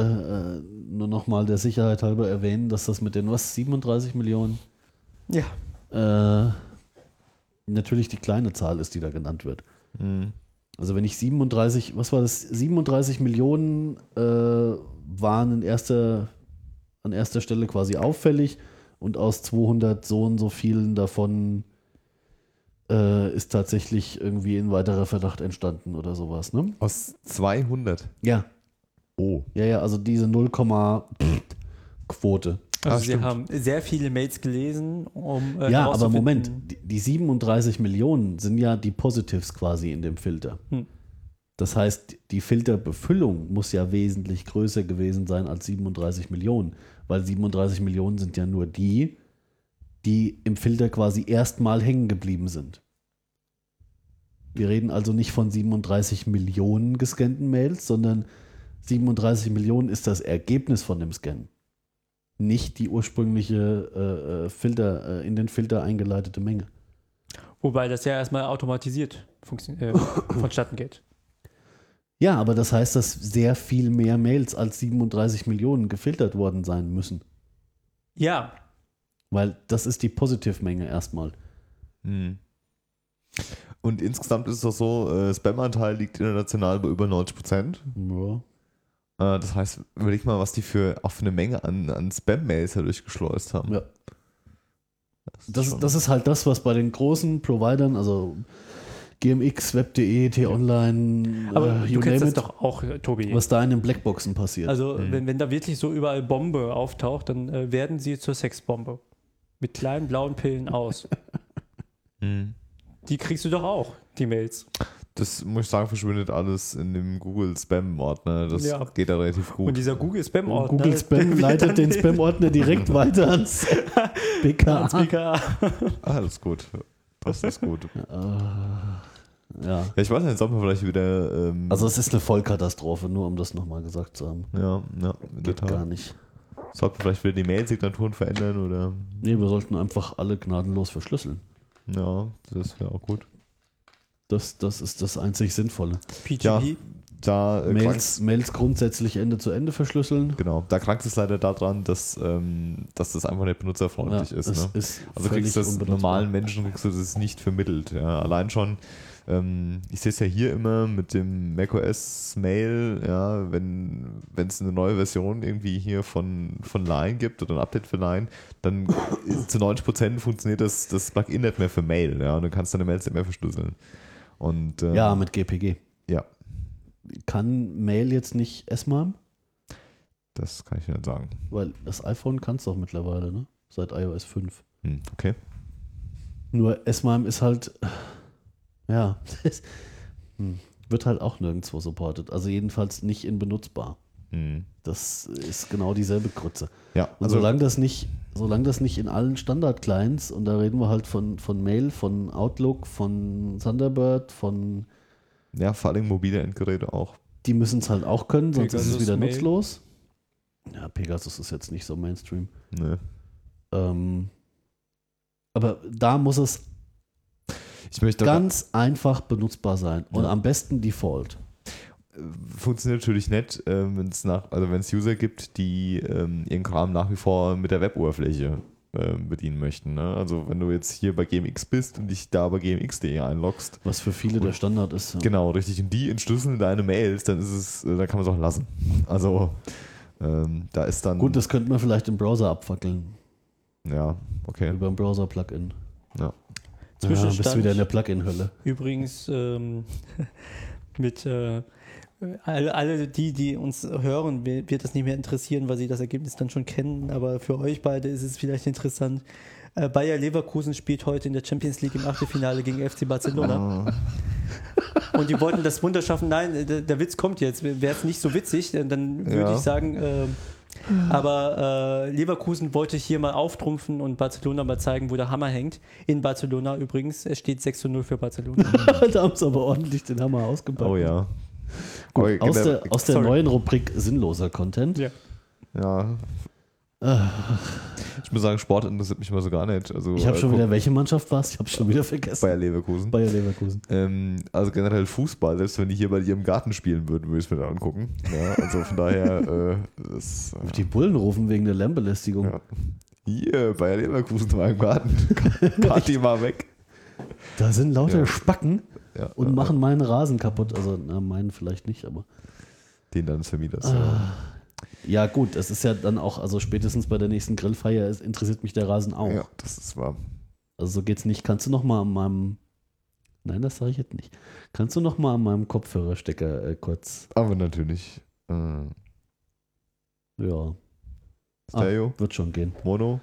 Speaker 2: äh, nur nochmal der Sicherheit halber erwähnen, dass das mit den was 37 Millionen
Speaker 3: Ja.
Speaker 2: äh, natürlich die kleine Zahl ist, die da genannt wird. Also wenn ich 37, was war das? 37 Millionen äh, waren in erster, an erster Stelle quasi auffällig und aus 200 so und so vielen davon äh, ist tatsächlich irgendwie ein weiterer Verdacht entstanden oder sowas, ne?
Speaker 4: Aus 200.
Speaker 2: Ja.
Speaker 4: Oh.
Speaker 2: Ja, ja, also diese 0, pff, Quote.
Speaker 3: Also
Speaker 4: Ah,
Speaker 3: sie
Speaker 4: stimmt.
Speaker 3: haben sehr viele Mails gelesen, um äh,
Speaker 2: ja, aber
Speaker 3: herauszufinden-
Speaker 2: Moment, die, die 37 Millionen sind ja die Positives quasi in dem Filter.
Speaker 3: Hm.
Speaker 2: Das heißt, die Filterbefüllung muss ja wesentlich größer gewesen sein als 37 Millionen, weil 37 Millionen sind ja nur die, die im Filter quasi erstmal hängen geblieben sind. Wir reden also nicht von 37 Millionen gescannten Mails, sondern 37 Millionen ist das Ergebnis von dem Scan. Nicht die ursprüngliche äh, äh, Filter, äh, in den Filter eingeleitete Menge.
Speaker 3: Wobei das ja erstmal automatisiert funktio- äh, vonstatten geht.
Speaker 2: Ja, aber das heißt, dass sehr viel mehr Mails als 37 Millionen gefiltert worden sein müssen.
Speaker 3: Ja,
Speaker 2: Weil das ist die Positivmenge erstmal.
Speaker 4: Hm. Und insgesamt ist es doch so, äh, Spam-Anteil liegt international bei über 90 Prozent.
Speaker 2: Ja.
Speaker 4: Äh, das heißt, überleg mal, was die für, auch für eine Menge an, an Spam-Mails da durchgeschleust haben.
Speaker 2: Ja. Das,
Speaker 4: schon-
Speaker 2: das ist halt das, was bei den großen Providern, also GMX, Web.de, E, T-Online,
Speaker 3: aber
Speaker 2: äh,
Speaker 3: du
Speaker 2: you
Speaker 3: kennst
Speaker 2: name
Speaker 3: das
Speaker 2: it,
Speaker 3: doch auch, äh, Tobi.
Speaker 2: was da in den Blackboxen passiert.
Speaker 3: Also, wenn, wenn da wirklich so überall Bombe auftaucht, dann äh, werden sie zur Sexbombe. Mit kleinen blauen Pillen aus.
Speaker 2: Mhm.
Speaker 4: Hm.
Speaker 3: Die kriegst du doch auch, die Mails.
Speaker 4: Das muss ich sagen, verschwindet alles in dem Google-Spam-Ordner. Das
Speaker 3: Ja.
Speaker 4: geht da relativ gut.
Speaker 3: Und dieser Google-Spam-Ordner.
Speaker 2: Google
Speaker 3: oh, der
Speaker 2: Spam
Speaker 3: wird dann
Speaker 2: leitet den
Speaker 3: in-
Speaker 2: Spam-Ordner direkt weiter ans
Speaker 3: ans
Speaker 2: BKA.
Speaker 3: BKA.
Speaker 4: ah, das ist gut. Das ist gut. ja,
Speaker 2: äh, Ja.
Speaker 4: ich weiß nicht, sollten wir vielleicht wieder. Ähm,
Speaker 2: Also es ist eine Vollkatastrophe, nur um das nochmal gesagt zu haben.
Speaker 4: ja, ja, in der
Speaker 2: Geht gar
Speaker 4: Tat.
Speaker 2: nicht.
Speaker 4: Sollten wir vielleicht wieder die Mail-Signaturen verändern oder.
Speaker 2: Nee, wir sollten einfach alle gnadenlos verschlüsseln.
Speaker 4: Ja, das wäre auch gut.
Speaker 2: Das, das ist das einzig Sinnvolle.
Speaker 3: PGP.
Speaker 4: Ja, da äh,
Speaker 2: Mails, Mails grundsätzlich Ende zu Ende verschlüsseln.
Speaker 4: Genau, da krankt es leider daran, dass, ähm, dass das einfach nicht benutzerfreundlich
Speaker 2: Ja,
Speaker 4: ist.
Speaker 2: es
Speaker 4: Ne?
Speaker 2: ist
Speaker 4: also kriegst du
Speaker 2: völlig
Speaker 4: das
Speaker 2: unbenutzbar.
Speaker 4: normalen Menschen kriegst du das nicht vermittelt. Ja? Allein schon, ähm, ich sehe es ja hier immer mit dem macOS Mail, ja, wenn wenn es eine neue Version irgendwie hier von, von Line gibt oder ein Update für Line, dann ist zu 90% funktioniert das, das Plugin nicht mehr für Mail, ja. Und du kannst deine Mails nicht mehr verschlüsseln. Und ähm,
Speaker 2: Ja, mit GPG.
Speaker 4: ja,
Speaker 2: Kann Mail jetzt nicht S-MAM?
Speaker 4: das kann ich nicht sagen.
Speaker 2: Weil das iPhone kann es doch mittlerweile, ne? Seit iOS 5.
Speaker 4: Hm, okay.
Speaker 2: Nur S-MAM ist halt, ja, hm, wird halt auch nirgendwo supported. Also jedenfalls nicht in benutzbar.
Speaker 4: Hm.
Speaker 2: Das ist genau dieselbe Krütze.
Speaker 4: Ja, also,
Speaker 2: Und solange das nicht, solange das nicht in allen Standard-Clients, und da reden wir halt von, von Mail, von Outlook, von Thunderbird, von
Speaker 4: Ja, vor allem mobile Endgeräte auch.
Speaker 2: die müssen es halt auch können, sonst ist es
Speaker 3: Pegasus
Speaker 2: wieder
Speaker 3: Mail.
Speaker 2: nutzlos. Ja, Pegasus ist jetzt nicht so Mainstream.
Speaker 4: Ne.
Speaker 2: Ähm, aber da muss es
Speaker 4: Ich möchte
Speaker 2: ganz einfach benutzbar sein. Und
Speaker 4: Ja.
Speaker 2: am besten Default.
Speaker 4: äh, funktioniert natürlich nicht, ähm, wenn es nach, also wenn es User gibt, die ähm, ihren Kram nach wie vor mit der Weboberfläche ähm, bedienen möchten. Ne? Also wenn du jetzt hier bei GMX bist und dich da bei gmx.de einloggst,
Speaker 2: Was für viele der Standard ist. ja.
Speaker 4: genau, richtig, und die entschlüsseln deine Mails, dann ist es, äh, dann kann man es auch lassen. Also ähm, da ist dann
Speaker 2: Gut, das könnte man vielleicht im Browser abfackeln.
Speaker 4: ja, okay.
Speaker 2: Über ein Browser-Plugin.
Speaker 4: Ja.
Speaker 2: Ja, bist
Speaker 3: Zwischenstand.
Speaker 2: wieder in der Plugin-Hölle.
Speaker 3: Übrigens ähm, mit äh, Alle, alle die, die uns hören, wi- wird das nicht mehr interessieren, weil sie das Ergebnis dann schon kennen. Aber für euch beide ist es vielleicht interessant. Äh, Bayer Leverkusen spielt heute in der Champions League im Achtelfinale gegen FC Barcelona. Und die wollten das Wunder schaffen. Nein, äh, der, der Witz kommt jetzt. Wäre es nicht so witzig, äh, dann würde
Speaker 4: Ja.
Speaker 3: ich sagen. ähm, aber äh, Leverkusen wollte hier mal auftrumpfen und Barcelona mal zeigen, wo der Hammer hängt. In Barcelona übrigens. Es steht 6 zu 0 für Barcelona.
Speaker 2: da haben sie aber ordentlich den Hammer ausgepackt.
Speaker 4: Oh ja. Genau.
Speaker 2: Gut,
Speaker 4: Aber
Speaker 2: aus
Speaker 4: generell-
Speaker 2: der, aus der
Speaker 3: Sorry.
Speaker 2: neuen Rubrik sinnloser Content.
Speaker 3: ja.
Speaker 4: ja. Ich muss sagen, Sport interessiert mich mal so gar nicht. Also,
Speaker 2: Ah. Ich habe
Speaker 4: äh,
Speaker 2: schon wieder,
Speaker 4: guck,
Speaker 2: welche Mannschaft war es? Ich habe schon wieder vergessen.
Speaker 4: Bayer Leverkusen.
Speaker 2: Bayer Leverkusen.
Speaker 4: Ähm, also generell Fußball, selbst wenn die hier bei dir im Garten spielen würden, würde ich es mir dann angucken. Ja, also von daher, äh, das,
Speaker 2: Auf die Bullen rufen wegen der Lärmbelästigung.
Speaker 4: Ja. hier, Bayer Leverkusen war im Garten. Party mal weg.
Speaker 2: Da sind lauter
Speaker 4: Ja.
Speaker 2: Spacken
Speaker 4: Ja, äh,
Speaker 2: und
Speaker 4: ja,
Speaker 2: machen meinen Rasen kaputt. Also na, meinen vielleicht nicht, aber.
Speaker 4: Den dann vermietest. ja.
Speaker 2: Ja, gut, es ist ja dann auch, also spätestens bei der nächsten Grillfeier es interessiert mich der Rasen auch.
Speaker 4: Ja, das ist wahr.
Speaker 2: Also so geht's nicht. Kannst du noch mal an meinem. Nein, das sage ich jetzt nicht. Kannst du noch mal an meinem Kopfhörerstecker äh, kurz.
Speaker 4: Aber natürlich. Äh,
Speaker 2: Ja,
Speaker 4: Stereo,
Speaker 2: wird schon gehen.
Speaker 4: Mono.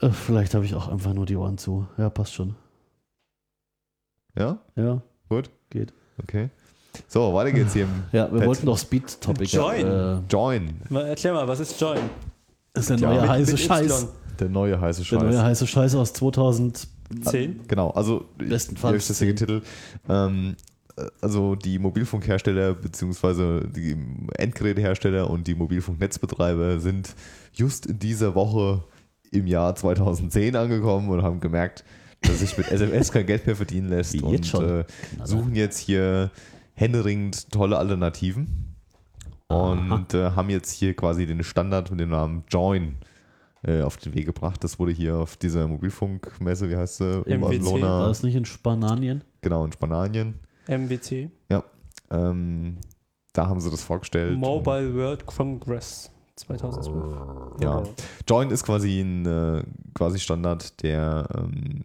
Speaker 2: Äh, vielleicht habe ich auch einfach nur die Ohren zu. Ja, passt schon.
Speaker 4: Ja,
Speaker 2: Ja.
Speaker 4: okay. So, weiter geht's hier im
Speaker 2: Ja, wir
Speaker 4: Pet.
Speaker 2: wollten doch Speed Topic.
Speaker 3: Join.
Speaker 2: Äh,
Speaker 4: Join.
Speaker 3: Mal Erklär mal, was ist Join?
Speaker 2: ist der
Speaker 4: Ja,
Speaker 2: neue
Speaker 4: mit-
Speaker 2: heiße
Speaker 3: mit
Speaker 2: Scheiß.
Speaker 3: Y.
Speaker 4: Der neue heiße
Speaker 2: Der
Speaker 4: Scheiß.
Speaker 2: neue heiße Scheiß aus 2000.
Speaker 3: 10?
Speaker 4: Genau, also
Speaker 2: Bestenfalls
Speaker 4: der richtige Titel. Ähm, äh, also die Mobilfunkhersteller bzw. die Endgerätehersteller und die Mobilfunknetzbetreiber sind just in dieser Woche im Jahr 2010 angekommen und haben gemerkt, dass sich mit SMS kein Geld mehr verdienen lässt
Speaker 2: Wie
Speaker 4: und
Speaker 2: jetzt schon?
Speaker 4: Äh, suchen jetzt hier händeringend tolle Alternativen und äh, haben jetzt hier quasi den Standard mit dem Namen Join äh, auf den Weg gebracht. Das wurde hier auf dieser Mobilfunkmesse, wie heißt sie? In
Speaker 3: MWC.
Speaker 2: War
Speaker 4: Barcelona,
Speaker 2: das nicht in Spanien?
Speaker 4: genau, in Spanien.
Speaker 3: MWC.
Speaker 4: Ja. Ähm, da haben sie das vorgestellt.
Speaker 3: Mobile World Congress 2012.
Speaker 4: Ja. Join ist quasi ein äh, quasi Standard, der, ähm,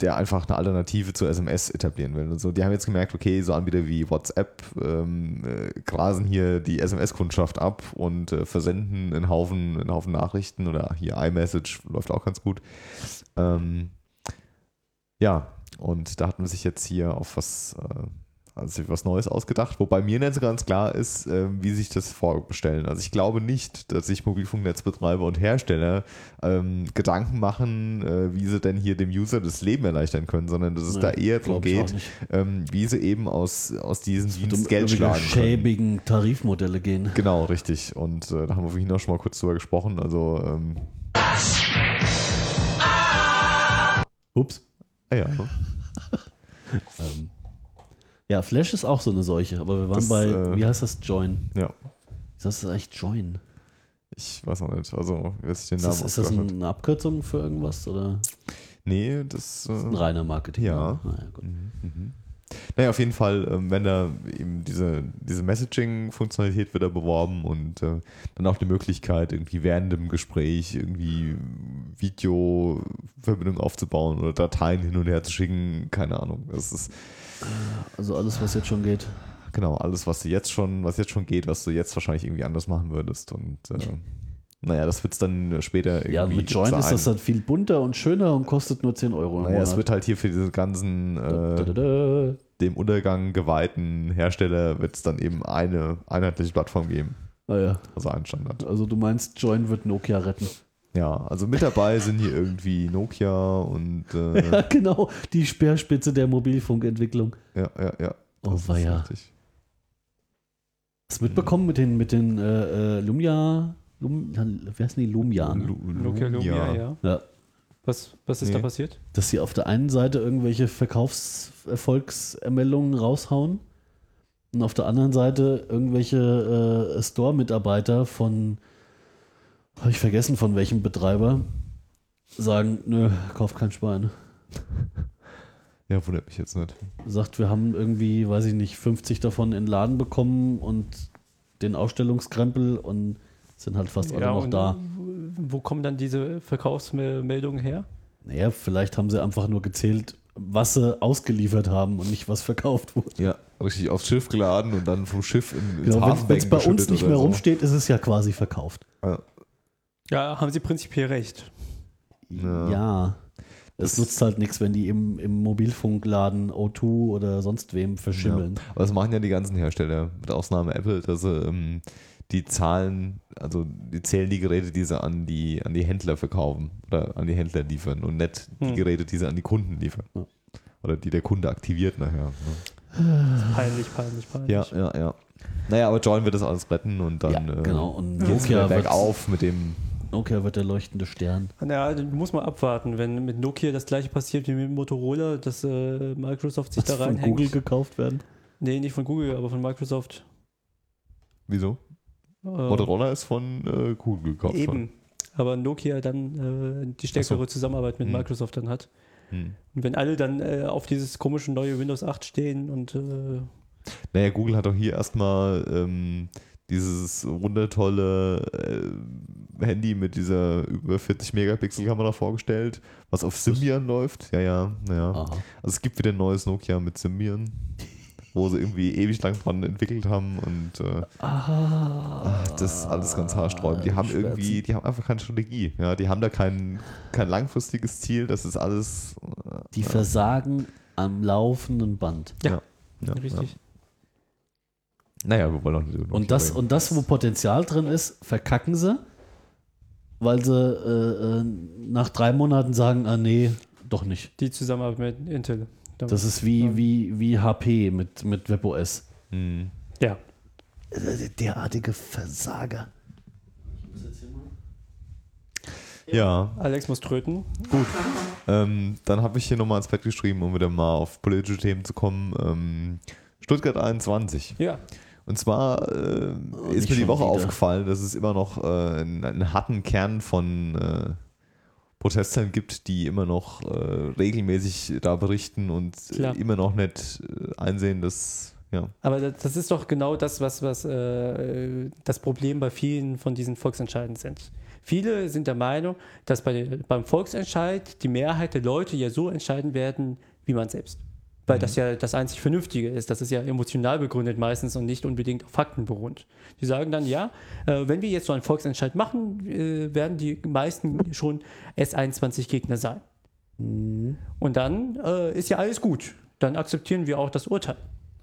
Speaker 4: der einfach eine Alternative zur SMS etablieren will. Und so. Die haben jetzt gemerkt, okay, so Anbieter wie WhatsApp ähm, äh, grasen hier die SMS-Kundschaft ab und äh, versenden einen Haufen, einen Haufen Nachrichten oder hier iMessage läuft auch ganz gut. Ähm, ja, und da hat man sich jetzt hier auf was, äh, also was Neues ausgedacht, wobei mir nicht so ganz klar ist, ähm, wie sich das vorbestellen. Also ich glaube nicht, dass sich Mobilfunknetzbetreiber und Hersteller ähm, Gedanken machen, äh, wie sie denn hier dem User das Leben erleichtern können, sondern dass es
Speaker 2: Nee,
Speaker 4: da eher darum
Speaker 2: glaub ich auch
Speaker 4: geht,
Speaker 2: nicht.
Speaker 4: ähm, wie sie eben aus, aus diesem Dienst
Speaker 2: Um
Speaker 4: Geld
Speaker 2: irgendwelche
Speaker 4: schlagen können.
Speaker 2: schäbigen Tarifmodelle gehen.
Speaker 4: Genau, richtig. Und äh, da haben wir vorhin auch schon mal kurz drüber gesprochen. Also, ähm,
Speaker 2: Ups.
Speaker 4: ah ja,
Speaker 2: Ähm, ja, Flash ist auch so eine Seuche, aber wir waren
Speaker 4: Das,
Speaker 2: bei,
Speaker 4: äh,
Speaker 2: wie heißt das, Join?
Speaker 4: ja.
Speaker 2: Ist das eigentlich Join?
Speaker 4: Ich weiß auch nicht. Also, wer sich den
Speaker 2: Ist
Speaker 4: Namen
Speaker 2: das, ist das
Speaker 4: ausgedacht hat.
Speaker 2: eine Abkürzung für irgendwas oder
Speaker 4: Nee, das.
Speaker 2: ist ein
Speaker 4: äh,
Speaker 2: reiner Marketing?
Speaker 4: Ja.
Speaker 2: Ah, ja, gut.
Speaker 4: Naja, auf jeden Fall, ähm, wenn da eben diese, diese Messaging-Funktionalität wird da beworben und äh, dann auch die Möglichkeit, irgendwie während dem Gespräch irgendwie Videoverbindung aufzubauen oder Dateien hin und her zu schicken, keine Ahnung. Das ist
Speaker 2: Also alles, was jetzt schon geht.
Speaker 4: genau alles, was du jetzt schon, was jetzt schon geht, was du jetzt wahrscheinlich irgendwie anders machen würdest. Und äh, naja, das wird es dann später irgendwie.
Speaker 2: Ja, mit Join ist
Speaker 4: sein.
Speaker 2: das dann viel bunter und schöner und kostet nur 10 Euro. im
Speaker 4: Naja, es
Speaker 2: Monat.
Speaker 4: wird halt hier für diese ganzen
Speaker 2: Da,
Speaker 4: äh,
Speaker 2: da, da.
Speaker 4: dem Untergang geweihten Hersteller wird es dann eben eine einheitliche Plattform geben.
Speaker 2: Ah, ja.
Speaker 4: Also ein Standard.
Speaker 2: Also du meinst, Join wird Nokia retten.
Speaker 4: Ja, also mit dabei sind hier irgendwie Nokia und äh,
Speaker 2: Ja, genau, die Speerspitze der Mobilfunkentwicklung.
Speaker 4: ja, ja, ja.
Speaker 2: Oh,
Speaker 4: Das ist
Speaker 2: weia.
Speaker 4: richtig.
Speaker 2: Hast du mitbekommen mit den, mit den äh, äh, Lumia, Lum, wie heißen die, Lumian?
Speaker 4: Lu-
Speaker 3: Nokia Lumia, ja.
Speaker 2: ja,
Speaker 3: Was, was ist
Speaker 4: Nee.
Speaker 3: da passiert?
Speaker 2: dass sie auf der einen Seite irgendwelche Verkaufserfolgsermeldungen raushauen und auf der anderen Seite irgendwelche äh, Store-Mitarbeiter von, habe ich vergessen, von welchem Betreiber, sagen, nö, kauft kein Schwein.
Speaker 4: Ja, wundert mich jetzt nicht.
Speaker 2: Sagt, wir haben irgendwie, weiß ich nicht, 50 davon in den Laden bekommen und den Ausstellungskrempel und sind halt fast alle noch
Speaker 3: und
Speaker 2: da.
Speaker 3: Wo kommen dann diese Verkaufsmeldungen her?
Speaker 2: Naja, vielleicht haben sie einfach nur gezählt, was sie ausgeliefert haben und nicht was verkauft wurde.
Speaker 4: Ja. Richtig aufs Schiff geladen und dann vom Schiff in, ins
Speaker 2: Genau, wenn es
Speaker 4: Hafenbecken
Speaker 2: bei uns
Speaker 4: geschüttet
Speaker 2: nicht
Speaker 4: oder
Speaker 2: mehr
Speaker 4: so.
Speaker 2: rumsteht, ist es ja quasi verkauft.
Speaker 4: Ja.
Speaker 3: Ja, haben Sie prinzipiell recht.
Speaker 4: Ja.
Speaker 2: Ja. Es nutzt halt nichts, wenn die im, im Mobilfunkladen O2 oder sonst wem verschimmeln.
Speaker 4: Ja. Aber das machen ja die ganzen Hersteller, mit Ausnahme Apple, dass sie ähm, die Zahlen, also die zählen die Geräte, die sie an die, an die Händler verkaufen oder an die Händler liefern und nicht die Geräte, die sie an die Kunden liefern.
Speaker 2: Hm. Ja.
Speaker 4: Oder die der Kunde aktiviert nachher. ne?
Speaker 2: Ah.
Speaker 3: Peinlich, peinlich, peinlich.
Speaker 4: Ja, ja, ja. Naja, aber John wird das alles retten und dann
Speaker 2: Ja, genau. Und
Speaker 4: äh, geht's
Speaker 2: Nokia
Speaker 4: wieder
Speaker 2: wird-
Speaker 4: bergauf mit dem.
Speaker 2: Nokia wird der leuchtende Stern.
Speaker 3: Naja, dann muss man abwarten, wenn mit Nokia das gleiche passiert wie mit Motorola, dass äh, Microsoft sich
Speaker 2: Was
Speaker 3: da
Speaker 2: von
Speaker 3: reinhängt.
Speaker 2: Google gekauft werden.
Speaker 3: Nee, nicht von Google, aber von Microsoft.
Speaker 4: Wieso?
Speaker 3: Äh,
Speaker 4: Motorola ist von äh, Google gekauft. worden.
Speaker 3: Eben. Aber Nokia dann äh, die stärkere
Speaker 4: so.
Speaker 3: Zusammenarbeit mit
Speaker 4: Hm.
Speaker 3: Microsoft dann hat.
Speaker 4: Hm.
Speaker 3: Und wenn alle dann äh, auf dieses komische neue Windows 8 stehen und äh,
Speaker 4: Naja, Google hat doch hier erstmal ähm, dieses wundertolle äh, Handy mit dieser über 40 Megapixel Kamera vorgestellt, was auf Symbian läuft. Ja, ja, naja.
Speaker 2: Aha.
Speaker 4: Also es gibt wieder ein neues Nokia mit Symbian, wo sie irgendwie ewig lang dran entwickelt haben und äh,
Speaker 2: Ah.
Speaker 4: ach, das ist alles ganz haarsträubend. Die haben irgendwie, die haben einfach keine Strategie. Ja, die haben da kein, kein langfristiges Ziel. Das ist alles. äh,
Speaker 2: Die versagen am laufenden Band.
Speaker 4: Ja,
Speaker 3: richtig.
Speaker 4: Ja. Naja, wir wollen auch nicht über Nokia
Speaker 2: Und das,
Speaker 4: reden.
Speaker 2: und das, wo Potenzial drin ist, verkacken sie, weil sie äh, äh, nach drei Monaten sagen, ah nee, doch nicht.
Speaker 3: die Zusammenarbeit mit Intel. Dann-
Speaker 2: Das ist wie, wie, wie HP mit, mit WebOS.
Speaker 4: Hm.
Speaker 3: ja.
Speaker 2: Äh, Derartige Versager.
Speaker 4: ja.
Speaker 3: Alex muss tröten.
Speaker 4: Ähm, dann habe ich hier nochmal ins Bett geschrieben, um wieder mal auf politische Themen zu kommen. Ähm, Stuttgart 21.
Speaker 3: Ja.
Speaker 4: Und zwar äh,
Speaker 2: Oh,
Speaker 4: ist
Speaker 2: nicht
Speaker 4: mir die
Speaker 2: schon
Speaker 4: Woche
Speaker 2: wieder.
Speaker 4: aufgefallen, dass es immer noch äh, einen, einen harten Kern von äh, Protestern gibt, die immer noch äh, regelmäßig da berichten und
Speaker 3: Klar.
Speaker 4: äh, immer noch nicht äh, einsehen, dass ja.
Speaker 3: Aber das, das ist doch genau das, was, was äh, das Problem bei vielen von diesen Volksentscheiden sind. Viele sind der Meinung, dass bei, beim Volksentscheid die Mehrheit der Leute ja so entscheiden werden, wie man selbst. Weil das ja das einzig Vernünftige ist. Das ist ja emotional begründet meistens und nicht unbedingt auf Fakten beruht. Die sagen dann, ja, äh, wenn wir jetzt so einen Volksentscheid machen, äh, werden die meisten schon S21-Gegner sein. Und dann äh, ist ja alles gut. Dann akzeptieren wir auch das Urteil.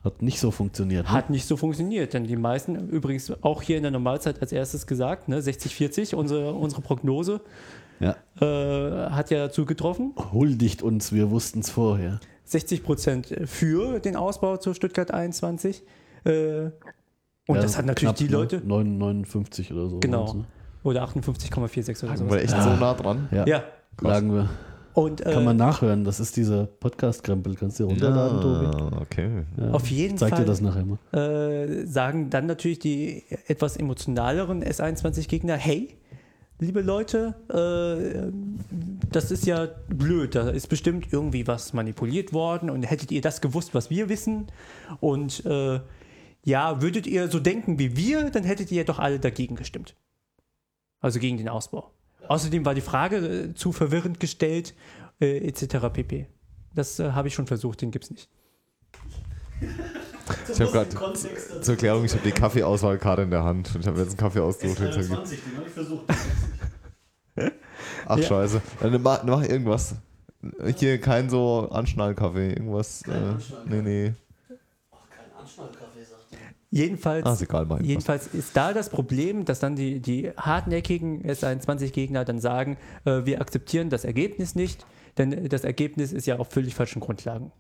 Speaker 2: Hat nicht so funktioniert. ne?
Speaker 3: Hat nicht so funktioniert, denn die meisten, übrigens auch hier in der Normalzeit als erstes gesagt, ne, 60-40, unsere, unsere Prognose
Speaker 2: Ja.
Speaker 3: äh, hat ja zugetroffen.
Speaker 2: Huldigt uns, wir wussten es vorher.
Speaker 3: 60 Prozent für den Ausbau zu Stuttgart 21. Äh, und
Speaker 2: Ja,
Speaker 3: das hat
Speaker 2: knapp,
Speaker 3: natürlich die
Speaker 2: ne?
Speaker 3: Leute.
Speaker 2: 9, 59 oder so.
Speaker 3: Genau.
Speaker 2: waren's, ne?
Speaker 3: Oder 58,46 oder
Speaker 4: Sind wir
Speaker 3: sowas.
Speaker 4: echt so nah dran?
Speaker 2: Ah. Ja,
Speaker 3: Ja.
Speaker 2: lagen wir.
Speaker 3: Und äh,
Speaker 2: Kann man nachhören, das ist dieser Podcast-Krempel. Kannst du dir runterladen, Tobi?
Speaker 4: Ah, okay.
Speaker 3: auf jeden
Speaker 2: Zeig
Speaker 3: Fall
Speaker 2: dir das nachher mal.
Speaker 3: äh, sagen dann natürlich die etwas emotionaleren S21-Gegner, hey, liebe Leute, äh, das ist ja blöd, da ist bestimmt irgendwie was manipuliert worden und hättet ihr das gewusst, was wir wissen und äh, ja, würdet ihr so denken wie wir, dann hättet ihr doch alle dagegen gestimmt. Also gegen den Ausbau. Außerdem war die Frage äh, zu verwirrend gestellt, äh, etc. pp. Das äh, habe ich schon versucht, den gibt's nicht.
Speaker 4: Ich habe gerade zur Erklärung, ich habe die Kaffeeauswahlkarte in der Hand und ich habe jetzt einen Kaffee ausgesucht. den es da gibt.
Speaker 2: den habe ich versucht.
Speaker 4: Ach, scheiße. Dann mach, mach irgendwas. Hier kein so Anschnallkaffee, irgendwas. äh, nee, nee.
Speaker 3: Jedenfalls.
Speaker 4: Ah, ist egal, mein
Speaker 3: Jedenfalls ist da das Problem, dass dann die, die hartnäckigen S21-Gegner dann sagen, äh, wir akzeptieren das Ergebnis nicht, denn das Ergebnis ist ja auf völlig falschen Grundlagen.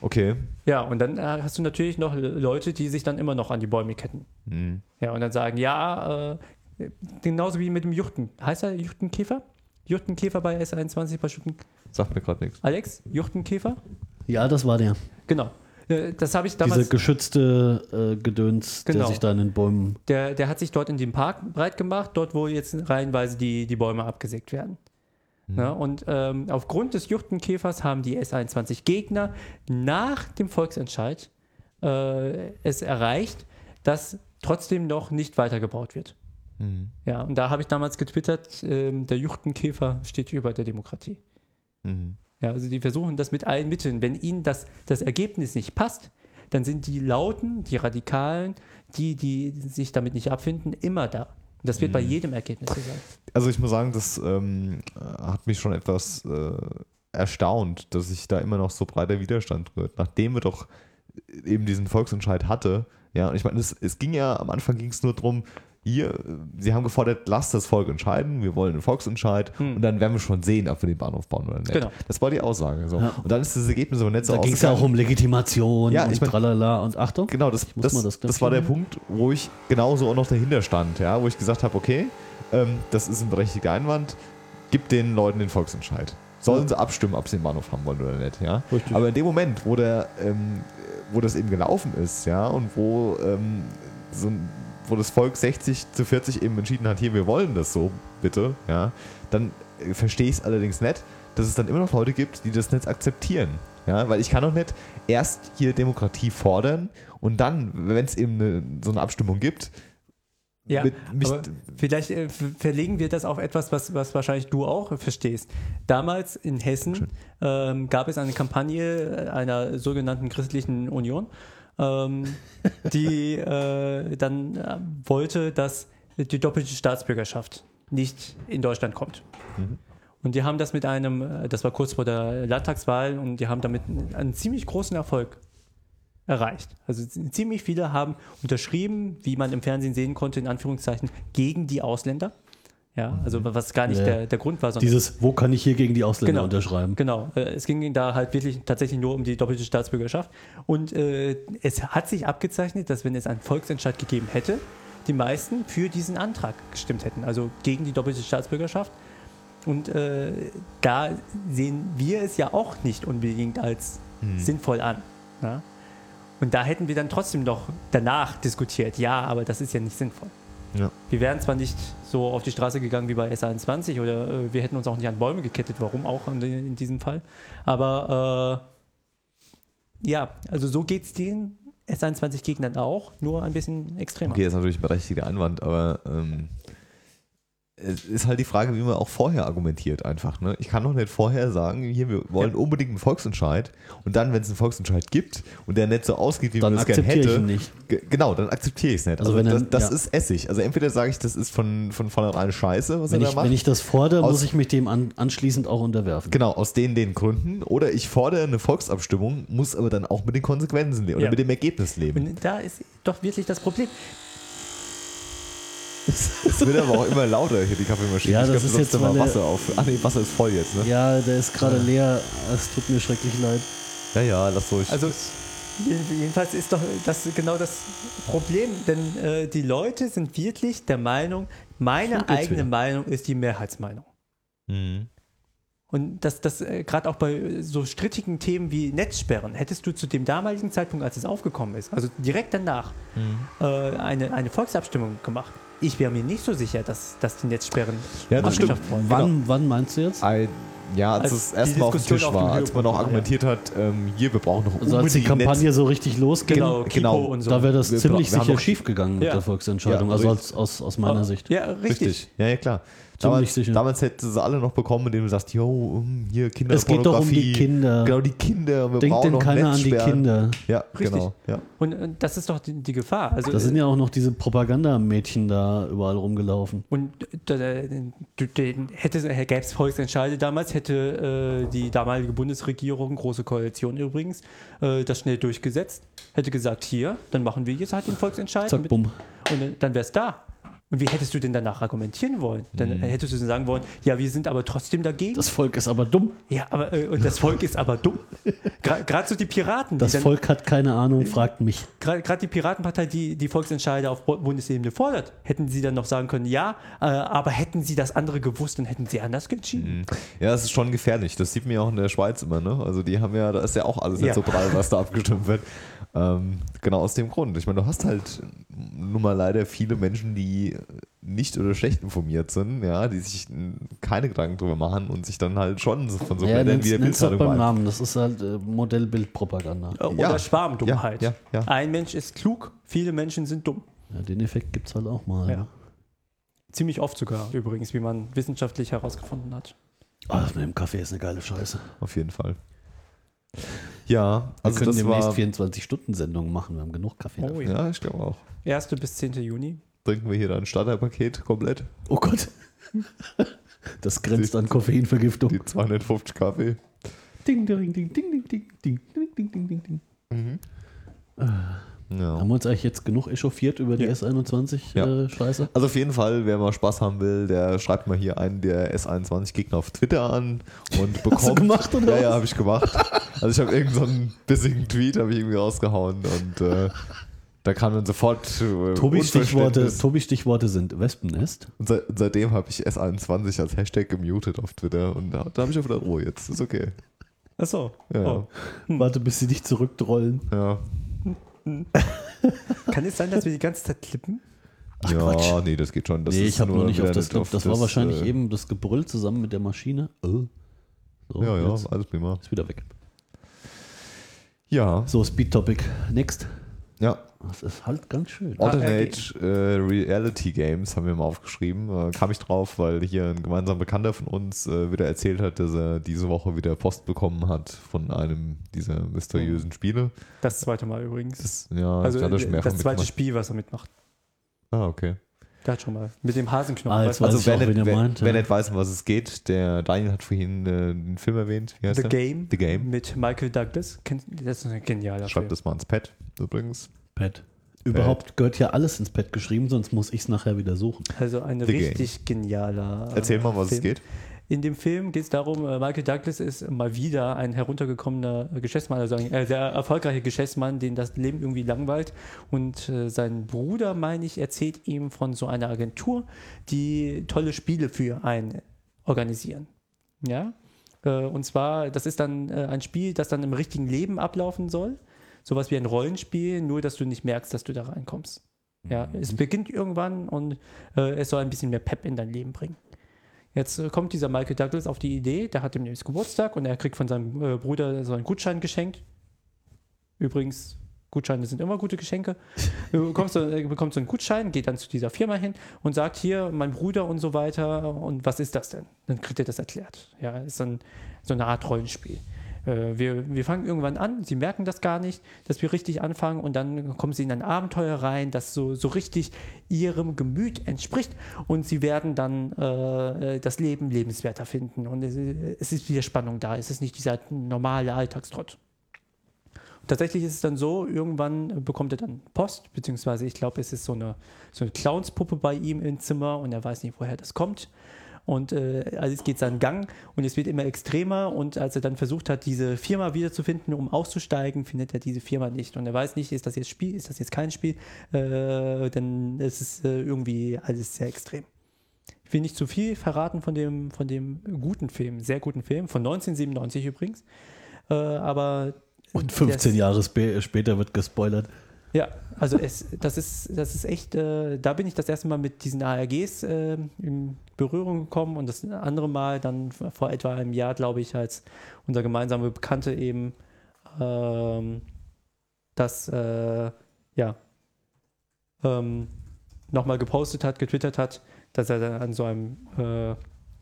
Speaker 4: Okay.
Speaker 3: Ja, und dann äh, hast du natürlich noch Leute, die sich dann immer noch an die Bäume ketten.
Speaker 4: Hm.
Speaker 3: Ja, und dann sagen, ja, äh, genauso wie mit dem Juchten. Heißt er Juchtenkäfer? Juchtenkäfer bei S21 bei Stücken.
Speaker 4: Sagt mir gerade nichts.
Speaker 3: Alex, Juchtenkäfer?
Speaker 2: Ja, das war der.
Speaker 3: Genau. Äh, Das habe ich
Speaker 2: Dieser
Speaker 3: damals.
Speaker 2: geschützte äh, Gedöns, der
Speaker 3: Genau.
Speaker 2: sich da in den Bäumen.
Speaker 3: Der, der hat sich dort in dem Park breit gemacht, dort wo jetzt reihenweise die, die Bäume abgesägt werden. Ja, und ähm, aufgrund des Juchtenkäfers haben die S21-Gegner nach dem Volksentscheid äh, es erreicht, dass trotzdem noch nicht weitergebaut wird.
Speaker 4: Mhm.
Speaker 3: Ja, und da habe ich damals getwittert, ähm, der Juchtenkäfer steht über der Demokratie.
Speaker 4: Mhm.
Speaker 3: Ja, also die versuchen das mit allen Mitteln. Wenn ihnen das, das Ergebnis nicht passt, dann sind die Lauten, die Radikalen, die, die sich damit nicht abfinden, immer da. Und das wird bei jedem Ergebnis so sein.
Speaker 4: Also ich muss sagen, das ähm, hat mich schon etwas äh, erstaunt, dass sich da immer noch so breiter Widerstand rührt, nachdem wir doch eben diesen Volksentscheid hatte. Ja, und ich meine, es, es ging ja, am Anfang ging es nur darum, ihr, äh, sie haben gefordert, lasst das Volk entscheiden, wir wollen einen Volksentscheid
Speaker 2: Hm.
Speaker 4: und dann werden wir schon sehen, ob wir den Bahnhof bauen oder nicht.
Speaker 3: Genau.
Speaker 4: Das war die Aussage. So. Und dann ist das Ergebnis aber nicht so
Speaker 2: Da ging es ja auch
Speaker 4: ausgegangen.
Speaker 2: um Legitimation
Speaker 4: Ja,
Speaker 2: und
Speaker 4: ich mein-
Speaker 2: tralala und Achtung.
Speaker 4: Genau, das,
Speaker 2: muss
Speaker 4: das,
Speaker 2: mal das
Speaker 4: das,
Speaker 2: gleich
Speaker 4: war der
Speaker 2: machen.
Speaker 4: Punkt, wo ich genauso auch noch dahinter stand, ja, wo ich gesagt habe, okay, ähm, das ist ein berechtigter Einwand, gib den Leuten den Volksentscheid. Sollen sie abstimmen, ob sie den Bahnhof haben wollen oder nicht, ja.
Speaker 2: Richtig.
Speaker 4: Aber in dem Moment, wo der, ähm, wo das eben gelaufen ist, ja, und wo ähm, so ein, wo das Volk 60 zu 40 eben entschieden hat, hier, wir wollen das so, bitte, ja, dann äh, verstehe ich es allerdings nicht, dass es dann immer noch Leute gibt, die das nicht akzeptieren. Ja, weil ich kann doch nicht erst hier Demokratie fordern und dann, wenn es eben eine, so eine Abstimmung gibt,
Speaker 3: Ja,
Speaker 4: mit, mich,
Speaker 3: aber vielleicht äh, ver- verlegen wir das auf etwas, was, was wahrscheinlich du auch verstehst. Damals in Hessen ähm, gab es eine Kampagne einer sogenannten christlichen Union, ähm, die äh, dann äh, wollte, dass die doppelte Staatsbürgerschaft nicht in Deutschland kommt. Und die haben das mit einem, äh, das war kurz vor der Landtagswahl, und die haben damit einen, einen ziemlich großen Erfolg erreicht. Also z- ziemlich viele haben unterschrieben, wie man im Fernsehen sehen konnte, in Anführungszeichen, gegen die Ausländer. Ja, also was gar nicht
Speaker 2: Ja.
Speaker 3: der, der Grund war, sondern
Speaker 2: Dieses, wo kann ich hier gegen die Ausländer
Speaker 3: Genau.
Speaker 2: unterschreiben?
Speaker 3: Genau, äh, es ging da halt wirklich tatsächlich nur um die doppelte Staatsbürgerschaft. Und äh, es hat sich abgezeichnet, dass wenn es einen Volksentscheid gegeben hätte, die meisten für diesen Antrag gestimmt hätten, also gegen die doppelte Staatsbürgerschaft. Und äh, da sehen wir es ja auch nicht unbedingt als sinnvoll an. Ja? Und da hätten wir dann trotzdem noch danach diskutiert, ja, aber das ist ja nicht sinnvoll.
Speaker 4: Ja.
Speaker 3: Wir wären zwar nicht so auf die Straße gegangen wie bei S21 oder äh, wir hätten uns auch nicht an Bäume gekettet, warum auch in, in diesem Fall. Aber äh, ja, also so geht es den S21-Gegnern auch, nur ein bisschen extremer.
Speaker 4: okay, ist natürlich ein berechtigter Einwand, aber ähm, es ist halt die Frage, wie man auch vorher argumentiert einfach. Ne? Ich kann doch nicht vorher sagen, hier, wir wollen unbedingt einen Volksentscheid und dann, wenn es einen Volksentscheid gibt und der nicht so ausgeht, wie
Speaker 2: Dann
Speaker 4: man das gerne
Speaker 2: akzeptiere ich
Speaker 4: hätte,
Speaker 2: ihn nicht.
Speaker 4: Ge- Genau, dann akzeptiere ich es nicht. Also,
Speaker 2: Also wenn
Speaker 4: das,
Speaker 2: dann-
Speaker 4: das
Speaker 2: ja.
Speaker 4: ist Essig. Also entweder sage ich, das ist von, von vornherein scheiße, was
Speaker 2: Wenn
Speaker 4: er
Speaker 2: ich,
Speaker 4: da macht.
Speaker 2: wenn ich das fordere,
Speaker 4: Aus-
Speaker 2: muss ich mich dem an, anschließend auch unterwerfen.
Speaker 4: genau, aus den, den Gründen. Oder ich fordere eine Volksabstimmung, muss aber dann auch mit den Konsequenzen leben oder
Speaker 3: Ja.
Speaker 4: mit dem Ergebnis leben.
Speaker 3: Und da ist doch wirklich das Problem.
Speaker 4: Es wird aber auch immer lauter hier, die Kaffeemaschine.
Speaker 2: Ja,
Speaker 4: Ich
Speaker 2: das
Speaker 4: glaub,
Speaker 2: ist
Speaker 4: du setzt
Speaker 2: jetzt
Speaker 4: da mal
Speaker 2: meine-
Speaker 4: Wasser auf. Ah nee, Wasser ist voll jetzt, ne?
Speaker 2: Ja, der ist gerade leer. Es tut mir schrecklich leid.
Speaker 4: Ja, ja, lass ruhig.
Speaker 3: Also jeden- jedenfalls ist doch das genau das Problem, denn äh, die Leute sind wirklich der Meinung, meine
Speaker 2: Stimmt jetzt
Speaker 3: eigene
Speaker 2: wieder.
Speaker 3: Meinung ist die Mehrheitsmeinung.
Speaker 4: Mhm.
Speaker 3: Und das, das äh, gerade auch bei äh, so strittigen Themen wie Netzsperren, hättest du zu dem damaligen Zeitpunkt, als es aufgekommen ist, also direkt danach, äh, eine, eine Volksabstimmung gemacht. Ich wäre mir nicht so sicher, dass, dass die Netzsperren
Speaker 4: Ja, das
Speaker 3: abgeschafft
Speaker 4: stimmt.
Speaker 3: wurden.
Speaker 2: Wann, wann meinst du jetzt?
Speaker 4: Genau. Ein- ja, als,
Speaker 3: Als
Speaker 4: es
Speaker 3: die
Speaker 4: erstmal auf dem
Speaker 3: Diskussion
Speaker 4: Tisch
Speaker 3: auf dem
Speaker 4: war, als man
Speaker 3: Höhepunkt war,
Speaker 4: auch argumentiert hat, ähm, hier, wir brauchen noch
Speaker 2: Also als die
Speaker 4: unbedingt
Speaker 2: Kampagne so richtig losging,
Speaker 3: Genau, Kipo
Speaker 4: genau,
Speaker 3: und so.
Speaker 2: da wäre das
Speaker 4: Wir
Speaker 2: ziemlich
Speaker 4: bra- wir haben
Speaker 2: sicher
Speaker 4: doch-
Speaker 2: schief gegangen mit
Speaker 3: Ja.
Speaker 2: der Volksentscheidung.
Speaker 4: Ja,
Speaker 2: also
Speaker 4: richtig.
Speaker 2: als, aus, aus meiner Sicht.
Speaker 3: Äh, ja, richtig.
Speaker 4: Ja, ja, klar. damals,
Speaker 2: sicher.
Speaker 4: damals hättest du sie alle noch bekommen, indem du sagst, yo, ähm, hier Kinder.
Speaker 2: Es geht doch um die Kinder.
Speaker 4: Genau, die Kinder. Wir
Speaker 2: Denkt
Speaker 4: brauchen
Speaker 2: denn
Speaker 4: noch
Speaker 2: keiner an die
Speaker 4: Netzsperren.
Speaker 2: Kinder?
Speaker 4: Ja,
Speaker 3: Richtig.
Speaker 4: genau. Ja.
Speaker 3: Und, und das ist doch die, die Gefahr. Also,
Speaker 2: Da sind ja auch noch diese Propagandamädchen da überall rumgelaufen.
Speaker 3: Und da, da, du- den hätte gäbe es Volksentscheide damals, hätte äh, die damalige Bundesregierung, große Koalition übrigens, äh, das schnell durchgesetzt, hätte gesagt, hier, dann machen wir jetzt halt den Volksentscheid.
Speaker 2: Zack,
Speaker 3: mit-
Speaker 2: bumm.
Speaker 3: Und dann, dann wäre es da. Und wie hättest du denn danach argumentieren wollen? Dann hättest du dann sagen wollen, ja, wir sind aber trotzdem dagegen.
Speaker 2: Mhm. Das Volk ist aber dumm.
Speaker 3: ja, aber äh, und das Volk ist aber dumm. Gerade so die Piraten.
Speaker 2: Das
Speaker 3: die dann-
Speaker 2: Volk hat keine Ahnung, fragt mich.
Speaker 3: gerade die Piratenpartei, die die Volksentscheide auf Bo- Bundesebene fordert, hätten sie dann noch sagen können, ja, äh, aber hätten sie das andere gewusst, dann hätten sie anders
Speaker 4: Mhm.
Speaker 3: entschieden.
Speaker 4: ja, es ist schon gefährlich. Das sieht man ja auch in der Schweiz immer. Ne? Also die haben ja, da ist ja auch alles
Speaker 3: Ja.
Speaker 4: nicht so prall, was da abgestimmt wird. Ähm, genau aus dem Grund. Ich meine, du hast halt nun mal leider viele Menschen, die nicht oder schlecht informiert sind, ja, die sich mm, keine Gedanken drüber machen und sich dann halt schon von so
Speaker 2: Ja,
Speaker 4: Blättern
Speaker 2: nenn's,
Speaker 4: wie der
Speaker 2: nenn's doch
Speaker 4: Bildzeitung
Speaker 2: beim
Speaker 4: beeinflussen.
Speaker 2: Namen. Das ist halt äh, Modellbildpropaganda.
Speaker 3: Äh, Oder
Speaker 4: Ja.
Speaker 3: Schwarmdummheit.
Speaker 4: Ja,
Speaker 2: Ah.
Speaker 4: ja, ja.
Speaker 3: Ein Mensch ist klug, viele Menschen sind dumm.
Speaker 2: Ja, den Effekt gibt es halt auch mal.
Speaker 3: Ja.
Speaker 2: ne?
Speaker 3: Ziemlich oft sogar übrigens, wie man wissenschaftlich herausgefunden hat.
Speaker 2: Ah, das mit dem Kaffee ist eine geile Scheiße. Wir
Speaker 4: Auf jeden Fall. Ja, also
Speaker 2: können
Speaker 4: das
Speaker 2: demnächst
Speaker 4: war. Oh.
Speaker 2: 24-Stunden-Sendungen machen. Wir haben genug Kaffee. dafür.
Speaker 4: Ja, ich glaube auch.
Speaker 3: 1. Oh, bis 10. Juni.
Speaker 4: Trinken wir hier dann Starterpaket komplett.
Speaker 2: Oh Gott. Das grenzt an Koffeinvergiftung.
Speaker 4: Die 250 Kaffee.
Speaker 2: Ding, ding, ding, ding, ding, ding, ding, ding, ding, ding, ding, ding.
Speaker 4: Ja.
Speaker 2: Haben wir uns eigentlich jetzt genug echauffiert über die S21-Scheiße?
Speaker 4: Ja.
Speaker 2: Äh, Scheiße?
Speaker 4: Also auf jeden Fall, wer mal Spaß haben will, der schreibt mal hier einen der S21-Gegner auf Twitter an und bekommt.
Speaker 2: gemacht, oder
Speaker 4: Ja, ja,
Speaker 2: was?
Speaker 4: habe ich gemacht. Also ich habe irgendeinen so einen bissigen Tweet habe ich irgendwie rausgehauen und äh, da kam dann sofort. Äh,
Speaker 2: Tobi Stichworte,
Speaker 4: Unverständnis.
Speaker 2: Tobi Stichworte sind Wespennest.
Speaker 4: Und se seitdem habe ich S21 als Hashtag gemutet auf Twitter und da, da habe ich auch wieder Ruhe jetzt. Ist okay.
Speaker 3: Achso.
Speaker 4: Ja.
Speaker 3: Oh.
Speaker 4: Hm.
Speaker 2: Warte, bis sie dich zurücktrollen.
Speaker 4: Ja.
Speaker 3: Kann es sein, dass wir die ganze Zeit klippen?
Speaker 4: ja, nee, das geht schon. Das
Speaker 2: nee,
Speaker 4: ist
Speaker 2: ich habe
Speaker 4: nur
Speaker 2: noch nicht auf
Speaker 4: wieder
Speaker 2: das Clip. Das war wahrscheinlich
Speaker 4: äh,
Speaker 2: eben das Gebrüll zusammen mit der Maschine. Oh. So,
Speaker 4: Ja, ja,
Speaker 2: jetzt
Speaker 4: alles prima.
Speaker 2: Ist wieder weg.
Speaker 4: Ja,
Speaker 2: So, Speed Topic. Next.
Speaker 4: ja.
Speaker 2: Das ist halt ganz schön.
Speaker 4: Alternate äh, Reality Games haben wir mal aufgeschrieben. Äh, kam ich drauf, weil hier ein gemeinsamer Bekannter von uns äh, wieder erzählt hat, dass er diese Woche wieder Post bekommen hat von einem dieser mysteriösen Spiele.
Speaker 3: Das zweite Mal übrigens.
Speaker 4: Das, ja,
Speaker 3: also
Speaker 4: das hat er schon
Speaker 3: äh,
Speaker 4: mehrfach
Speaker 3: das zweite
Speaker 4: mitgemacht.
Speaker 3: Spiel, was er mitmacht.
Speaker 4: Ah, okay.
Speaker 3: Da hat schon mal. Mit dem Hasenknopf.
Speaker 2: Ah, jetzt
Speaker 3: weißt du,
Speaker 2: weiß
Speaker 4: Also
Speaker 2: ich
Speaker 4: wer,
Speaker 2: auch,
Speaker 4: nicht,
Speaker 2: wen ihr
Speaker 4: wer,
Speaker 2: meint,
Speaker 4: wer
Speaker 2: ja.
Speaker 4: nicht weiß, um was es geht, der Daniel hat vorhin äh, den Film erwähnt. Wie heißt
Speaker 3: The
Speaker 4: der?
Speaker 3: Game.
Speaker 4: The Game.
Speaker 3: Mit Michael Douglas. Kennt- Das ist ein genialer
Speaker 4: Schreibt
Speaker 3: Film.
Speaker 4: das mal ins Pad übrigens.
Speaker 2: Pad. Überhaupt gehört ja alles ins Pad geschrieben, sonst muss ich es nachher wieder suchen.
Speaker 3: Also ein
Speaker 4: The Game.
Speaker 3: richtig genialer. äh,
Speaker 4: Erzähl mal, um was
Speaker 3: Film.
Speaker 4: es geht.
Speaker 3: In dem Film geht es darum, äh, Michael Douglas ist mal wieder ein heruntergekommener Geschäftsmann, also ein äh, sehr erfolgreicher Geschäftsmann, den das Leben irgendwie langweilt. Und äh, sein Bruder, meine ich, erzählt ihm von so einer Agentur, die tolle Spiele für einen organisieren. Ja? Äh, Und zwar, das ist dann äh, ein Spiel, das dann im richtigen Leben ablaufen soll. Sowas wie ein Rollenspiel, nur dass du nicht merkst, dass du da reinkommst. Ja, es beginnt irgendwann und äh, es soll ein bisschen mehr Pep in dein Leben bringen. Jetzt äh, kommt dieser Michael Douglas auf die Idee, der hat demnächst Geburtstag und er kriegt von seinem äh, Bruder so einen Gutschein geschenkt. Übrigens, Gutscheine sind immer gute Geschenke. Du bekommst, so- äh, bekommst so einen Gutschein, geht dann zu dieser Firma hin und sagt hier, mein Bruder und so weiter und was ist das denn? Dann kriegt er das erklärt. Ja, ist dann so eine Art Rollenspiel. Äh, Wir, wir fangen irgendwann an, sie merken das gar nicht, dass wir richtig anfangen und dann kommen sie in ein Abenteuer rein, das so, so richtig ihrem Gemüt entspricht und sie werden dann äh, äh, das Leben lebenswerter finden und es, es ist wieder Spannung da, es ist nicht dieser normale Alltagstrott. Tatsächlich ist es dann so, irgendwann bekommt er dann Post, beziehungsweise ich glaube, es ist so eine, so eine Clownspuppe bei ihm im Zimmer und er weiß nicht, woher das kommt. Und äh, also es geht seinen Gang und es wird immer extremer und als er dann versucht hat, diese Firma wiederzufinden, um auszusteigen, findet er diese Firma nicht. Und er weiß nicht, ist das jetzt Spiel, ist das jetzt kein Spiel, äh, denn es ist äh, irgendwie alles sehr extrem. Ich will nicht zu viel verraten von dem, von dem guten Film, sehr guten Film, von 1997 übrigens. Äh, aber
Speaker 2: Und 15
Speaker 3: Yes.
Speaker 2: Jahre spä- später wird gespoilert.
Speaker 3: ja, also es, das ist, das ist echt, äh, da bin ich das erste Mal mit diesen ARGs äh, in Berührung gekommen und das andere Mal dann vor etwa einem Jahr, glaube ich, als unser gemeinsamer Bekannte eben ähm, das, äh, ja, ähm, nochmal gepostet hat, getwittert hat, dass er dann an so einem, äh,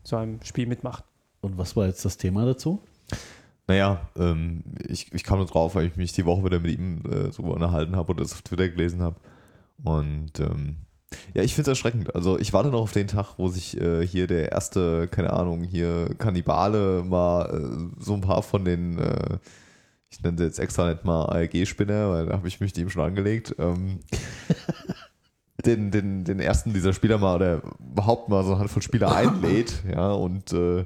Speaker 3: so einem Spiel mitmacht.
Speaker 2: Und was war jetzt das Thema dazu?
Speaker 4: Naja, ähm, ich, ich kam nur drauf, weil ich mich die Woche wieder mit ihm äh, so unterhalten habe oder das auf Twitter gelesen habe. Und ähm, ja, ich finde es erschreckend. Also ich warte noch auf den Tag, wo sich äh, hier der erste, keine Ahnung, hier Kannibale mal äh, so ein paar von den, äh, ich nenne sie jetzt extra nicht mal ALG-Spinner, weil da habe ich mich mit ihm schon angelegt, ähm, den, den, den ersten dieser Spieler mal oder überhaupt mal so eine Handvoll Spieler einlädt, ja, und äh,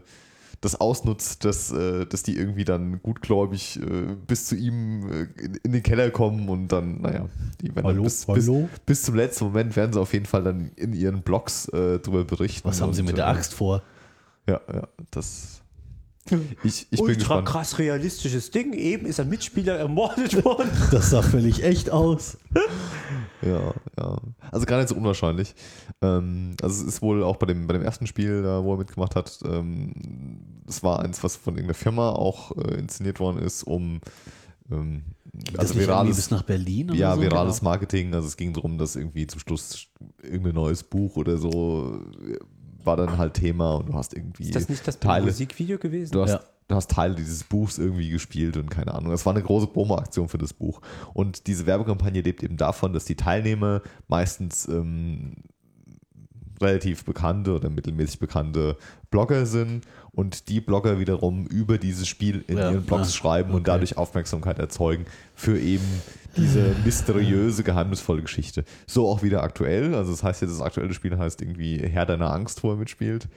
Speaker 4: das ausnutzt, dass, äh, dass die irgendwie dann gutgläubig äh, bis zu ihm äh, in, in den Keller kommen und dann, naja, die werden
Speaker 2: Hallo,
Speaker 4: dann bis,
Speaker 2: hallo?
Speaker 4: Bis, bis zum letzten Moment werden sie auf jeden Fall dann in ihren Blogs äh, drüber berichten.
Speaker 2: Was haben sie
Speaker 4: Und,
Speaker 2: mit der
Speaker 4: äh,
Speaker 2: Axt vor?
Speaker 4: Ja, ja, das. Ich, ich bin
Speaker 3: Ultra
Speaker 4: gespannt.
Speaker 3: krass realistisches Ding, eben ist ein Mitspieler ermordet worden.
Speaker 2: Das sah völlig echt aus.
Speaker 4: Ja, ja. Also gar nicht so unwahrscheinlich. Ähm, also es ist wohl auch bei dem, bei dem ersten Spiel, da, wo er mitgemacht hat, ähm, es war eins, was von irgendeiner Firma auch äh, inszeniert worden ist, um ähm,
Speaker 2: Das
Speaker 4: also
Speaker 2: nicht irgendwie
Speaker 4: virales,
Speaker 2: bis nach Berlin oder
Speaker 4: ja,
Speaker 2: so? genau.
Speaker 4: virales Marketing. Also es ging darum, dass irgendwie zum Schluss irgendein neues Buch oder so äh, war dann halt Thema und du hast irgendwie
Speaker 3: Ist das nicht das
Speaker 4: Teile.
Speaker 3: Musikvideo gewesen?
Speaker 4: Du hast,
Speaker 2: Ja.
Speaker 4: du hast Teile dieses Buchs irgendwie gespielt und keine Ahnung. Das war eine große Promo-Aktion für das Buch. Und diese Werbekampagne lebt eben davon, dass die Teilnehmer meistens ähm, relativ bekannte oder mittelmäßig bekannte Blogger sind und die Blogger wiederum über dieses Spiel in
Speaker 2: Ja,
Speaker 4: ihren Blogs
Speaker 2: ah,
Speaker 4: schreiben und dadurch Aufmerksamkeit erzeugen für eben diese mysteriöse, geheimnisvolle Geschichte. So auch wieder aktuell. Also das heißt jetzt, das aktuelle Spiel heißt irgendwie Herr deiner Angst, wo er mitspielt.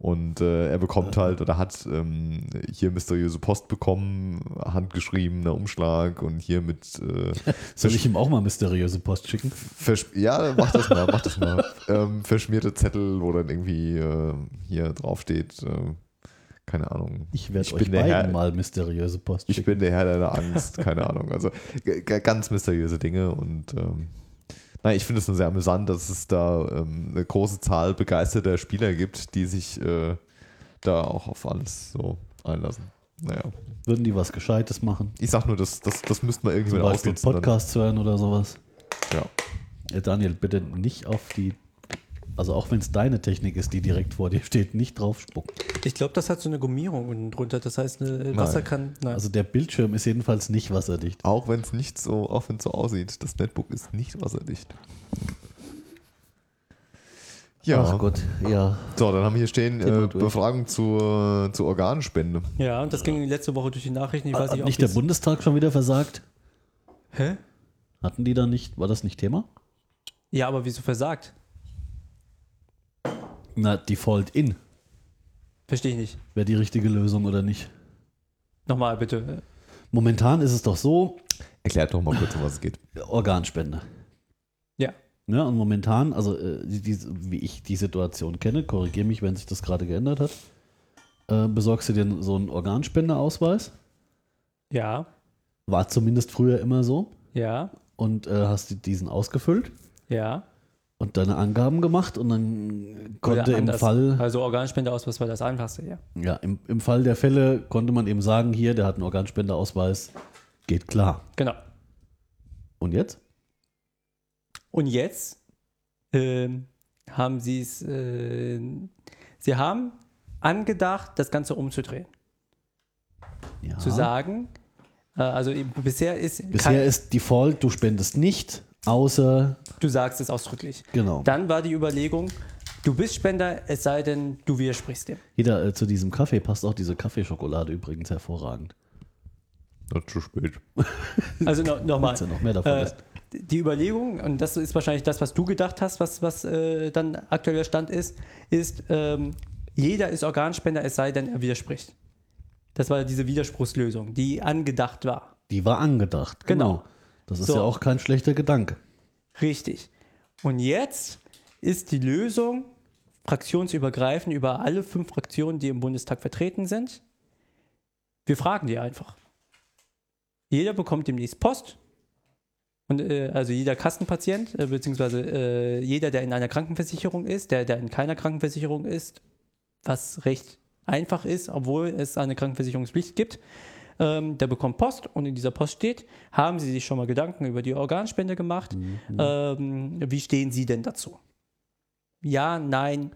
Speaker 4: Und äh, er bekommt halt oder hat ähm, hier mysteriöse Post bekommen, handgeschriebener Umschlag und hier mit äh,
Speaker 2: Soll ich ihm auch mal mysteriöse Post schicken?
Speaker 4: Versch ja, mach das mal, mach das mal. ähm, verschmierte Zettel, wo dann irgendwie äh, hier draufsteht, äh, keine Ahnung.
Speaker 2: Ich werde
Speaker 4: bin
Speaker 2: euch
Speaker 4: der
Speaker 2: beiden
Speaker 4: Herr-
Speaker 2: mal mysteriöse Post
Speaker 4: Ich
Speaker 2: schicken.
Speaker 4: bin der Herr deiner Angst, keine Ahnung. Also g- g- ganz mysteriöse Dinge und ähm, nein, ich finde es nur sehr amüsant, dass es da ähm, eine große Zahl begeisterter Spieler gibt, die sich äh, da auch auf alles so einlassen. Naja,
Speaker 2: Würden die was Gescheites machen?
Speaker 4: ich sag nur, das, das, das müsste man
Speaker 2: Zum
Speaker 4: irgendwann
Speaker 2: Beispiel
Speaker 4: ausnutzen. dann.
Speaker 2: Podcasts hören oder sowas.
Speaker 4: Ja.
Speaker 2: Ja, Daniel, bitte nicht auf die, also auch wenn es deine Technik ist, die direkt vor dir steht, nicht drauf spucken.
Speaker 3: Ich glaube, das hat so eine Gummierung unten drunter. Das heißt, eine äh, Wasser kann. Nein.
Speaker 2: Also der Bildschirm ist jedenfalls nicht wasserdicht.
Speaker 4: Auch wenn es nicht so, auch wenn es so aussieht, das Netbook ist nicht wasserdicht. Ja,
Speaker 2: Ach Gott, ja.
Speaker 4: so, dann haben wir hier stehen äh,
Speaker 2: Thema durch.
Speaker 4: Befragung zur, zur Organspende.
Speaker 3: ja, und das ging letzte Woche durch die Nachrichten. Ich weiß
Speaker 2: Hat
Speaker 3: nicht, ob
Speaker 2: nicht der
Speaker 3: jetzt-
Speaker 2: Bundestag schon wieder versagt?
Speaker 3: Hä?
Speaker 2: Hatten die da nicht, war das nicht Thema?
Speaker 3: Ja, aber wieso versagt?
Speaker 2: Na, Default in.
Speaker 3: Verstehe ich nicht.
Speaker 2: Wäre die richtige Lösung oder nicht?
Speaker 3: Nochmal bitte.
Speaker 2: Momentan ist es doch so,
Speaker 4: Erklärt doch mal kurz, um was es geht.
Speaker 2: Organspende.
Speaker 3: Ja.
Speaker 2: Ja, und momentan, also äh, die, die, wie ich die Situation kenne, korrigiere mich, wenn sich das gerade geändert hat, äh, besorgst du dir so einen Organspendeausweis.
Speaker 3: Ja.
Speaker 2: War zumindest früher immer so.
Speaker 3: Ja.
Speaker 2: Und äh, hast du diesen ausgefüllt
Speaker 3: Ja.
Speaker 2: und deine Angaben gemacht und dann konnte
Speaker 3: Oder
Speaker 2: im
Speaker 3: anders.
Speaker 2: Fall,
Speaker 3: Also Organspendeausweis war das einfachste, ja.
Speaker 2: ja, im, im Fall der Fälle konnte man eben sagen, hier, der hat einen Organspendeausweis, geht klar.
Speaker 3: Genau.
Speaker 2: Und jetzt?
Speaker 3: Und jetzt ähm, haben sie es, äh, sie haben angedacht, das Ganze umzudrehen.
Speaker 2: Ja.
Speaker 3: Zu sagen, äh, also eben bisher ist, kein,
Speaker 2: Bisher ist Default, du spendest nicht, außer,
Speaker 3: du sagst es ausdrücklich.
Speaker 2: genau.
Speaker 3: Dann war die Überlegung, du bist Spender, es sei denn, du widersprichst dem.
Speaker 2: Jeder äh, zu diesem Kaffee passt auch diese Kaffeeschokolade übrigens hervorragend.
Speaker 4: Not zu spät.
Speaker 3: Also no, nochmal.
Speaker 2: Falls ihr noch mehr davon
Speaker 3: Äh,
Speaker 2: wisst.
Speaker 3: die Überlegung, und das ist wahrscheinlich das, was du gedacht hast, was, was äh, dann aktueller Stand ist, ist, ähm, jeder ist Organspender, es sei denn, er widerspricht. Das war diese Widerspruchslösung, die angedacht war.
Speaker 2: Die war angedacht. Genau. Das ist
Speaker 3: So.
Speaker 2: ja auch kein schlechter Gedanke.
Speaker 3: Richtig. Und jetzt ist die Lösung fraktionsübergreifend über alle fünf Fraktionen, die im Bundestag vertreten sind. Wir fragen die einfach. Jeder bekommt demnächst Post. Und, äh, also jeder Kassenpatient, äh, beziehungsweise äh, jeder, der in einer Krankenversicherung ist, der, der in keiner Krankenversicherung ist, was recht einfach ist, obwohl es eine Krankenversicherungspflicht gibt, ähm, der bekommt Post und in dieser Post steht, haben Sie sich schon mal Gedanken über die Organspende gemacht?
Speaker 2: Mhm.
Speaker 3: Ähm, wie stehen Sie denn dazu? Ja, nein,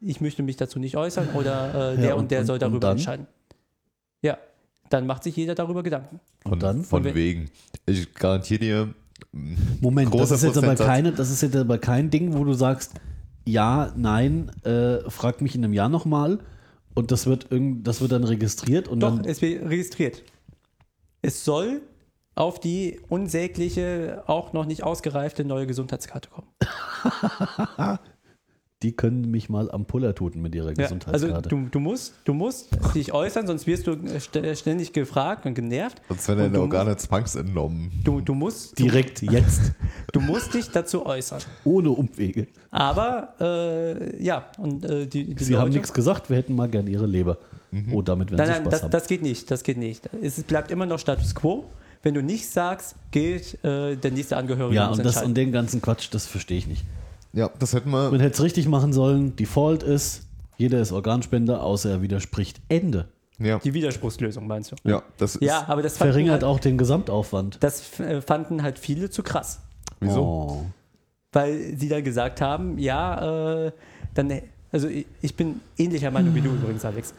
Speaker 3: ich möchte mich dazu nicht äußern oder äh, der
Speaker 2: Ja,
Speaker 3: und,
Speaker 2: und-
Speaker 3: der
Speaker 2: und-
Speaker 3: soll
Speaker 2: und
Speaker 3: darüber
Speaker 2: dann?
Speaker 3: entscheiden. Ja, dann macht sich jeder darüber Gedanken.
Speaker 2: Und dann?
Speaker 4: Von
Speaker 3: Von we-
Speaker 4: wegen. Ich garantiere dir. mm,
Speaker 2: Moment, das
Speaker 4: großer
Speaker 2: ist, jetzt aber
Speaker 4: Prozentsatz.
Speaker 2: keine, das ist jetzt aber kein Ding, wo du sagst, ja, nein, äh, frag mich in einem Jahr nochmal und das wird, irgend, das wird dann registriert und
Speaker 3: Doch,
Speaker 2: dann.
Speaker 3: es wird registriert. Es soll auf die unsägliche, auch noch nicht ausgereifte neue Gesundheitskarte kommen.
Speaker 2: Die können mich mal am Puller tuten mit ihrer
Speaker 3: Ja, also
Speaker 2: Gesundheitskarte.
Speaker 3: du, du, musst, du musst dich äußern, sonst wirst du äh, st- ständig gefragt und genervt.
Speaker 4: Sonst werden
Speaker 3: Und
Speaker 4: deine
Speaker 3: du
Speaker 4: Organe zwangsentnommen.
Speaker 3: Du, du, musst, du,
Speaker 2: Direkt jetzt,
Speaker 3: du musst dich dazu äußern.
Speaker 2: ohne Umwege.
Speaker 3: Aber äh, ja, und äh, die, die
Speaker 2: Sie haben
Speaker 3: Leute- Mhm.
Speaker 2: nichts gesagt, wir hätten mal gern ihre Leber. Oh, damit werden
Speaker 3: Nein,
Speaker 2: sie
Speaker 3: nein,
Speaker 2: Spaß
Speaker 3: das,
Speaker 2: haben.
Speaker 3: das geht nicht. Das geht nicht. Es ist- bleibt immer noch Status quo. Wenn du nicht sagst, gilt äh, der nächste Angehörige.
Speaker 2: ja,
Speaker 3: muss
Speaker 2: und, das,
Speaker 3: entscheiden.
Speaker 2: und den ganzen Quatsch, das verstehe ich nicht.
Speaker 4: Ja, das hätten wir.
Speaker 2: Man hätte es richtig machen sollen. Default ist, jeder ist Organspender, außer er widerspricht. Ende.
Speaker 4: Ja,
Speaker 3: die Widerspruchslösung meinst du?
Speaker 4: ja das ist.
Speaker 3: Ja, aber das fanden
Speaker 2: Verringert
Speaker 3: halt,
Speaker 2: auch den Gesamtaufwand.
Speaker 3: Das f- äh, fanden halt viele zu krass.
Speaker 4: Wieso?
Speaker 2: Oh.
Speaker 3: weil sie dann gesagt haben, ja, äh, dann, also ich- ich bin ähnlicher Meinung wie du
Speaker 2: Mhm.
Speaker 3: übrigens, Alex.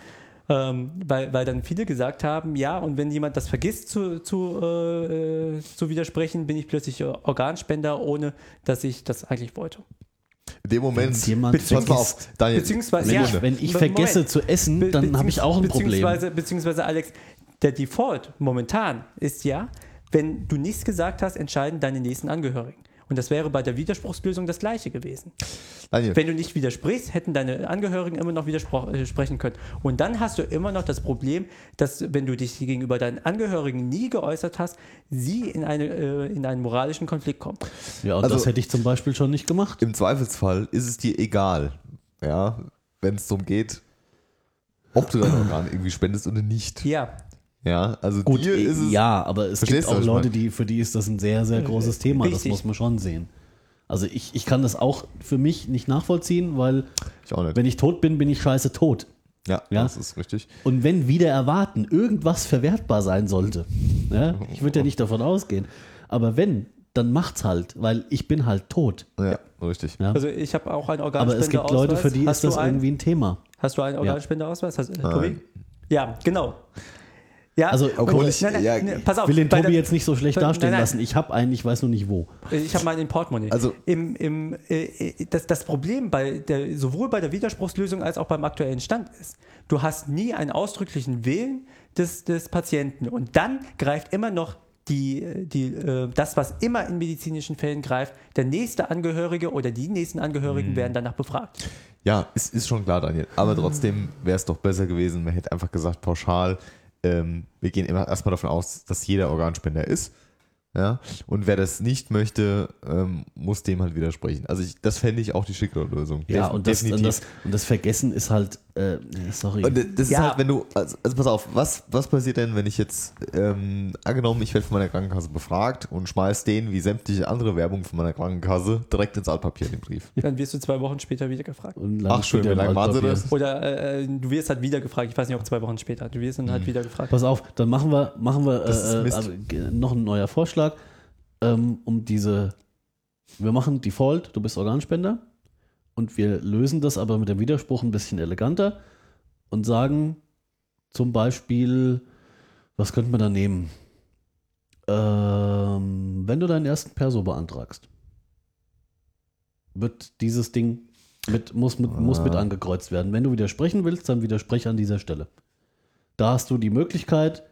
Speaker 3: Ähm, weil, weil dann viele gesagt haben, ja, und wenn jemand das vergisst zu, zu, äh, äh, zu widersprechen, bin ich plötzlich äh, Organspender, ohne dass ich das eigentlich wollte.
Speaker 4: In dem Moment.
Speaker 2: Wenn's jemand
Speaker 4: pass mal auf,
Speaker 2: vergisst.
Speaker 4: Daniel.
Speaker 3: Beziehungsweise,
Speaker 2: Wenn,
Speaker 3: ja,
Speaker 2: ich, wenn ich
Speaker 3: Moment.
Speaker 2: vergesse zu essen, Hm, dann
Speaker 3: Beziehungs-
Speaker 2: habe ich auch ein Problem.
Speaker 3: Beziehungsweise, beziehungsweise, Alex, der Default momentan ist ja, wenn du nichts gesagt hast, entscheiden deine nächsten Angehörigen. Und das wäre bei der Widerspruchslösung das gleiche gewesen.
Speaker 4: Daniel.
Speaker 3: Wenn du nicht widersprichst, hätten deine Angehörigen immer noch widersprechen äh, sprechen können. Und dann hast du immer noch das Problem, dass wenn du dich gegenüber deinen Angehörigen nie geäußert hast, sie in, eine, äh, in einen moralischen Konflikt kommen.
Speaker 2: Ja, und
Speaker 4: Also-
Speaker 2: das hätte ich zum Beispiel schon nicht gemacht.
Speaker 4: im Zweifelsfall ist es dir egal, ja, wenn es darum geht, ob du dein Organ irgendwie spendest oder nicht.
Speaker 3: Ja,
Speaker 4: Ja, also
Speaker 2: Gut, eh,
Speaker 4: dir ist es.
Speaker 2: ja, aber es gibt
Speaker 4: Verstehst du,
Speaker 2: auch
Speaker 4: was ich
Speaker 2: Leute,
Speaker 4: meine?
Speaker 2: die, für die ist das ein sehr, sehr großes Thema. Das
Speaker 3: richtig.
Speaker 2: muss man schon sehen. Also ich, ich kann das auch für mich nicht nachvollziehen, weil
Speaker 4: Ich auch nicht.
Speaker 2: wenn ich tot bin, bin ich scheiße tot.
Speaker 4: ja,
Speaker 2: Ja.
Speaker 4: das ist richtig.
Speaker 2: Und wenn wieder erwarten, irgendwas verwertbar sein sollte, ja, ich würde ja nicht davon ausgehen, aber wenn, dann macht's halt, weil ich bin halt tot.
Speaker 4: Ja, richtig.
Speaker 2: Ja.
Speaker 3: also ich habe auch einen
Speaker 2: Aber es gibt Leute, für die
Speaker 3: Hast
Speaker 2: ist
Speaker 3: du
Speaker 2: das
Speaker 3: einen?
Speaker 2: irgendwie ein Thema.
Speaker 3: Hast du einen Organspendeausweis? Hast, äh, Tobi? Ja, genau. Ja,
Speaker 2: Also,
Speaker 4: obwohl ich-
Speaker 3: nein, nein,
Speaker 4: ja,
Speaker 3: nein, pass auf.
Speaker 2: Ich will den
Speaker 3: bei
Speaker 2: Tobi
Speaker 3: der-
Speaker 2: jetzt nicht so schlecht
Speaker 3: bei-
Speaker 2: dastehen
Speaker 3: nein, nein.
Speaker 2: lassen. Ich habe einen, ich weiß nur nicht wo.
Speaker 3: Äh, Ich habe meinen im Portemonnaie.
Speaker 4: Also-
Speaker 3: Im, im, äh, das, das Problem bei der, sowohl bei der Widerspruchslösung als auch beim aktuellen Stand ist, du hast nie einen ausdrücklichen Willen des, des Patienten. Und dann greift immer noch die, die, äh, das, was immer in medizinischen Fällen greift, der nächste Angehörige oder die nächsten Angehörigen
Speaker 2: Mhm.
Speaker 3: werden danach befragt.
Speaker 4: Ja, es ist schon klar, Daniel. Aber trotzdem wäre es doch besser gewesen, man hätte einfach gesagt, pauschal, ähm, wir gehen immer erstmal davon aus, dass jeder Organspender ist. Ja, und wer das nicht möchte, ähm, muss dem halt widersprechen. Also ich, das fände ich auch die schickere Lösung.
Speaker 2: Ja,
Speaker 4: Def-
Speaker 2: und das, und, das, und das Vergessen ist halt, äh, sorry.
Speaker 4: Und das ist
Speaker 3: Ja.
Speaker 4: halt, wenn du, also, also pass auf, was, was passiert denn, wenn ich jetzt, ähm, angenommen, ich werde von meiner Krankenkasse befragt und schmeiß den, wie sämtliche andere Werbung von meiner Krankenkasse, direkt ins Altpapier, den Brief.
Speaker 3: Dann wirst du zwei Wochen später wieder gefragt.
Speaker 2: Und landet
Speaker 4: Ach schön,
Speaker 2: wieder
Speaker 4: wie
Speaker 2: im
Speaker 4: lange waren sie
Speaker 2: Altpapier.
Speaker 4: das?
Speaker 3: Oder äh, du wirst halt wieder gefragt. Ich weiß nicht, ob zwei Wochen später. Du wirst dann
Speaker 2: Mhm.
Speaker 3: halt wieder gefragt.
Speaker 2: Pass auf, dann machen wir, machen wir
Speaker 4: Das ist
Speaker 2: äh, äh,
Speaker 4: Mist.
Speaker 2: also, ge- noch ein neuer Vorschlag, ähm, um diese. Wir machen Default, du bist Organspender und wir lösen das aber mit dem Widerspruch ein bisschen eleganter und sagen zum Beispiel, was könnte man da nehmen? Ähm, wenn du deinen ersten Perso beantragst, wird dieses Ding mit, muss, mit, muss mit
Speaker 4: Ah.
Speaker 2: angekreuzt werden. Wenn du widersprechen willst, dann widersprech an dieser Stelle. Da hast du die Möglichkeit,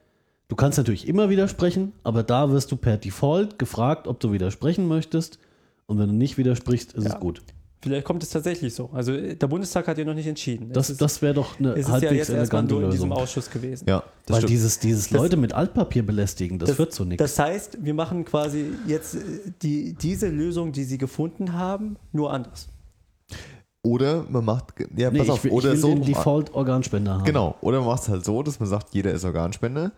Speaker 2: du kannst natürlich immer widersprechen, aber da wirst du per Default gefragt, ob du widersprechen möchtest. Und wenn du nicht widersprichst, ist
Speaker 3: Ja.
Speaker 2: es gut.
Speaker 3: Vielleicht kommt es tatsächlich so. Also äh, der Bundestag hat ja noch nicht entschieden.
Speaker 2: Das,
Speaker 3: es ist,
Speaker 2: das wäre doch eine
Speaker 3: es ist ja
Speaker 2: halbwegs
Speaker 3: jetzt erstmal
Speaker 2: elegante
Speaker 3: nur in diesem
Speaker 2: Lösung.
Speaker 3: Ausschuss gewesen.
Speaker 4: Ja, das
Speaker 2: Weil
Speaker 4: stimmt.
Speaker 2: dieses, dieses Leute mit Altpapier belästigen, das, führt zu nichts.
Speaker 3: Das heißt, wir machen quasi jetzt äh, die, diese Lösung, die sie gefunden haben, nur anders.
Speaker 4: Oder man macht, ja,
Speaker 2: Nee,
Speaker 4: pass
Speaker 2: ich
Speaker 4: auf,
Speaker 2: will,
Speaker 4: oder
Speaker 2: ich will
Speaker 4: so.
Speaker 2: den
Speaker 4: rum.
Speaker 2: Default-Organspender haben.
Speaker 4: Genau, oder man macht es halt so, dass man sagt, jeder ist Organspender,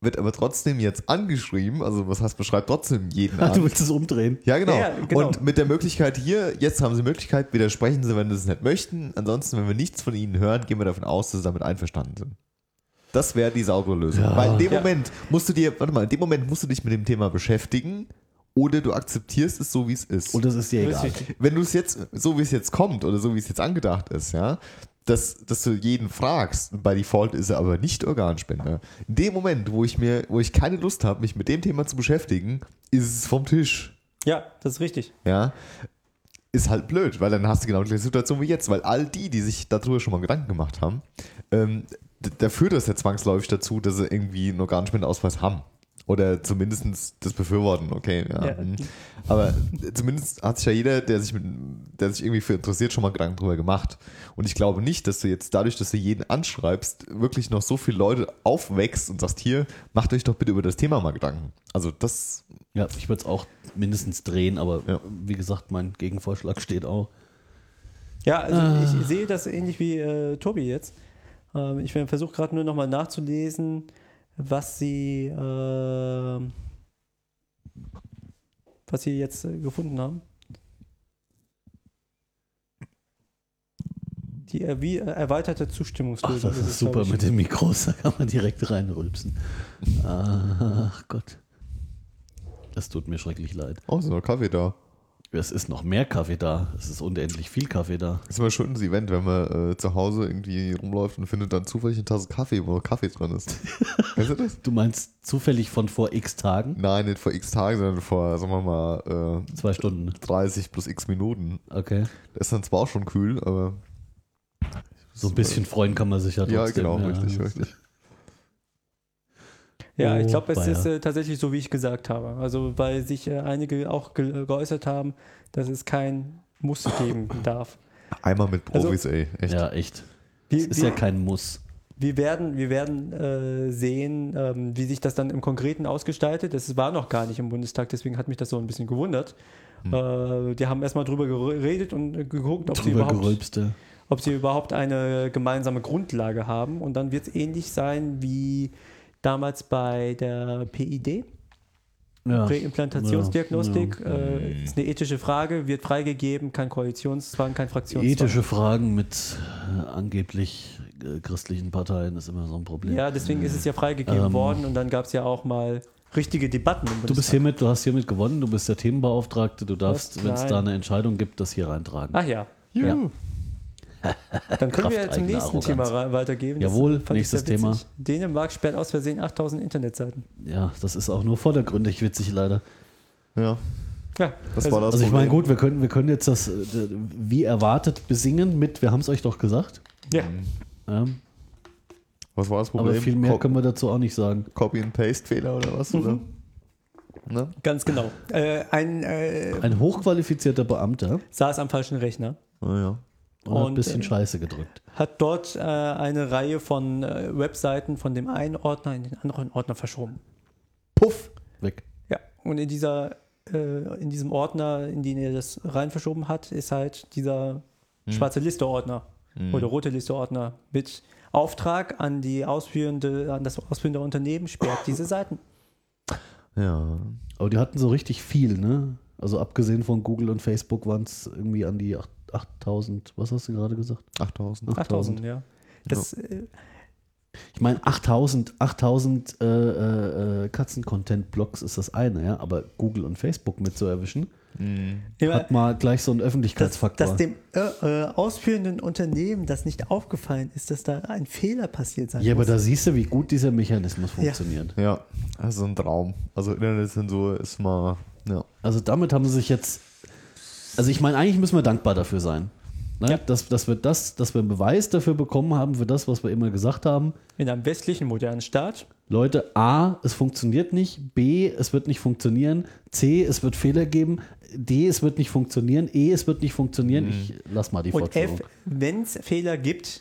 Speaker 4: wird aber trotzdem jetzt angeschrieben, also was heißt, beschreibt trotzdem jeden
Speaker 2: Ach,
Speaker 4: an.
Speaker 2: du willst es umdrehen.
Speaker 4: Ja genau.
Speaker 3: Ja, ja, genau.
Speaker 4: Und mit der Möglichkeit hier, jetzt haben sie die Möglichkeit, widersprechen sie, wenn sie es nicht möchten. Ansonsten, wenn wir nichts von ihnen hören, gehen wir davon aus, dass sie damit einverstanden sind. Das wäre die saubere Lösung. Weil in dem
Speaker 3: Ja.
Speaker 4: Moment musst du dir, warte mal, in dem Moment musst du dich mit dem Thema beschäftigen oder du akzeptierst es so, wie es ist.
Speaker 2: Und das ist dir egal.
Speaker 3: Richtig.
Speaker 4: wenn du es jetzt, so wie es jetzt kommt oder so wie es jetzt angedacht ist, ja, dass, dass du jeden fragst, und bei Default ist er aber nicht Organspender. In dem Moment, wo ich mir, wo ich keine Lust habe, mich mit dem Thema zu beschäftigen, ist es vom Tisch.
Speaker 3: Ja, das ist richtig.
Speaker 4: Ja. Ist halt blöd, weil dann hast du genau die gleiche Situation wie jetzt, weil all die, die sich darüber schon mal Gedanken gemacht haben, ähm, d- da führt das ja zwangsläufig dazu, dass sie irgendwie einen Organspendeausweis haben. Oder zumindest das befürworten, okay. Ja.
Speaker 3: Ja.
Speaker 4: mhm. Aber zumindest hat sich ja jeder, der sich, mit, der sich irgendwie für interessiert, schon mal Gedanken drüber gemacht. Und ich glaube nicht, dass du jetzt dadurch, dass du jeden anschreibst, wirklich noch so viele Leute aufwächst und sagst, hier, macht euch doch bitte über das Thema mal Gedanken. Also das
Speaker 2: Ja, ich würde es auch mindestens drehen, aber
Speaker 4: Ja.
Speaker 2: wie gesagt, mein Gegenvorschlag steht auch.
Speaker 3: Ja, also
Speaker 2: Ah.
Speaker 3: ich sehe das ähnlich wie äh, Tobi jetzt. Ähm, ich versuche gerade nur nochmal nachzulesen, was sie, ähm, was sie jetzt äh, gefunden haben. Die erwi- äh, erweiterte
Speaker 2: Ach,
Speaker 3: Zustimmungslösung.
Speaker 2: das
Speaker 3: ist
Speaker 2: ist
Speaker 3: es, glaub
Speaker 2: super
Speaker 3: ich.
Speaker 2: mit den Mikros, da kann man direkt reinrülpsen. Ach Gott. Das tut mir schrecklich leid.
Speaker 4: Oh, ist noch Kaffee da.
Speaker 2: Es ist noch mehr Kaffee da. Es ist unendlich viel Kaffee da.
Speaker 4: Ist immer ein schönes Event, wenn man äh, zu Hause irgendwie rumläuft und findet dann zufällig eine Tasse Kaffee, wo noch Kaffee drin ist. weißt du das?
Speaker 2: Du meinst zufällig von vor x Tagen?
Speaker 4: Nein, nicht vor x Tagen, sondern vor, sagen wir mal,
Speaker 2: Zwei Stunden.
Speaker 4: äh, 30 plus x Minuten.
Speaker 2: Okay.
Speaker 4: Da ist dann zwar auch schon kühl, aber.
Speaker 2: So ein bisschen freuen kann man sich ja
Speaker 4: Ja,
Speaker 2: trotzdem.
Speaker 4: genau, richtig, richtig.
Speaker 3: Ja, ich
Speaker 2: Oh,
Speaker 3: glaube, es
Speaker 2: Bayer.
Speaker 3: ist äh, tatsächlich so, wie ich gesagt habe. Also, weil sich äh, einige auch ge geäußert haben, dass es kein Muss geben darf.
Speaker 4: Einmal mit Profis, ey. Echt.
Speaker 2: Ja, echt.
Speaker 3: Wir,
Speaker 2: Ist
Speaker 3: wir,
Speaker 2: ja kein Muss.
Speaker 3: wir werden, wir werden äh, sehen, ähm, wie sich das dann im Konkreten ausgestaltet. Es war noch gar nicht im Bundestag, deswegen hat mich das so ein bisschen gewundert.
Speaker 2: Hm.
Speaker 3: Äh, die haben erstmal drüber geredet und äh, geguckt, ob sie
Speaker 2: Drüber
Speaker 3: überhaupt
Speaker 2: gerülpste.
Speaker 3: ob sie überhaupt eine gemeinsame Grundlage haben. Und dann wird es ähnlich sein wie damals bei der PID,
Speaker 2: Ja.
Speaker 3: Präimplantationsdiagnostik. Äh,
Speaker 2: Hm.
Speaker 3: ist eine ethische Frage, wird freigegeben, kein Koalitionszwang, kein Fraktionszwang.
Speaker 2: Ethische Fragen mit äh, angeblich äh, christlichen Parteien ist immer so ein Problem.
Speaker 3: Ja, deswegen ist es ja freigegeben
Speaker 2: Ähm.
Speaker 3: worden und dann gab es ja auch mal richtige Debatten. Im
Speaker 2: Du bist
Speaker 3: Bundestag.
Speaker 2: hiermit, du hast hiermit gewonnen, du bist der Themenbeauftragte, du darfst,
Speaker 3: Was?
Speaker 2: wenn es da
Speaker 3: Nein.
Speaker 2: eine Entscheidung gibt, das hier reintragen.
Speaker 3: Ach Ah, ja.
Speaker 2: Juhu.
Speaker 3: Ja. Dann können wir ja
Speaker 2: Kraft
Speaker 3: zum
Speaker 2: eigener
Speaker 3: nächsten
Speaker 2: Arroganz.
Speaker 3: Thema rei- weitergeben.
Speaker 2: Jawohl,
Speaker 3: fand ich
Speaker 2: nächstes
Speaker 3: sehr witzig.
Speaker 2: Thema.
Speaker 3: Dänemark sperrt aus Versehen 8000 Internetseiten.
Speaker 2: Ja, das ist auch nur vordergründig witzig leider.
Speaker 4: Ja,
Speaker 3: Ja,
Speaker 4: das war das.
Speaker 2: Also ich meine,
Speaker 4: Problem.
Speaker 2: gut, wir können, wir können jetzt das äh, d- wie erwartet besingen mit, wir haben es euch doch gesagt.
Speaker 3: Ja.
Speaker 2: Ja,
Speaker 4: Was war das Problem?
Speaker 2: aber viel mehr
Speaker 4: Co-
Speaker 2: können wir dazu auch nicht sagen.
Speaker 4: Copy and Paste Fehler oder was? Oder? Ne?
Speaker 3: Ganz genau. Äh, ein äh,
Speaker 2: Ein hochqualifizierter Beamter
Speaker 3: saß am falschen Rechner.
Speaker 4: Ah, ja.
Speaker 2: und, hat
Speaker 3: Und,
Speaker 2: Oh, ein bisschen
Speaker 3: äh,
Speaker 2: Scheiße gedrückt.
Speaker 3: hat dort äh, eine Reihe von äh, Webseiten von dem einen Ordner in den anderen Ordner verschoben.
Speaker 2: Puff, weg.
Speaker 3: Ja, und in dieser äh, in diesem Ordner, in den er das rein verschoben hat, ist halt dieser
Speaker 2: Hm.
Speaker 3: schwarze Liste-Ordner oder rote Liste-Ordner mit Auftrag an die ausführende, an das ausführende Unternehmen sperrt diese Seiten.
Speaker 4: Ja.
Speaker 2: Aber die hatten so richtig viel, ne? Also abgesehen von Google und Facebook waren es irgendwie an die acht- 8000, was hast du gerade gesagt?
Speaker 4: 8000.
Speaker 3: 8000, ja. Das, äh,
Speaker 2: Ich meine, 8000, 8000 äh, äh, äh, Katzen-Content-Blogs ist das eine, ja, aber Google und Facebook mit zu erwischen,
Speaker 3: immer,
Speaker 2: hat mal gleich so einen
Speaker 3: dass,
Speaker 2: Öffentlichkeitsfaktor.
Speaker 3: dass dem äh, äh, ausführenden Unternehmen das nicht aufgefallen ist, dass da ein Fehler passiert sein
Speaker 2: ja, aber
Speaker 3: muss.
Speaker 2: da siehst du, wie gut dieser Mechanismus funktioniert.
Speaker 4: Ja, also ein Traum. Also Internetzensur ist mal. Ja.
Speaker 2: Also damit haben sie sich jetzt. Also ich meine, eigentlich müssen wir dankbar dafür sein. Ne?
Speaker 3: Ja.
Speaker 2: Dass, dass wir das, dass wir einen Beweis dafür bekommen haben, für das, was wir immer gesagt haben.
Speaker 3: In einem westlichen modernen Staat
Speaker 2: Leute, A, es funktioniert nicht, B, es wird nicht funktionieren, C, es wird Fehler geben, D, es wird nicht funktionieren, E, es wird nicht
Speaker 4: Mhm.
Speaker 2: funktionieren. Ich lass mal die
Speaker 3: und
Speaker 2: Fortführung.
Speaker 3: F, wenn es Fehler gibt,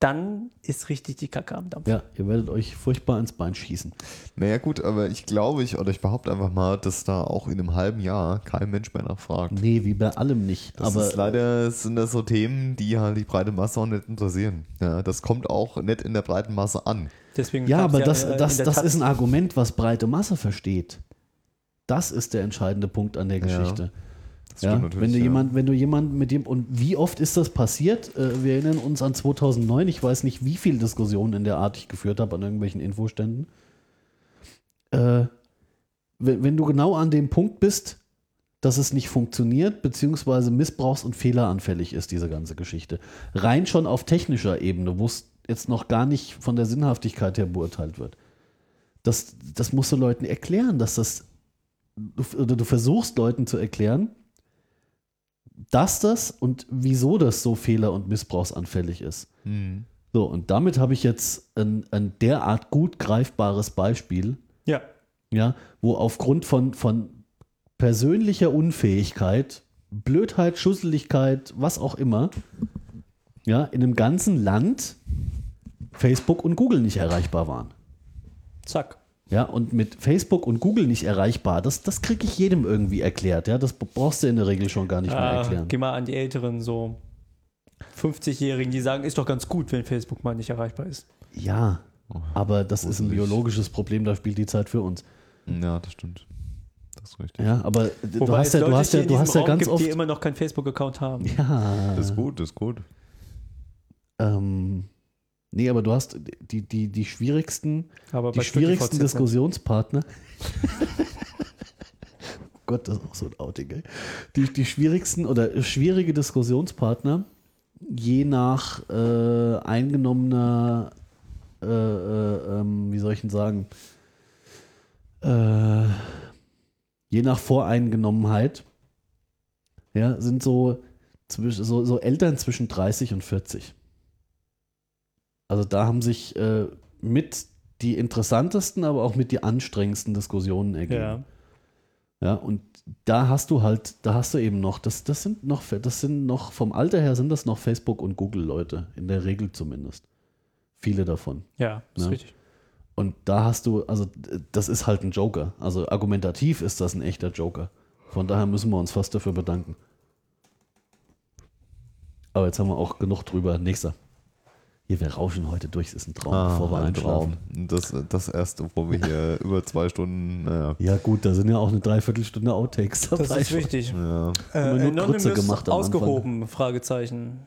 Speaker 3: dann ist richtig die Kacke am Dampf.
Speaker 2: Ja, ihr werdet euch furchtbar ins Bein schießen.
Speaker 4: Naja, gut, aber ich glaube, ich, oder ich behaupte einfach mal, dass da auch in einem halben Jahr kein Mensch mehr nachfragt.
Speaker 2: Nee, wie bei allem nicht.
Speaker 4: Das
Speaker 2: aber
Speaker 4: ist leider sind das so Themen, die halt die breite Masse auch nicht interessieren. Ja, das kommt auch nicht in der breiten Masse an.
Speaker 3: Deswegen
Speaker 2: ja,
Speaker 3: gab's
Speaker 2: aber das,
Speaker 3: äh,
Speaker 2: das,
Speaker 3: in der
Speaker 2: das
Speaker 3: Taz-
Speaker 2: ist ein Argument, was breite Masse versteht. Das ist der entscheidende Punkt an der Geschichte.
Speaker 4: Das
Speaker 2: Ja,
Speaker 4: stimmt natürlich,
Speaker 2: wenn du
Speaker 4: ja.
Speaker 2: jemand, wenn du jemand mit dem und wie oft ist das passiert? Äh, Wir erinnern uns an 2009. Ich weiß nicht, wie viel Diskussionen in der Art ich geführt habe an irgendwelchen Infoständen. Äh, wenn, wenn du genau an dem Punkt bist, dass es nicht funktioniert beziehungsweise missbrauchs- und fehleranfällig ist diese ganze Geschichte. Rein schon auf technischer Ebene, wo es jetzt noch gar nicht von der Sinnhaftigkeit her beurteilt wird. Das, das musst du Leuten erklären, dass das du, oder du versuchst Leuten zu erklären, dass das und wieso das so fehler- und missbrauchsanfällig ist.
Speaker 4: Hm.
Speaker 2: So, und damit habe ich jetzt ein, ein derart gut greifbares Beispiel,
Speaker 3: Ja,
Speaker 2: ja, wo aufgrund von, von persönlicher Unfähigkeit, Blödheit, Schusseligkeit, was auch immer, ja, in einem ganzen Land Facebook und Google nicht erreichbar waren.
Speaker 3: zack.
Speaker 2: Ja, und mit Facebook und Google nicht erreichbar, das, das kriege ich jedem irgendwie erklärt. Ja, das brauchst du in der Regel schon gar nicht mehr
Speaker 3: Ah,
Speaker 2: erklären.
Speaker 3: geh mal an die Älteren, so 50-Jährigen, die sagen, ist doch ganz gut, wenn Facebook mal nicht erreichbar ist.
Speaker 2: Ja, aber das ist ein biologisches Problem, da spielt die Zeit für uns.
Speaker 4: Ja, das stimmt. Das ist richtig.
Speaker 2: Ja, aber du
Speaker 3: Wobei
Speaker 2: hast
Speaker 3: es
Speaker 2: ja, du
Speaker 3: Leute
Speaker 2: hast
Speaker 3: hier
Speaker 2: ja,
Speaker 3: in
Speaker 2: du
Speaker 3: diesem
Speaker 2: hast ja
Speaker 3: Raum
Speaker 2: ganz
Speaker 3: gibt,
Speaker 2: oft.
Speaker 3: die immer noch keinen Facebook-Account haben.
Speaker 2: Ja,
Speaker 4: Das ist gut, das ist gut.
Speaker 2: ähm, nee, aber du hast die, die, die schwierigsten,
Speaker 3: Aber
Speaker 2: die
Speaker 3: bei
Speaker 2: schwierigsten
Speaker 3: StudiVZ nicht.
Speaker 2: Diskussionspartner. Oh Gott, das ist auch so ein Outing, ey. Die, die schwierigsten oder schwierige Diskussionspartner, je nach äh, eingenommener, äh, äh, ähm, wie soll ich denn sagen, äh, je nach Voreingenommenheit, ja, sind so, zwisch- so, so Eltern zwischen 30 und 40. Also da haben sich äh, mit die interessantesten, aber auch mit die anstrengendsten Diskussionen ergeben.
Speaker 3: Ja.
Speaker 2: Ja, und da hast du halt, da hast du eben noch, das, das sind noch, das sind noch, vom Alter her sind das noch Facebook- und Google-Leute, in der Regel zumindest. Viele davon.
Speaker 3: Ja, ist
Speaker 2: Ja.
Speaker 3: richtig.
Speaker 2: Und da hast du, also d- das ist halt ein Joker. Also argumentativ ist das ein echter Joker. Von daher müssen wir uns fast dafür bedanken. Aber jetzt haben wir auch genug drüber. Nächster. Hier, wir rauschen heute durch. Es ist ein Traum, Oh,
Speaker 3: Ah,
Speaker 2: bevor wir
Speaker 4: ein
Speaker 2: einschlafen.
Speaker 4: Ah, Traum. Das, das erste, wo wir hier über zwei Stunden, naja,
Speaker 2: Ja gut, da sind ja auch eine Dreiviertelstunde Outtakes dabei.
Speaker 3: Das ist wichtig.
Speaker 2: Immer
Speaker 4: ja.
Speaker 2: nur
Speaker 3: Äh, Anonymous
Speaker 2: Grütze gemacht am
Speaker 3: ausgehoben, Fragezeichen.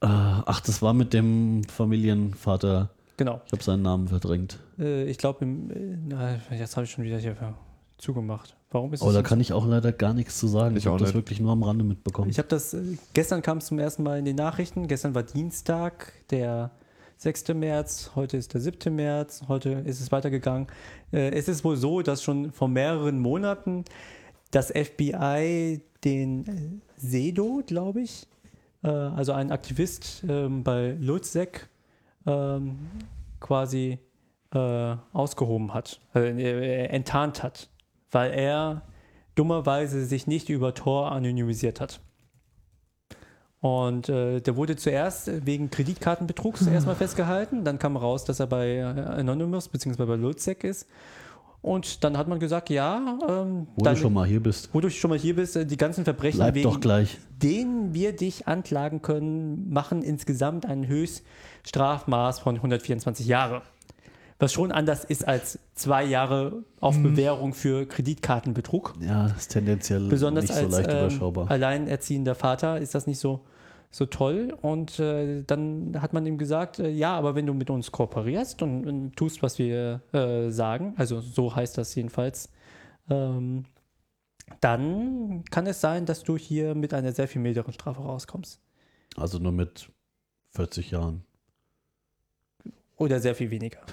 Speaker 2: Ah, Ach, das war mit dem Familienvater.
Speaker 3: Genau.
Speaker 2: Ich habe seinen Namen verdrängt.
Speaker 3: Äh, ich glaube, na, jetzt habe ich schon wieder hier ver- zugemacht. Warum ist
Speaker 2: Aber
Speaker 3: das?
Speaker 2: Oh, da
Speaker 3: jetzt-
Speaker 2: kann ich auch leider gar nichts zu sagen.
Speaker 4: Ich
Speaker 2: Ich habe
Speaker 4: auch
Speaker 2: das
Speaker 4: nicht.
Speaker 2: wirklich nur am Rande mitbekommen.
Speaker 3: ich habe das, äh, gestern kam es zum ersten Mal in den Nachrichten. Gestern war Dienstag, der 6. März, heute ist der 7. März, heute ist es weitergegangen. Äh, es ist wohl so, dass schon vor mehreren Monaten das FBI den äh, Sedo, glaube ich, äh, also einen Aktivist ähm, bei Luzek, ähm, quasi äh, ausgehoben hat, äh, äh, enttarnt hat, weil er dummerweise sich nicht über Tor anonymisiert hat. Und äh, der wurde zuerst wegen Kreditkartenbetrugs
Speaker 2: Mhm.
Speaker 3: erstmal festgehalten. Dann kam raus, dass er bei äh, Anonymous bzw. bei Luzek ist. Und dann hat man gesagt, ja, ähm,
Speaker 2: Wo
Speaker 3: dann,
Speaker 2: du schon mal hier bist,
Speaker 3: wo du schon mal hier bist, äh, die ganzen Verbrechen,
Speaker 2: bleib
Speaker 3: wegen
Speaker 2: doch gleich.
Speaker 3: denen wir dich anklagen können, machen insgesamt ein Höchststrafmaß von 124 Jahre. Was schon anders ist als zwei Jahre auf Bewährung für Kreditkartenbetrug.
Speaker 2: Ja, das ist tendenziell Hm,
Speaker 3: Besonders
Speaker 2: nicht so
Speaker 3: als
Speaker 2: leicht
Speaker 3: ähm,
Speaker 2: überschaubar.
Speaker 3: alleinerziehender Vater ist das nicht so, so toll. Und äh, dann hat man ihm gesagt, äh, ja, aber wenn du mit uns kooperierst und, und tust, was wir äh, sagen, also so heißt das jedenfalls, ähm, dann kann es sein, dass du hier mit einer sehr viel milderen Strafe rauskommst.
Speaker 2: also nur mit 40 Jahren.
Speaker 3: Oder sehr viel weniger.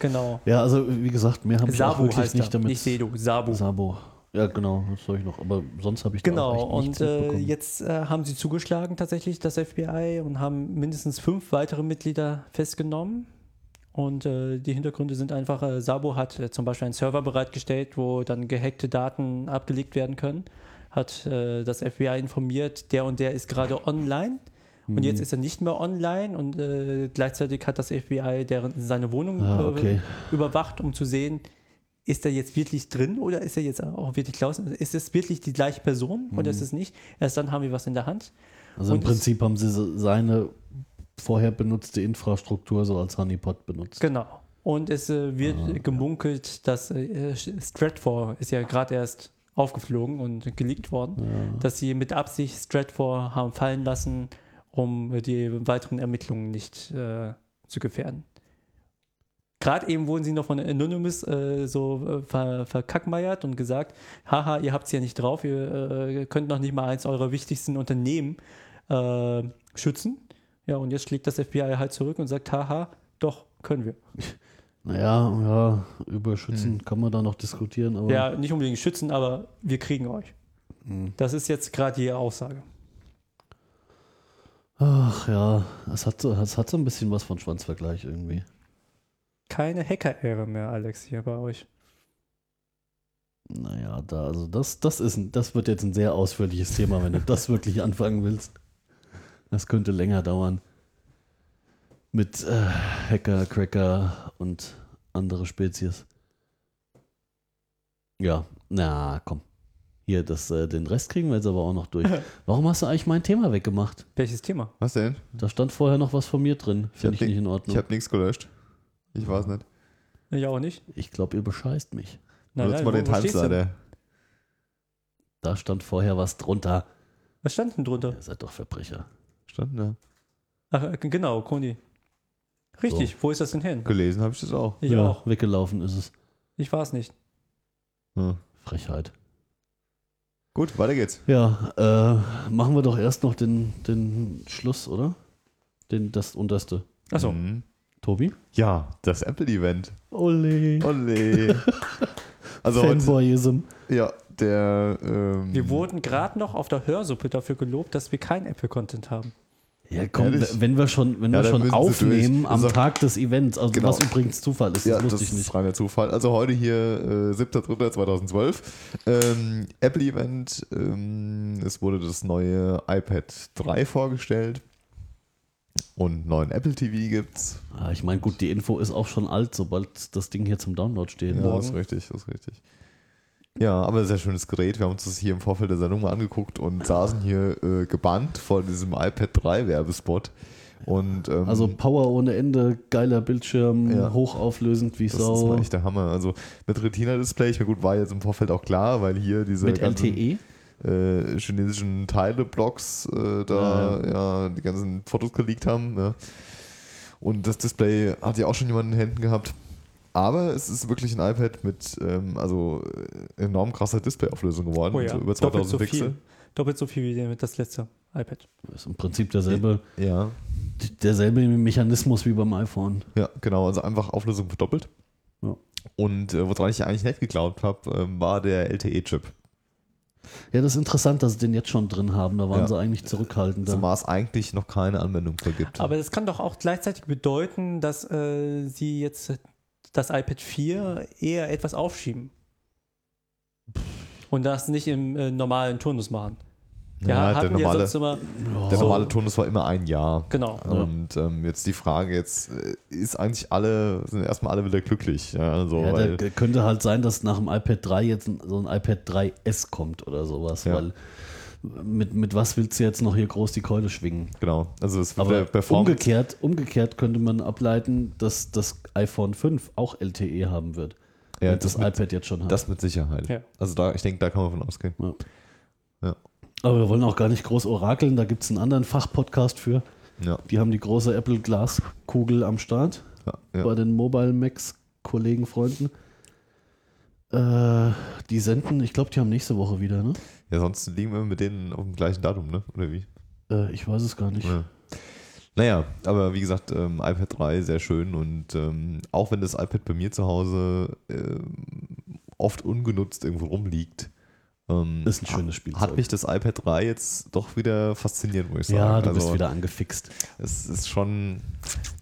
Speaker 3: Genau.
Speaker 2: Ja, also wie gesagt, mehr habe ich auch
Speaker 3: Sabo
Speaker 2: wirklich
Speaker 3: heißt
Speaker 2: nicht
Speaker 3: er.
Speaker 2: damit.
Speaker 3: Nicht Sedo, Sabo.
Speaker 2: Sabo. Ja, genau, das habe ich noch. Aber sonst habe ich da
Speaker 3: Genau,
Speaker 2: auch echt nichts
Speaker 3: und äh,
Speaker 2: mitbekommen.
Speaker 3: jetzt äh, haben sie zugeschlagen tatsächlich, das FBI, und haben mindestens fünf weitere Mitglieder festgenommen. Und äh, die Hintergründe sind einfach, äh, Sabo hat äh, zum Beispiel einen Server bereitgestellt, wo dann gehackte Daten abgelegt werden können. Hat äh, das FBI informiert, der und der ist gerade online. Und
Speaker 2: Mhm.
Speaker 3: jetzt ist er nicht mehr online und äh, gleichzeitig hat das FBI deren, seine Wohnung
Speaker 2: Ah,
Speaker 3: äh,
Speaker 2: okay.
Speaker 3: überwacht, um zu sehen, ist er jetzt wirklich drin oder ist er jetzt auch wirklich draußen? Ist es wirklich die gleiche Person
Speaker 2: Mhm.
Speaker 3: oder ist es nicht? Erst dann haben wir was in der Hand.
Speaker 2: also im
Speaker 3: und-
Speaker 2: Prinzip haben sie se- seine vorher benutzte Infrastruktur so als Honeypot benutzt.
Speaker 3: Genau. Und es äh, wird gemunkelt, dass äh, Stratfor ist ja gerade erst aufgeflogen und geleakt worden, dass sie mit Absicht Stratfor haben fallen lassen, um die weiteren Ermittlungen nicht äh, zu gefährden. Gerade eben wurden sie noch von Anonymous äh, so äh, ver verkackmeiert und gesagt, haha, ihr habt es ja nicht drauf, ihr äh, könnt noch nicht mal eins eurer wichtigsten Unternehmen äh, schützen. Ja, und jetzt schlägt das FBI halt zurück und sagt, haha, doch, können wir.
Speaker 2: Naja, ja, über Schützen kann man da noch diskutieren, aber
Speaker 3: Hm. Ja, nicht unbedingt schützen, aber wir kriegen euch.
Speaker 4: Mhm.
Speaker 3: Das ist jetzt gerade die Aussage.
Speaker 2: ach ja, es hat, so, es hat so ein bisschen was von Schwanzvergleich irgendwie.
Speaker 3: Keine Hacker-Ehre mehr, Alex, hier bei euch.
Speaker 2: Naja, da, also das, das ist ein, das wird jetzt ein sehr ausführliches Thema, wenn du das wirklich anfangen willst. Das könnte länger dauern. Mit äh, Hacker, Cracker und andere Spezies. Ja, na komm. Hier, das, äh, den Rest kriegen wir jetzt aber auch noch durch. Warum hast du eigentlich mein Thema weggemacht?
Speaker 3: Welches Thema?
Speaker 4: Was denn?
Speaker 2: Da stand vorher noch was von mir drin. Finde
Speaker 4: hab
Speaker 2: ich
Speaker 4: den-
Speaker 2: nicht in Ordnung.
Speaker 4: Ich habe nichts gelöscht. Ich weiß nicht.
Speaker 3: Ich auch nicht.
Speaker 2: Ich glaube, ihr bescheißt mich.
Speaker 3: Nein,
Speaker 4: Benutzt
Speaker 3: nein,
Speaker 4: mal
Speaker 3: wo-
Speaker 4: den
Speaker 3: wo steht's denn?
Speaker 4: Tanzleiter.
Speaker 2: Da stand vorher was drunter.
Speaker 3: Was stand denn drunter?
Speaker 2: Ihr seid doch Verbrecher.
Speaker 4: Stand da.
Speaker 3: Ach, äh, genau, Koni. Richtig, wo ist das denn hin?
Speaker 4: Gelesen habe ich das auch.
Speaker 3: Ich auch.
Speaker 2: Weggelaufen ist es.
Speaker 3: Ich war es nicht.
Speaker 4: Hm.
Speaker 2: Frechheit.
Speaker 4: Gut, weiter geht's.
Speaker 2: Ja, äh, machen wir doch erst noch den, den Schluss, oder? Den, das unterste.
Speaker 3: Achso.
Speaker 4: Mhm.
Speaker 2: Tobi?
Speaker 4: Ja, das Apple-Event.
Speaker 2: Ole.
Speaker 4: Olle. Also heute,
Speaker 2: Fanboyism.
Speaker 4: ja, der. Ähm,
Speaker 3: Wir wurden gerade noch auf der Hörsuppe dafür gelobt, dass wir keinen Apple-Content haben.
Speaker 2: Ja, komm,
Speaker 4: Ehrlich?
Speaker 2: wenn wir schon, wenn
Speaker 4: Ja,
Speaker 2: wir
Speaker 4: dann
Speaker 2: schon
Speaker 4: müssen sie
Speaker 2: aufnehmen
Speaker 4: durch.
Speaker 2: am
Speaker 4: Also-
Speaker 2: Tag des Events, also
Speaker 4: Genau.
Speaker 2: was übrigens Zufall ist,
Speaker 4: ja,
Speaker 2: das
Speaker 4: das
Speaker 2: wusste ich nicht.
Speaker 4: ist reiner Zufall. Also heute hier, äh, 7.3.2012, ähm, Apple-Event. Ähm, es wurde das neue iPad 3 vorgestellt und neuen Apple TV gibt's.
Speaker 2: Ah, ich meine, gut, die Info ist auch schon alt, sobald das Ding hier zum Download steht.
Speaker 4: Ja, das ist richtig, das ist richtig. Ja, aber sehr schönes Gerät. Wir haben uns das hier im Vorfeld der Sendung mal angeguckt und saßen hier äh, gebannt vor diesem iPad 3 Werbespot. Und, ähm,
Speaker 2: Also Power ohne Ende, geiler Bildschirm,
Speaker 4: Ja.
Speaker 2: hochauflösend wie
Speaker 4: das ist
Speaker 2: Sau.
Speaker 4: war echt der Hammer. Also mit Retina-Display, ich meine, gut, war jetzt im Vorfeld auch klar, weil hier diese
Speaker 2: Mit E.
Speaker 4: ganzen,
Speaker 2: LTE?
Speaker 4: Äh, chinesischen Teileblocks äh, da ja, die ganzen Fotos geleakt haben. Ja. Und das Display hat ja auch schon jemand in den Händen gehabt. Aber es ist wirklich ein iPad mit ähm, also äh, enorm krasser Displayauflösung geworden. so über 2000
Speaker 3: Doppelt so
Speaker 4: Pixel.
Speaker 3: viel. Doppelt so viel wie das letzte iPad.
Speaker 2: Ist im Prinzip derselbe,
Speaker 4: Ja,
Speaker 2: derselbe Mechanismus wie beim iPhone.
Speaker 4: ja, genau. Also einfach Auflösung verdoppelt.
Speaker 2: Ja.
Speaker 4: Und äh, woran ich eigentlich nicht geglaubt habe, ähm, war der LTE-Chip.
Speaker 2: Ja, das ist interessant, dass sie den jetzt schon drin haben. Da waren
Speaker 4: Ja.
Speaker 2: sie eigentlich zurückhaltender.
Speaker 4: Zumal es eigentlich noch keine Anwendung für gibt.
Speaker 3: Aber das kann doch auch gleichzeitig bedeuten, dass äh, sie jetzt das iPad 4 eher etwas aufschieben. Und das nicht im äh, normalen Turnus machen. Ja,
Speaker 4: halt der
Speaker 3: hatten wir
Speaker 4: normale,
Speaker 3: sonst immer.
Speaker 4: der
Speaker 3: so-
Speaker 4: normale Turnus war immer ein Jahr.
Speaker 3: Genau.
Speaker 4: Und ähm, jetzt die Frage, jetzt äh, ist eigentlich alle, sind erstmal alle wieder glücklich. Ja, also,
Speaker 2: Ja,
Speaker 4: weil,
Speaker 2: da könnte halt sein, dass nach dem iPad 3 jetzt ein- so ein iPad 3S kommt oder sowas,
Speaker 4: Ja.
Speaker 2: weil mit, mit was willst du jetzt noch hier groß die Keule schwingen?
Speaker 4: genau. Also es wird der
Speaker 2: Aber
Speaker 4: Performance.
Speaker 2: umgekehrt, umgekehrt könnte man ableiten, dass das iPhone 5 auch LTE haben wird,
Speaker 4: Ja,
Speaker 2: wenn das,
Speaker 4: das mit-
Speaker 2: iPad jetzt schon hat.
Speaker 4: Das mit Sicherheit.
Speaker 3: Ja.
Speaker 4: Also da, ich denke, da kann man von ausgehen.
Speaker 2: Ja.
Speaker 4: Ja.
Speaker 2: Aber wir wollen auch gar nicht groß orakeln, da gibt es einen anderen Fachpodcast für.
Speaker 4: Ja,
Speaker 2: Die haben die große Apple Glaskugel am Start.
Speaker 4: ja, ja.
Speaker 2: bei den Mobile Max Kollegen, Freunden. Äh, die senden, ich glaube, die haben nächste Woche wieder, ne?
Speaker 4: ja, sonst liegen wir mit denen auf dem gleichen Datum, ne? Oder wie?
Speaker 2: Äh, ich weiß es gar nicht.
Speaker 4: Ja. Naja, aber wie gesagt, ähm, iPad 3 sehr schön und ähm, auch wenn das iPad bei mir zu Hause ähm, oft ungenutzt irgendwo rumliegt, ähm,
Speaker 2: Ist ein schönes Spielzeug.
Speaker 4: hat mich das iPad 3 jetzt doch wieder fasziniert, muss ich sagen.
Speaker 2: ja, du bist
Speaker 4: Also,
Speaker 2: wieder angefixt.
Speaker 4: Es ist schon,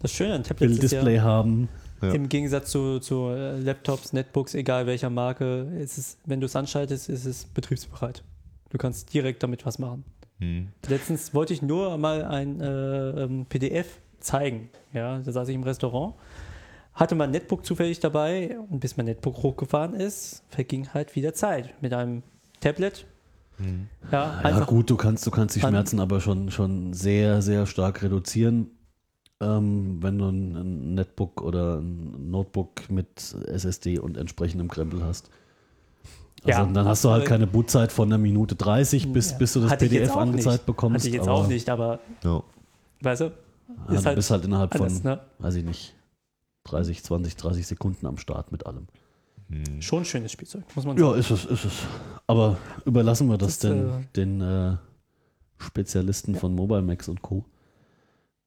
Speaker 3: Das Schöne an Tablets
Speaker 2: Will
Speaker 3: ist ja,
Speaker 2: Display haben.
Speaker 4: Ja.
Speaker 3: Im Gegensatz zu, zu äh, Laptops, Netbooks, egal welcher Marke, ist es, wenn du es anschaltest, ist es betriebsbereit. Du kannst direkt damit was machen.
Speaker 4: hm,
Speaker 3: Letztens wollte ich nur mal ein äh, ähm, PDF zeigen. Ja, da saß ich im Restaurant, hatte mein Netbook zufällig dabei und bis mein Netbook hochgefahren ist, verging halt wieder Zeit mit einem Tablet. Ja,
Speaker 2: Hm. Ja,
Speaker 3: einfach
Speaker 2: gut, du kannst, du kannst die
Speaker 3: An-
Speaker 2: Schmerzen aber schon, schon sehr, sehr stark reduzieren. Ähm, wenn du ein, ein Netbook oder ein Notebook mit SSD und entsprechendem Krempel hast. Also
Speaker 3: Ja.
Speaker 2: dann hast du halt
Speaker 3: Aber-
Speaker 2: keine Bootzeit von einer Minute 30, bis,
Speaker 3: Hm, Ja.
Speaker 2: bis du das
Speaker 3: Hatte ich jetzt
Speaker 2: PDF
Speaker 3: auch
Speaker 2: angezeigt
Speaker 3: nicht.
Speaker 2: bekommst.
Speaker 3: Hatte ich jetzt
Speaker 2: aber-
Speaker 3: auch nicht, aber
Speaker 4: ja.
Speaker 3: weißt du,
Speaker 2: Ja,
Speaker 3: ist
Speaker 2: du bist
Speaker 3: halt
Speaker 2: halt innerhalb
Speaker 3: anders,
Speaker 2: von,
Speaker 3: ne?
Speaker 2: weiß ich nicht, 30, 20, 30 Sekunden am Start mit allem.
Speaker 4: Hm.
Speaker 3: schon schönes Spielzeug, muss man sagen.
Speaker 2: Ja, ist es, ist es. Aber überlassen wir das,
Speaker 3: Das ist,
Speaker 2: den, den äh, Spezialisten von Mobile Max und Co.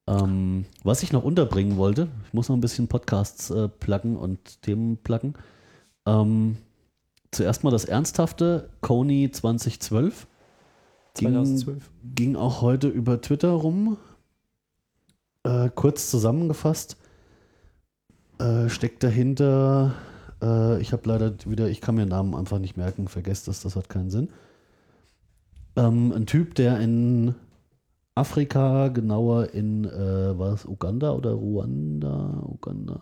Speaker 2: Ähm, was ich noch unterbringen wollte, ich muss noch ein bisschen Podcasts äh, pluggen und Themen pluggen. Ähm, zuerst mal das Ernsthafte, Kony 2012. Ging-
Speaker 3: 2012.
Speaker 2: ging auch heute über Twitter rum. Äh, kurz zusammengefasst äh, steckt dahinter, äh, ich habe leider wieder, ich kann mir Namen einfach nicht merken, vergesst das, das hat keinen Sinn. Ähm, ein Typ, der in Afrika, genauer in, äh, war es Uganda oder Ruanda? Uganda.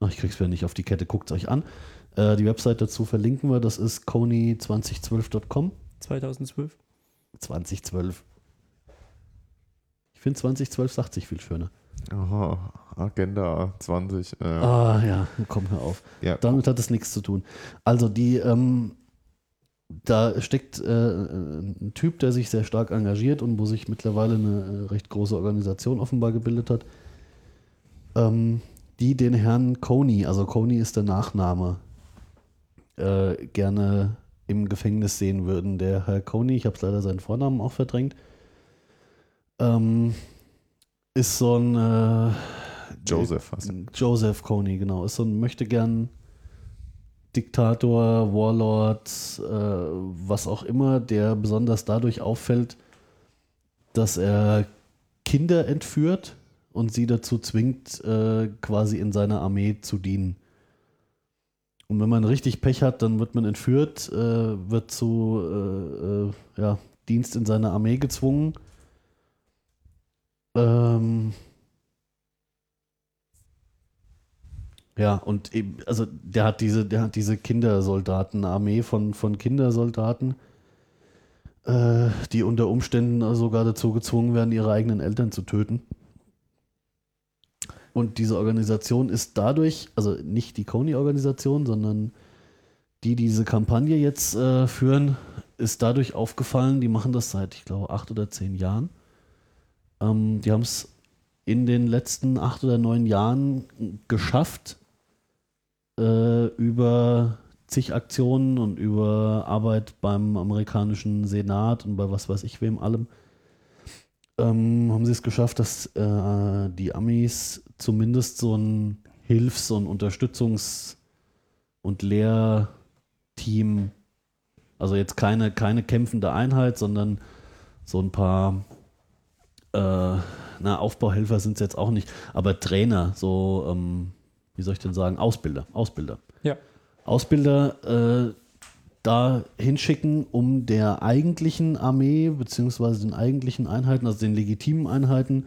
Speaker 2: Ach, ich krieg's wieder nicht auf die Kette, guckt euch an. Äh, die Website dazu verlinken wir, das ist kony2012.com.
Speaker 3: 2012.
Speaker 2: 2012. Ich finde 2012 sagt sich viel schöner.
Speaker 4: Aha, Agenda 20. Äh,
Speaker 2: Ah ja, komm, hör auf.
Speaker 4: ja.
Speaker 2: Damit hat es nichts zu tun. Also die, ähm, da steckt äh, ein Typ, der sich sehr stark engagiert und wo sich mittlerweile eine äh, recht große Organisation offenbar gebildet hat, ähm, die den Herrn Kony, also Kony ist der Nachname, äh, gerne im Gefängnis sehen würden. Der Herr Coney, ich habe leider seinen Vornamen auch verdrängt, ähm, ist so ein äh,
Speaker 4: Joseph heißt er.
Speaker 2: Joseph Coney, genau. Ist so ein möchte gern Diktator, Warlord, äh, was auch immer, der besonders dadurch auffällt, dass er Kinder entführt und sie dazu zwingt, äh, quasi in seiner Armee zu dienen. Und wenn man richtig Pech hat, dann wird man entführt, äh, wird zu äh, äh, ja, Dienst in seiner Armee gezwungen. Ähm, Ja, und eben, also der hat diese, der hat diese Kindersoldatenarmee von, von Kindersoldaten, äh, die unter Umständen sogar dazu gezwungen werden, ihre eigenen Eltern zu töten. Und diese Organisation ist dadurch, also nicht die Coney-Organisation, sondern die, die diese Kampagne jetzt äh, führen, ist dadurch aufgefallen, die machen das seit, ich glaube, acht oder zehn Jahren. Ähm, die haben es in den letzten acht oder neun Jahren geschafft, äh, über zig Aktionen und über Arbeit beim amerikanischen Senat und bei was weiß ich wem allem, ähm, haben sie es geschafft, dass äh, die Amis zumindest so ein Hilfs- und Unterstützungs- und Lehrteam, also jetzt keine, keine kämpfende Einheit, sondern so ein paar äh, na, Aufbauhelfer sind es jetzt auch nicht, aber Trainer, so, ähm, wie soll ich denn sagen, Ausbilder, Ausbilder.
Speaker 3: Ja.
Speaker 2: Ausbilder äh, da hinschicken, um der eigentlichen Armee, beziehungsweise den eigentlichen Einheiten, also den legitimen Einheiten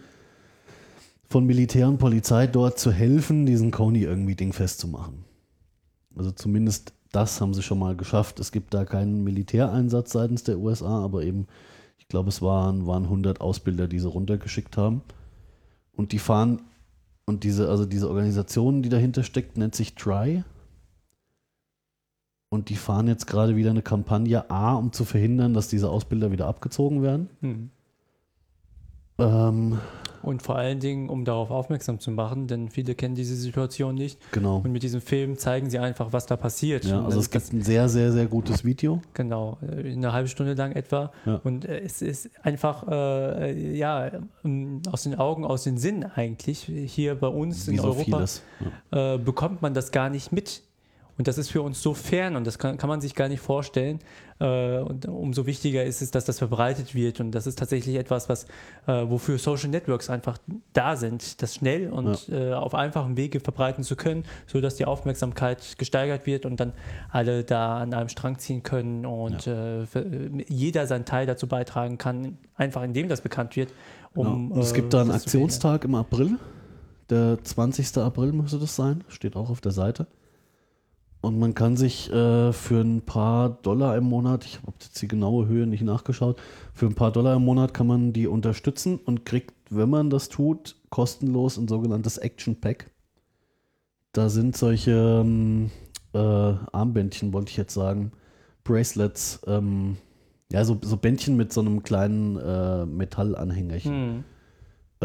Speaker 2: von Militär und Polizei dort zu helfen, diesen Coney irgendwie Ding festzumachen. Also zumindest das haben sie schon mal geschafft. Es gibt da keinen Militäreinsatz seitens der USA, aber eben ich glaube, es waren, waren 100 Ausbilder, die sie runtergeschickt haben. Und die fahren, und diese, also diese Organisation, die dahinter steckt, nennt sich Try. Und die fahren jetzt gerade wieder eine Kampagne A, um zu verhindern, dass diese Ausbilder wieder abgezogen werden.
Speaker 3: Hm.
Speaker 2: Ähm,
Speaker 3: Und vor allen Dingen, um darauf aufmerksam zu machen, denn viele kennen diese Situation nicht.
Speaker 2: genau.
Speaker 3: Und mit diesem Film zeigen sie einfach, was da passiert.
Speaker 2: Ja,
Speaker 3: Und
Speaker 2: also
Speaker 3: das-
Speaker 2: es gibt ein sehr, sehr, sehr gutes Video.
Speaker 3: Genau, äh, eine halbe Stunde lang etwa.
Speaker 2: Ja.
Speaker 3: Und äh, es ist einfach, äh, äh, ja, ähm, aus den Augen, aus den Sinnen eigentlich. Hier bei uns
Speaker 2: Wie
Speaker 3: in
Speaker 2: so
Speaker 3: Europa
Speaker 2: vieles. Ja.
Speaker 3: äh, bekommt man das gar nicht mit. Und das ist für uns so fern und das kann, kann man sich gar nicht vorstellen. Äh, und umso wichtiger ist es, dass das verbreitet wird. Und das ist tatsächlich etwas, was, äh, wofür Social Networks einfach da sind, das schnell und äh, auf einfachem Wege verbreiten zu können, sodass die Aufmerksamkeit gesteigert wird und dann alle da an einem Strang ziehen können und äh, für- äh, jeder seinen Teil dazu beitragen kann, einfach indem das bekannt wird. Um,
Speaker 2: Genau. Und es
Speaker 3: äh,
Speaker 2: gibt da einen
Speaker 3: das zu verhindern.
Speaker 2: Aktionstag im April. Der 20. April müsste das sein. Steht auch auf der Seite. Und man kann sich äh, für ein paar Dollar im Monat, ich habe jetzt die genaue Höhe nicht nachgeschaut, für ein paar Dollar im Monat kann man die unterstützen und kriegt, wenn man das tut, kostenlos ein sogenanntes Action Pack. Da sind solche ähm, äh, Armbändchen, wollte ich jetzt sagen, Bracelets, ähm, ja, so, so Bändchen mit so einem kleinen äh, Metallanhängerchen
Speaker 3: Hm.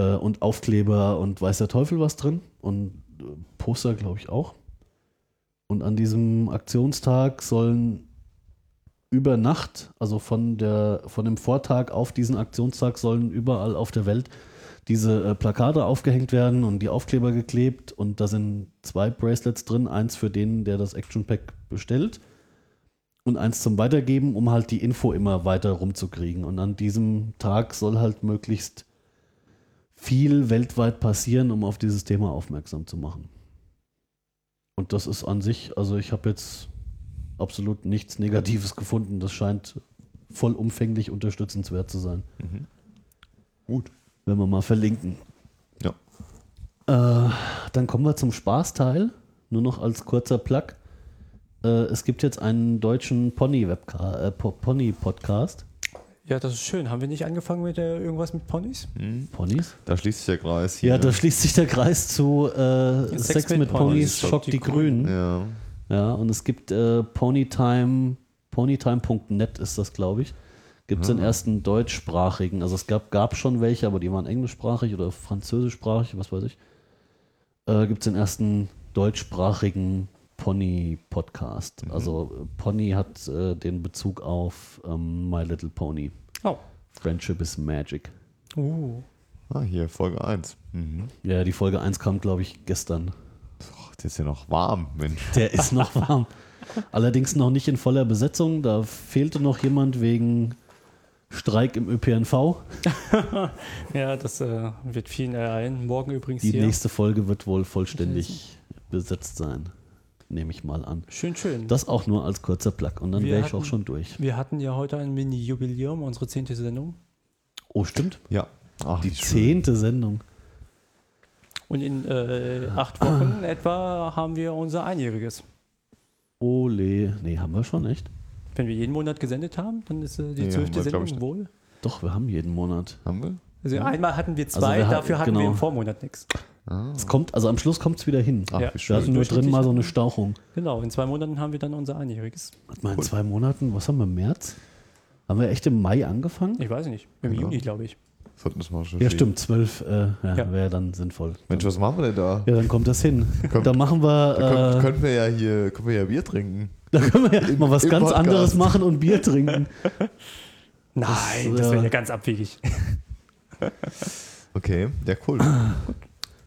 Speaker 2: äh, und Aufkleber und weiß der Teufel was drin und äh, Poster, glaube ich, auch. Und an diesem Aktionstag sollen über Nacht, also von, der, von dem Vortag auf diesen Aktionstag, sollen überall auf der Welt diese äh, Plakate aufgehängt werden und die Aufkleber geklebt. Und da sind zwei Bracelets drin: eins für den, der das Action Pack bestellt, und eins zum Weitergeben, um halt die Info immer weiter rumzukriegen. Und an diesem Tag soll halt möglichst viel weltweit passieren, um auf dieses Thema aufmerksam zu machen. Und das ist an sich, also ich habe jetzt absolut nichts Negatives gefunden. Das scheint vollumfänglich unterstützenswert zu sein.
Speaker 4: Gut.
Speaker 2: Wenn wir mal verlinken.
Speaker 4: Ja.
Speaker 2: Äh, dann kommen wir zum Spaßteil. Nur noch als kurzer Plug. Äh, es gibt jetzt einen deutschen Pony-Webca- äh, Po- Pony-Podcast.
Speaker 3: Ja, das ist schön. Haben wir nicht angefangen mit äh, irgendwas mit Ponys?
Speaker 2: Ponys?
Speaker 4: Da schließt sich der Kreis hier.
Speaker 2: Ja, da schließt sich der Kreis zu äh, Sex, mit, Ponys, schockt die, Grünen.
Speaker 4: Ja.
Speaker 2: Ja, und es gibt äh, Ponytime, ponytime.net ist das, glaube ich. Gibt es den ersten deutschsprachigen. Also es gab, gab schon welche, aber die waren englischsprachig oder französischsprachig, was weiß ich. Äh, gibt es den ersten deutschsprachigen Pony-Podcast. Also äh, Pony hat äh, den Bezug auf ähm, My Little Pony.
Speaker 3: Oh.
Speaker 2: Friendship is Magic.
Speaker 3: Uh.
Speaker 4: Ah, hier, Folge 1. Mhm.
Speaker 2: Ja, die Folge 1 kam, glaube ich, gestern.
Speaker 4: Ach, der ist ja noch warm, Mensch.
Speaker 2: Der ist noch warm. Allerdings noch nicht in voller Besetzung. Da fehlte noch jemand wegen Streik im ÖPNV.
Speaker 3: Ja, das äh, wird vielen ereilen. Morgen übrigens
Speaker 2: Die
Speaker 3: hier.
Speaker 2: nächste Folge wird wohl vollständig besetzt sein. Nehme ich mal an.
Speaker 3: Schön, schön.
Speaker 2: Das auch nur als kurzer Plug. Und dann
Speaker 3: Wir
Speaker 2: wäre ich auch
Speaker 3: hatten-
Speaker 2: schon durch.
Speaker 3: Wir hatten ja heute ein Mini-Jubiläum, unsere zehnte Sendung.
Speaker 2: Oh, stimmt.
Speaker 4: Ja. Ach,
Speaker 2: Die
Speaker 4: wie schön.
Speaker 2: zehnte Sendung.
Speaker 3: Und in äh, acht Wochen etwa haben wir unser Einjähriges.
Speaker 2: Ole. Nee, haben wir schon, echt?
Speaker 3: Wenn wir jeden Monat gesendet haben, dann ist äh, die
Speaker 4: Nee,
Speaker 3: zwölfte
Speaker 4: haben wir, glaub
Speaker 3: Sendung
Speaker 4: ich, nicht.
Speaker 3: wohl.
Speaker 2: Doch, wir haben jeden Monat.
Speaker 4: Haben wir?
Speaker 3: Also einmal hatten wir zwei,
Speaker 2: wir hatten-
Speaker 3: dafür hatten wir
Speaker 2: genau.
Speaker 3: im Vormonat nichts.
Speaker 2: Es kommt, also am Schluss kommt es wieder hin.
Speaker 4: Ach,
Speaker 3: Ja.
Speaker 4: wie
Speaker 2: wir hatten
Speaker 4: schön.
Speaker 2: nur drin mal so eine Stauchung.
Speaker 3: Genau, in zwei Monaten haben wir dann unser Einjähriges.
Speaker 2: Warte mal, in zwei Monaten, was haben wir, März? Haben wir echt im Mai angefangen?
Speaker 3: Ich weiß nicht, im
Speaker 4: Genau.
Speaker 3: Juni, glaube ich.
Speaker 4: Sollten wir das mal schon
Speaker 2: Ja,
Speaker 4: sehen.
Speaker 2: stimmt, zwölf äh, ja,
Speaker 3: Ja.
Speaker 2: wäre dann sinnvoll.
Speaker 4: Mensch, was machen wir denn da?
Speaker 2: Ja, dann kommt das hin.
Speaker 4: Kommt-
Speaker 2: dann machen wir,
Speaker 4: Da können,
Speaker 2: äh,
Speaker 4: können wir ja hier können wir ja Bier trinken.
Speaker 2: da können wir ja äh, mal was
Speaker 4: im
Speaker 2: ganz
Speaker 4: Podcast.
Speaker 2: anderes machen und Bier trinken.
Speaker 3: Nein,
Speaker 2: Das,
Speaker 3: das wäre
Speaker 2: äh,
Speaker 3: ja ganz abwegig.
Speaker 4: Okay, ja, cool.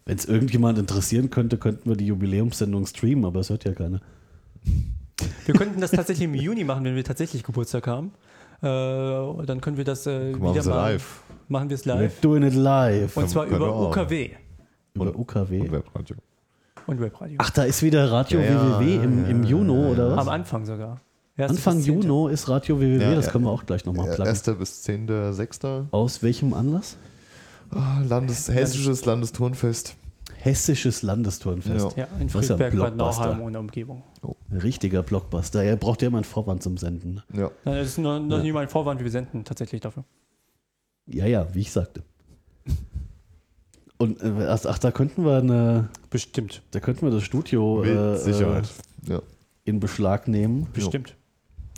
Speaker 2: Wenn es irgendjemand interessieren könnte, könnten wir die Jubiläumssendung streamen, aber es hört ja keiner.
Speaker 3: Wir könnten das tatsächlich im Juni machen, wenn wir tatsächlich Geburtstag haben. Äh, dann können wir das äh,
Speaker 4: Machen wir
Speaker 3: wieder
Speaker 4: es
Speaker 3: mal
Speaker 4: live.
Speaker 3: Machen wir es
Speaker 2: We're
Speaker 3: live.
Speaker 2: doing it live.
Speaker 3: Und zwar
Speaker 4: Können wir
Speaker 3: über
Speaker 4: auch.
Speaker 3: UKW
Speaker 2: Über
Speaker 4: Und
Speaker 2: UKW.
Speaker 4: Webradio.
Speaker 3: und Webradio.
Speaker 2: Ach, da ist wieder Radio
Speaker 4: Ja, ja,
Speaker 2: WWW im,
Speaker 4: ja,
Speaker 2: im
Speaker 4: ja,
Speaker 2: Juno,
Speaker 4: ja,
Speaker 2: oder was?
Speaker 3: Am Anfang sogar. Erste
Speaker 2: Anfang
Speaker 3: bis zehnte.
Speaker 2: Juni ist Radio WWW,
Speaker 4: Ja,
Speaker 2: das
Speaker 4: ja.
Speaker 2: können wir auch gleich nochmal pluggen.
Speaker 4: 1. bis 10.06.
Speaker 2: Aus welchem Anlass?
Speaker 4: Ah, Landes, hessisches Landesturnfest.
Speaker 2: Hessisches Landesturnfest.
Speaker 4: Ja.
Speaker 3: Ja, in
Speaker 2: Das ist ja ein
Speaker 3: Friedberg bei
Speaker 2: Blockbuster.
Speaker 3: Nauheim und Umgebung.
Speaker 2: Ein richtiger Blockbuster. Er braucht ja immer einen Vorwand zum Senden. ne?
Speaker 4: Ja.
Speaker 3: Nein, Das ist noch, noch nie mal ein Vorwand, wir senden tatsächlich dafür.
Speaker 2: Ja, ja, wie ich sagte. Und äh, ach, ach, da könnten wir eine,
Speaker 3: Bestimmt.
Speaker 2: da könnten wir das Studio
Speaker 4: Mit
Speaker 2: äh,
Speaker 4: Sicherheit.
Speaker 2: äh,
Speaker 4: Ja.
Speaker 2: in Beschlag nehmen.
Speaker 3: Bestimmt.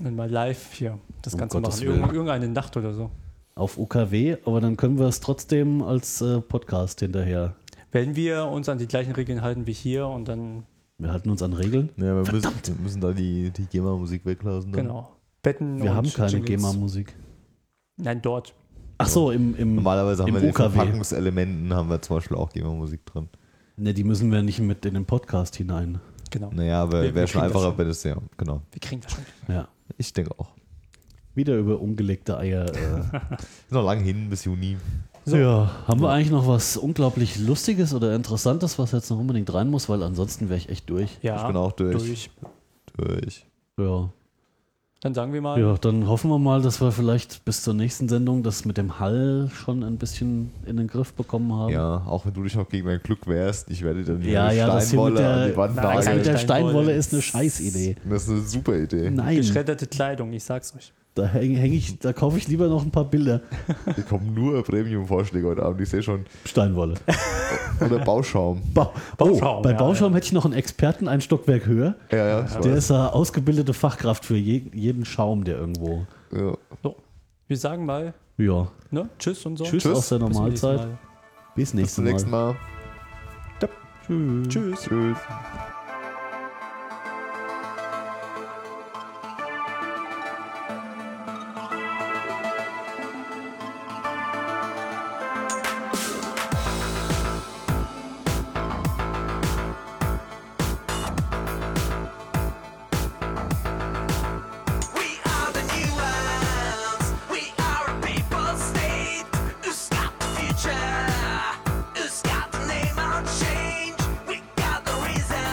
Speaker 3: Und mal live hier das
Speaker 2: Um
Speaker 3: Ganze
Speaker 2: Gottes
Speaker 3: machen.
Speaker 2: Willen.
Speaker 3: Irgend, irgendeine Nacht oder so.
Speaker 2: Auf UKW, aber dann können wir es trotzdem als äh, Podcast hinterher.
Speaker 3: Wenn wir uns an die gleichen Regeln halten wie hier und dann,
Speaker 2: Wir halten uns an Regeln.
Speaker 4: Ja, wir müssen, wir müssen da die, die GEMA-Musik weglassen. dann.
Speaker 3: genau, Betten
Speaker 2: Wir
Speaker 3: und
Speaker 2: haben keine
Speaker 3: Jingles.
Speaker 2: GEMA-Musik.
Speaker 3: Nein, dort.
Speaker 2: Ach so, im, im
Speaker 4: Normalerweise haben
Speaker 2: im
Speaker 4: wir in den
Speaker 2: UKW.
Speaker 4: Verpackungselementen haben wir zum Beispiel auch GEMA-Musik drin.
Speaker 2: Ne, die müssen wir nicht mit in den Podcast hinein.
Speaker 3: Genau.
Speaker 4: Naja,
Speaker 3: Wir-
Speaker 4: aber
Speaker 3: wir
Speaker 4: wäre schon
Speaker 3: kriegen das
Speaker 4: einfacher,
Speaker 3: schon.
Speaker 4: wenn es ja, genau.
Speaker 3: Wir kriegen das schon.
Speaker 2: Ja.
Speaker 4: Ich denke auch.
Speaker 2: Wieder über umgelegte Eier. Äh.
Speaker 4: Ist noch lang hin bis Juni.
Speaker 2: so. Ja, haben wir eigentlich noch was unglaublich Lustiges oder Interessantes, was jetzt noch unbedingt rein muss, weil ansonsten wäre ich echt durch.
Speaker 3: Ja,
Speaker 4: Ich bin auch durch.
Speaker 3: durch.
Speaker 4: Durch.
Speaker 2: Ja.
Speaker 3: Dann sagen wir mal,
Speaker 2: Ja, dann hoffen wir mal, dass wir vielleicht bis zur nächsten Sendung das mit dem Hall schon ein bisschen in den Griff bekommen haben.
Speaker 4: Ja, auch wenn du dich noch gegen mein Glück wehrst, ich werde dann
Speaker 2: Ja, ja, das hier mit
Speaker 4: Steinwolle an die
Speaker 2: der,
Speaker 4: Wand
Speaker 3: Nein,
Speaker 2: das mit
Speaker 4: nageln.
Speaker 2: der
Speaker 3: Steinwolle
Speaker 2: Steinwolle ist eine
Speaker 3: ist-
Speaker 2: Scheißidee.
Speaker 4: Das ist eine super Idee.
Speaker 2: Nein,
Speaker 3: geschredderte Kleidung, ich sag's euch.
Speaker 2: da häng, häng ich, da kaufe ich lieber noch ein paar Bilder.
Speaker 4: Hier kommen nur Premium-Vorschläge heute Abend, ich sehe schon.
Speaker 2: Steinwolle.
Speaker 4: Oder Bauschaum.
Speaker 2: Ba
Speaker 3: Bauschaum,
Speaker 2: oh, bei
Speaker 3: ja,
Speaker 2: Bauschaum hätte ich noch einen Experten, ein Stockwerk höher.
Speaker 4: Ja, ja, ich
Speaker 2: Der
Speaker 4: weiß.
Speaker 2: ist eine ausgebildete Fachkraft für je, jeden Schaum, der irgendwo.
Speaker 4: ja.
Speaker 3: So, wir sagen mal,
Speaker 2: Ja.
Speaker 3: ne, tschüss und so.
Speaker 2: Tschüss,
Speaker 4: Tschüss.
Speaker 2: aus der
Speaker 3: Bis zum nächsten
Speaker 2: Normalzeit.
Speaker 3: Mal.
Speaker 2: Bis
Speaker 4: Bis
Speaker 2: nächstes
Speaker 4: zum
Speaker 2: Mal.
Speaker 4: nächsten Mal.
Speaker 2: Tschüss.
Speaker 3: Tschüss.
Speaker 4: Tschüss.
Speaker 8: We are the new ones. We are a people's state. Who's got the future? Who's got the name on change? We got the reason.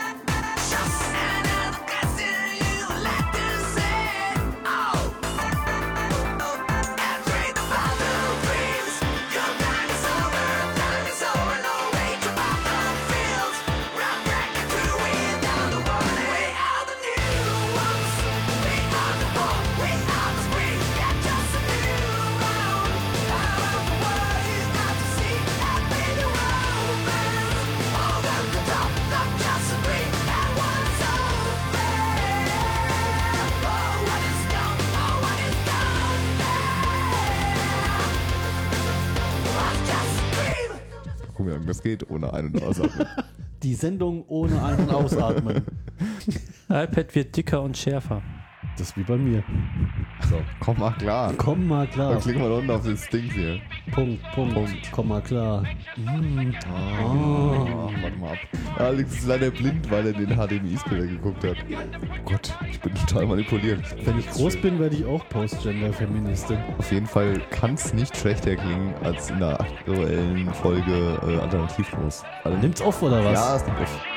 Speaker 8: oh. Oh,
Speaker 4: es geht ohne Ein- und Ausatmen.
Speaker 2: Die Sendung ohne Ein- und Ausatmen.
Speaker 3: iPad wird dicker und schärfer.
Speaker 2: Das ist wie bei mir.
Speaker 4: so, komm mal klar.
Speaker 2: Komm mal
Speaker 4: Dann
Speaker 2: klar.
Speaker 4: klicken wir unten auf das Ding hier.
Speaker 2: Punkt, Punkt,
Speaker 4: Punkt.
Speaker 2: Komm mal klar. Ah.
Speaker 4: Ach, warte Ah. mal ab. Ah, Alex ist leider blind, weil er den HDMI-Spieler geguckt hat. Oh Gott, ich bin total manipuliert.
Speaker 2: Wenn ich groß bin, werde ich auch Postgender-Feministin.
Speaker 4: Auf jeden Fall kann es nicht schlechter klingen als in der aktuellen Folge äh, Alternativlos. Also,
Speaker 2: Nimmt's auf, oder was?
Speaker 4: Ja, es nimmt auf.